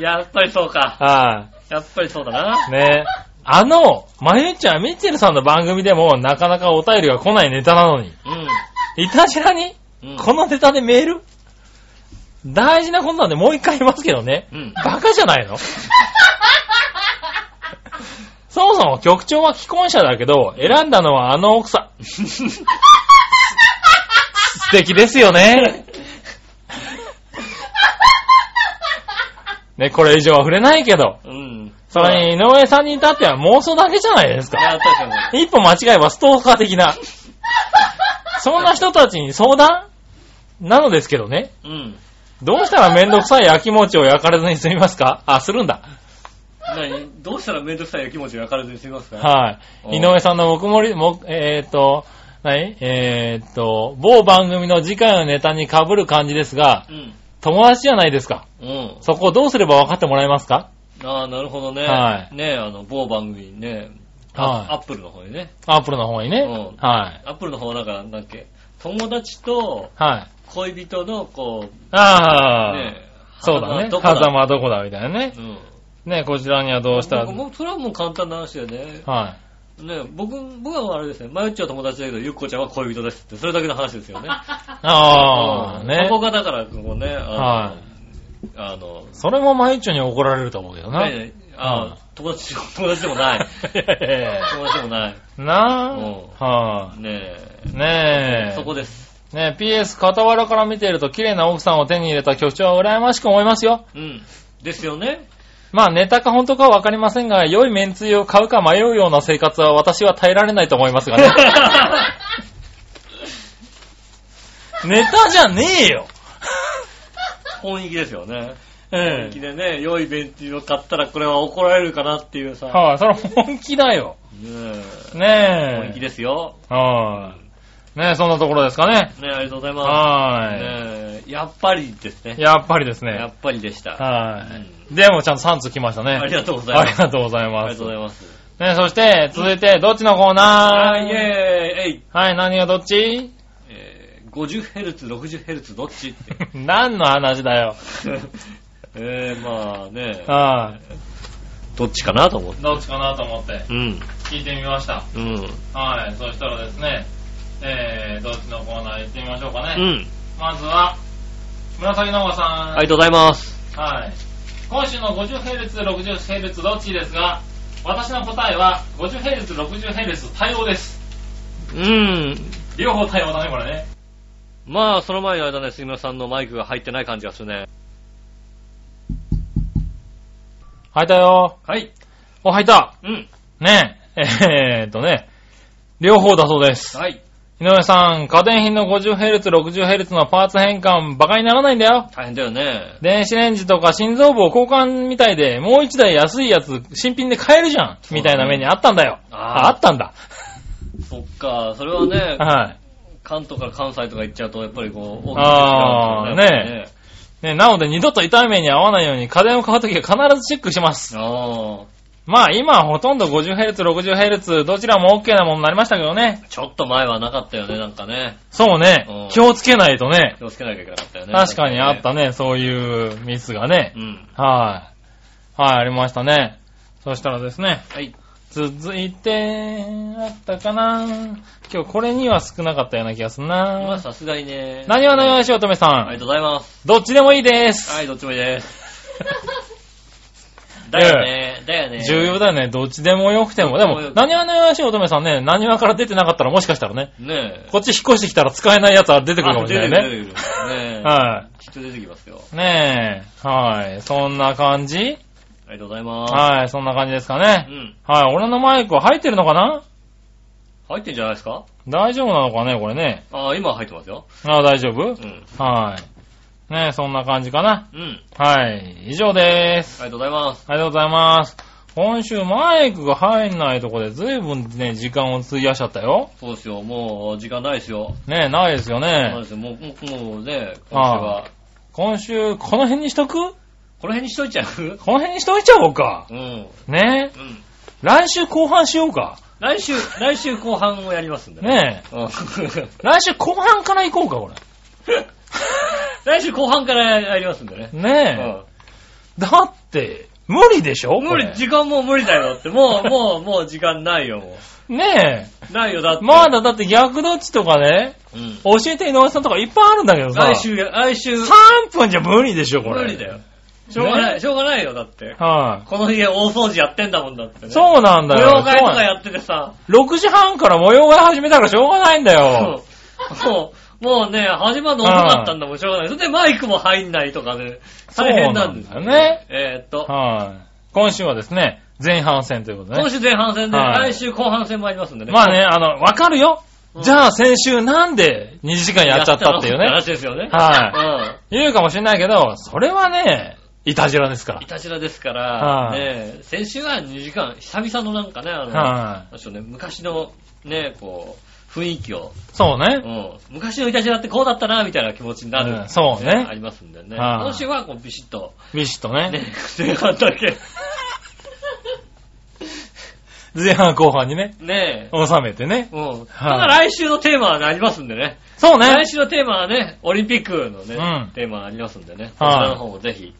[SPEAKER 2] やっぱりそうか。
[SPEAKER 3] は
[SPEAKER 2] やっぱりそうだな。
[SPEAKER 3] い。ねあの、まゆっちゃん、ミッチェルさんの番組でもなかなかお便りが来ないネタなのに。いたじらに、
[SPEAKER 2] うん。うん。
[SPEAKER 3] このネタでメール大事なことなんでもう一回言いますけどね。
[SPEAKER 2] うん。
[SPEAKER 3] バカじゃな いのそもそも局長は既婚者だけど、選んだのはあの奥さん。素敵ですよ ね。ね、これ以上は触れないけど、
[SPEAKER 2] うん。
[SPEAKER 3] それに井上さんに至っては妄想だけじゃないです
[SPEAKER 2] いや
[SPEAKER 3] か。
[SPEAKER 2] 確かに。
[SPEAKER 3] 一歩間違えばストーカー的な。そんな人たちに相談なのですけどね。
[SPEAKER 2] うん。
[SPEAKER 3] どうしたらめんどくさい焼き餅を焼かれずに済みますかあ、するんだ。
[SPEAKER 2] 何どうしたらめんどくさいやきもちが明るずに済みますか
[SPEAKER 3] はい。井
[SPEAKER 2] お
[SPEAKER 3] 上さんの僕もり、も、えーっと、何えーっと、某番組の次回のネタに被る感じですが、
[SPEAKER 2] うん。
[SPEAKER 3] 友達じゃないですか。
[SPEAKER 2] うん。
[SPEAKER 3] そこをどうすれば分かってもらえますか
[SPEAKER 2] ああ、なるほどね。。
[SPEAKER 3] はい
[SPEAKER 2] ねあの、某番組にね、
[SPEAKER 3] はい
[SPEAKER 2] あアップルの方にね。
[SPEAKER 3] アップルの方にね。
[SPEAKER 2] うん
[SPEAKER 3] はい。
[SPEAKER 2] アップルの方なんか、なんだっけ、友達と
[SPEAKER 3] はい。
[SPEAKER 2] 恋人の、こう、
[SPEAKER 3] ああ、
[SPEAKER 2] ね
[SPEAKER 3] そうだね。
[SPEAKER 2] どこだ
[SPEAKER 3] 風間はどこだみたいなね。
[SPEAKER 2] うん。
[SPEAKER 3] ね、こちらにはどうしたら。
[SPEAKER 2] 僕
[SPEAKER 3] はい。
[SPEAKER 2] もそれはもう簡単な話だよね。ね僕、僕はあれですね、まゆっちは友達だけど、ゆっこちゃんは恋人ですって、それだけの話ですよ ね。
[SPEAKER 3] ああ、
[SPEAKER 2] うん
[SPEAKER 3] ね
[SPEAKER 2] そ。こがだから、ここね、あの、
[SPEAKER 3] はい
[SPEAKER 2] あの、
[SPEAKER 3] それも毎日に怒られると思うけどな。
[SPEAKER 2] ねああ、友達、友達でも ない。友達でもない。
[SPEAKER 3] なぁ。
[SPEAKER 2] うん
[SPEAKER 3] は
[SPEAKER 2] ね
[SPEAKER 3] い。ね
[SPEAKER 2] え。
[SPEAKER 3] え。
[SPEAKER 2] そこです。
[SPEAKER 3] ねえ、PS、傍らから見ていると綺麗な奥さんを手に入れた局長は羨ましく思いますよ。
[SPEAKER 2] うん。ですよ ね。
[SPEAKER 3] まあ、ネタか本当かはわかりませんが、良いめんつゆを買うか迷うような生活は私は耐えられないと思います がね。ネタじゃねえよ。
[SPEAKER 2] 本意気ですよね。
[SPEAKER 3] え
[SPEAKER 2] 本気
[SPEAKER 3] え。
[SPEAKER 2] でね、良い弁当を買ったらこれは怒られるかなっていうさ。
[SPEAKER 3] はい、それ本気だよ。
[SPEAKER 2] ねえ。
[SPEAKER 3] ねえ。
[SPEAKER 2] 本気ですよ。
[SPEAKER 3] はい。ねえ、そんなところですかね。
[SPEAKER 2] ねえ、ありがとうございま
[SPEAKER 3] は
[SPEAKER 2] す。
[SPEAKER 3] い。
[SPEAKER 2] ねえ、やっぱりですね。
[SPEAKER 3] やっぱりです
[SPEAKER 2] や
[SPEAKER 3] ね。
[SPEAKER 2] っぱりでした。
[SPEAKER 3] はい。でもちゃんと3通来ましたね。
[SPEAKER 2] ありがとうござい
[SPEAKER 3] あ
[SPEAKER 2] ま
[SPEAKER 3] り
[SPEAKER 2] す。
[SPEAKER 3] がとうござい
[SPEAKER 2] あり
[SPEAKER 3] ま
[SPEAKER 2] が
[SPEAKER 3] す
[SPEAKER 2] とうご。ざいます。
[SPEAKER 3] ね、そして、続いて、どっちのコーナ
[SPEAKER 2] は
[SPEAKER 3] ー
[SPEAKER 2] い、イェーイえい
[SPEAKER 3] はい、何がどっ ち
[SPEAKER 2] えー 50Hz、60Hz どっち って。
[SPEAKER 3] 何の話だよ。
[SPEAKER 2] えー、まあね、
[SPEAKER 3] は
[SPEAKER 2] どっちかなと思って
[SPEAKER 3] い。。どっちかなと思って、
[SPEAKER 2] うん。
[SPEAKER 3] 聞いてみました。
[SPEAKER 2] うん。
[SPEAKER 3] はい、そしたらですね、えー、どっちのコーナー行ってみましょうかね。
[SPEAKER 2] うん。
[SPEAKER 3] まずは、紫のおばさん。
[SPEAKER 2] ありがとうございます。
[SPEAKER 3] はい。今週の 50Hz、60Hz どっちですが、私の答えは 50Hz、60Hz 対応です。
[SPEAKER 2] うん。
[SPEAKER 3] 両方対応だね、これね。
[SPEAKER 2] まあ、その前の間ね、杉村さんのマイクが入ってない感じがするね。
[SPEAKER 3] はいたよ。
[SPEAKER 2] はい。
[SPEAKER 3] お、はいた。
[SPEAKER 2] うん。
[SPEAKER 3] ね え、えーっとね、両方だそうです。
[SPEAKER 2] はい。
[SPEAKER 3] 井上さん、家電品の 50Hz、60Hz のパーツ変換、バカにならないんだよ。
[SPEAKER 2] 大変だよね。
[SPEAKER 3] 電子レンジとか心臓部を交換みたいで、もう一台安いやつ、新品で買えるじゃん、みたいな目にあったんだよ。
[SPEAKER 2] あー
[SPEAKER 3] ああったんだ。
[SPEAKER 2] そっか、それはね、
[SPEAKER 3] はい。
[SPEAKER 2] 関東から関西とか行っちゃうと、やっぱりこう、大き
[SPEAKER 3] あー
[SPEAKER 2] な違いがあるんだよね。
[SPEAKER 3] ね、なので二度と痛い目に遭わないように家電を買うときは必ずチェックします。
[SPEAKER 2] あ
[SPEAKER 3] まあ今はほとんど 50Hz、60Hz、どちらも OK なものになりましたけどね
[SPEAKER 2] ー。ちょっと前はなかったよね、なんかね。
[SPEAKER 3] そう
[SPEAKER 2] う
[SPEAKER 3] ね
[SPEAKER 2] ん。
[SPEAKER 3] 気をつけないとね。
[SPEAKER 2] 気をつけなきゃいけなかったよね。
[SPEAKER 3] 確かにあったね、そういうミスがね。
[SPEAKER 2] うん。
[SPEAKER 3] はい。はい、ありましたね。そしたらですね、
[SPEAKER 2] はい。
[SPEAKER 3] 続いて、あったかな今日これには少なかったような気がする
[SPEAKER 2] まあ、
[SPEAKER 3] な
[SPEAKER 2] さすがにね。
[SPEAKER 3] 何はないわしおとめさ
[SPEAKER 2] ありが
[SPEAKER 3] ん。
[SPEAKER 2] とうございます。
[SPEAKER 3] どっちでもいいです。
[SPEAKER 2] はい、どっちもいい です。だよね、だよね。
[SPEAKER 3] 重要だよね。どっちでもよくて
[SPEAKER 2] ど
[SPEAKER 3] も。
[SPEAKER 2] っち
[SPEAKER 3] で
[SPEAKER 2] でもよ
[SPEAKER 3] も
[SPEAKER 2] く、
[SPEAKER 3] 何はないわしおとめさんね、何話から出てなかったらもしかしたらね、
[SPEAKER 2] ねえ。
[SPEAKER 3] こっち引っ越してきたら使えないやつは出
[SPEAKER 2] 出
[SPEAKER 3] てくるかもしれないね。
[SPEAKER 2] ね。出てくるねえ。
[SPEAKER 3] は
[SPEAKER 2] きっと出てきますよ。
[SPEAKER 3] い。ねえ。はい。そんな感じ
[SPEAKER 2] ありがとうございます。
[SPEAKER 3] はい。そんな感じですか
[SPEAKER 2] う
[SPEAKER 3] ね。
[SPEAKER 2] ん。
[SPEAKER 3] はい。俺のマイクは入ってるのかな
[SPEAKER 2] 入ってんじゃないですか
[SPEAKER 3] 大丈夫なのかねこれね。
[SPEAKER 2] ああ、今入ってますよ。
[SPEAKER 3] ああ、大丈夫
[SPEAKER 2] うん。
[SPEAKER 3] はい。ねえ、そんな感じかな。
[SPEAKER 2] うん。あり
[SPEAKER 3] はい。以上でーす。
[SPEAKER 2] がとうございます。
[SPEAKER 3] ありがとうございます。今週マイクが入んないとこで随分ね、時間を費やしちゃったよ。
[SPEAKER 2] そうですよ、もう時間ないですよ。
[SPEAKER 3] ねえ、ないですよ
[SPEAKER 2] そう
[SPEAKER 3] ね
[SPEAKER 2] で。すよ、もう、もう、もうね、今週
[SPEAKER 3] あ
[SPEAKER 2] は。
[SPEAKER 3] 今週、この辺にしとくこ
[SPEAKER 2] この辺にしといちゃう
[SPEAKER 3] の辺にしといちゃおうか。
[SPEAKER 2] うん。
[SPEAKER 3] ねえ。
[SPEAKER 2] うん。
[SPEAKER 3] 来週後半しようか。
[SPEAKER 2] 来週、来週後半をやりますんで。
[SPEAKER 3] ねえ。
[SPEAKER 2] うん
[SPEAKER 3] 来週後半から行こうか、こ
[SPEAKER 2] 来週後半からやりますんでね。
[SPEAKER 3] れ。ねえ。だって、無理でしょ
[SPEAKER 2] うん無理、時間もう無理だよだって。もう、 もう、もう時間ないよ、も
[SPEAKER 3] 理。ねえ。
[SPEAKER 2] う。ないよ、だって。
[SPEAKER 3] まだだって逆どっちとかね、
[SPEAKER 2] うん。
[SPEAKER 3] 教えて井上さんとかいっぱいあるんだけどさ。
[SPEAKER 2] 来週や、来週、
[SPEAKER 3] 3分じゃ無理でしょ、これ。
[SPEAKER 2] 無理だよ。しょうがない、
[SPEAKER 3] ね
[SPEAKER 2] しょうがないよ、だって。
[SPEAKER 3] は
[SPEAKER 2] この家大掃除やってんだもんだって
[SPEAKER 3] い。
[SPEAKER 2] ね。う
[SPEAKER 3] そうなんだよ。
[SPEAKER 2] 模様替えとかやっててさ、
[SPEAKER 3] 6時半から模様替え始めたからしょうがないんだよ。
[SPEAKER 2] そうもう、もうね、始まるの遅かったんだもん、しょうがない。それでマイクも入んないとかね、大変なんです
[SPEAKER 3] そうなんだよね。
[SPEAKER 2] えーっと、
[SPEAKER 3] はい。今週はですね、前半戦ということで
[SPEAKER 2] 今
[SPEAKER 3] ね。
[SPEAKER 2] 週前半戦で、
[SPEAKER 3] はい
[SPEAKER 2] 来週後半戦もありますんでね。
[SPEAKER 3] まあね、あの、わかるよ
[SPEAKER 2] う。ん
[SPEAKER 3] じゃあ先週なんで2時間やっちゃったっていう
[SPEAKER 2] や
[SPEAKER 3] ね
[SPEAKER 2] っ。ちゃったのって話ですよね。。
[SPEAKER 3] はいい。言うかもしれないけど、それはね、いたじらですか
[SPEAKER 2] うん。いたしらですか
[SPEAKER 3] は
[SPEAKER 2] ら、
[SPEAKER 3] い
[SPEAKER 2] ね、先週は2時間、久々のなんかね、あ
[SPEAKER 3] ら。
[SPEAKER 2] の、
[SPEAKER 3] は
[SPEAKER 2] なんでしょうね、昔の、ね、こう、雰囲気を、
[SPEAKER 3] い。そう
[SPEAKER 2] う
[SPEAKER 3] ね。
[SPEAKER 2] ん、昔のいたじらってこうだったな、みたいな気持ちになる、
[SPEAKER 3] うんそうね
[SPEAKER 2] ありますんでね。
[SPEAKER 3] はい
[SPEAKER 2] 今週は、こう、ビシッと、
[SPEAKER 3] ビシッと
[SPEAKER 2] ね
[SPEAKER 3] ね。、
[SPEAKER 2] 前半だけ、
[SPEAKER 3] 前半後半にね、
[SPEAKER 2] ね、
[SPEAKER 3] 収めてね。
[SPEAKER 2] うん。ただ来週のテーマはなりますんでね。
[SPEAKER 3] そうね。
[SPEAKER 2] 来週のテーマはね、オリンピックのね、
[SPEAKER 3] うん
[SPEAKER 2] テーマありますんでね。
[SPEAKER 3] はい
[SPEAKER 2] そちらの方もぜひ、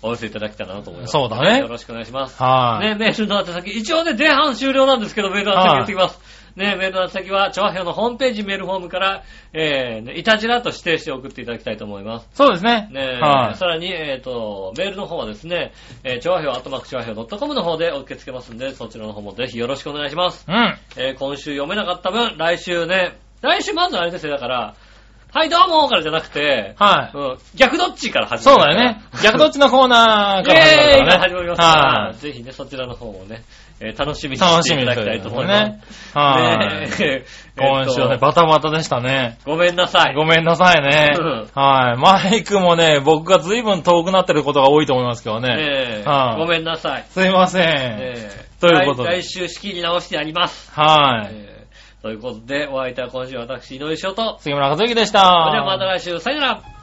[SPEAKER 2] お寄せいただけたらなと思います。
[SPEAKER 3] そうだね
[SPEAKER 2] よろしくお願いします。
[SPEAKER 3] はい。
[SPEAKER 2] ね、メールの宛先、一応ね、前半終了なんですけど、メールの宛先言ってきます。ね、メールの宛先は、調和表のホームページメールフォームから、えーね、いたじらと指定して送っていただきたいと思います。
[SPEAKER 3] そうですね。
[SPEAKER 2] ねえ、
[SPEAKER 3] はい。
[SPEAKER 2] さらに、えっ、と、メールの方はですね、えー、調和表、アットマーク調和表 .com の方で受け付けますんで、そちらの方もぜひよろしくお願いします。
[SPEAKER 3] うん。
[SPEAKER 2] えー、今週読めなかった分、来週ね、来週まずあれですよ、だから、はい、どうもからじゃなくて、
[SPEAKER 3] はい。
[SPEAKER 2] うん、逆どっちから始
[SPEAKER 3] そう
[SPEAKER 2] ま
[SPEAKER 3] だ
[SPEAKER 2] る。
[SPEAKER 3] よね。逆どっちのコーナー
[SPEAKER 2] イ
[SPEAKER 3] から始ま
[SPEAKER 2] ェーイ
[SPEAKER 3] る
[SPEAKER 2] から
[SPEAKER 3] から
[SPEAKER 2] 始ま
[SPEAKER 3] ね。
[SPEAKER 2] りますから、ぜひね、そちらの方もね、えー楽しみに
[SPEAKER 3] はい。楽
[SPEAKER 2] し
[SPEAKER 3] して
[SPEAKER 2] い
[SPEAKER 3] み
[SPEAKER 2] ただ
[SPEAKER 3] にと
[SPEAKER 2] きた
[SPEAKER 3] いう
[SPEAKER 2] いと
[SPEAKER 3] こ
[SPEAKER 2] 思
[SPEAKER 3] と
[SPEAKER 2] い
[SPEAKER 3] で
[SPEAKER 2] ます。
[SPEAKER 3] ね。はい。
[SPEAKER 2] ね ええーっ
[SPEAKER 3] 今
[SPEAKER 2] と
[SPEAKER 3] 週はね、バタバタでしたね。
[SPEAKER 2] ごめんなさい。
[SPEAKER 3] ごめんなさいね
[SPEAKER 2] うん。
[SPEAKER 3] はい。マイクもね、僕が随分遠くなってることが多いと思いますけどね。
[SPEAKER 2] えー
[SPEAKER 3] はい
[SPEAKER 2] ごめんなさい。
[SPEAKER 3] すいません。
[SPEAKER 2] えー
[SPEAKER 3] ということで
[SPEAKER 2] 来来週式に直してやります。
[SPEAKER 3] はい。
[SPEAKER 2] えーということで、お相手は今週私、井上翔と、
[SPEAKER 3] 杉村和之でし
[SPEAKER 2] そ
[SPEAKER 3] た。
[SPEAKER 2] れではまた来週、さよなら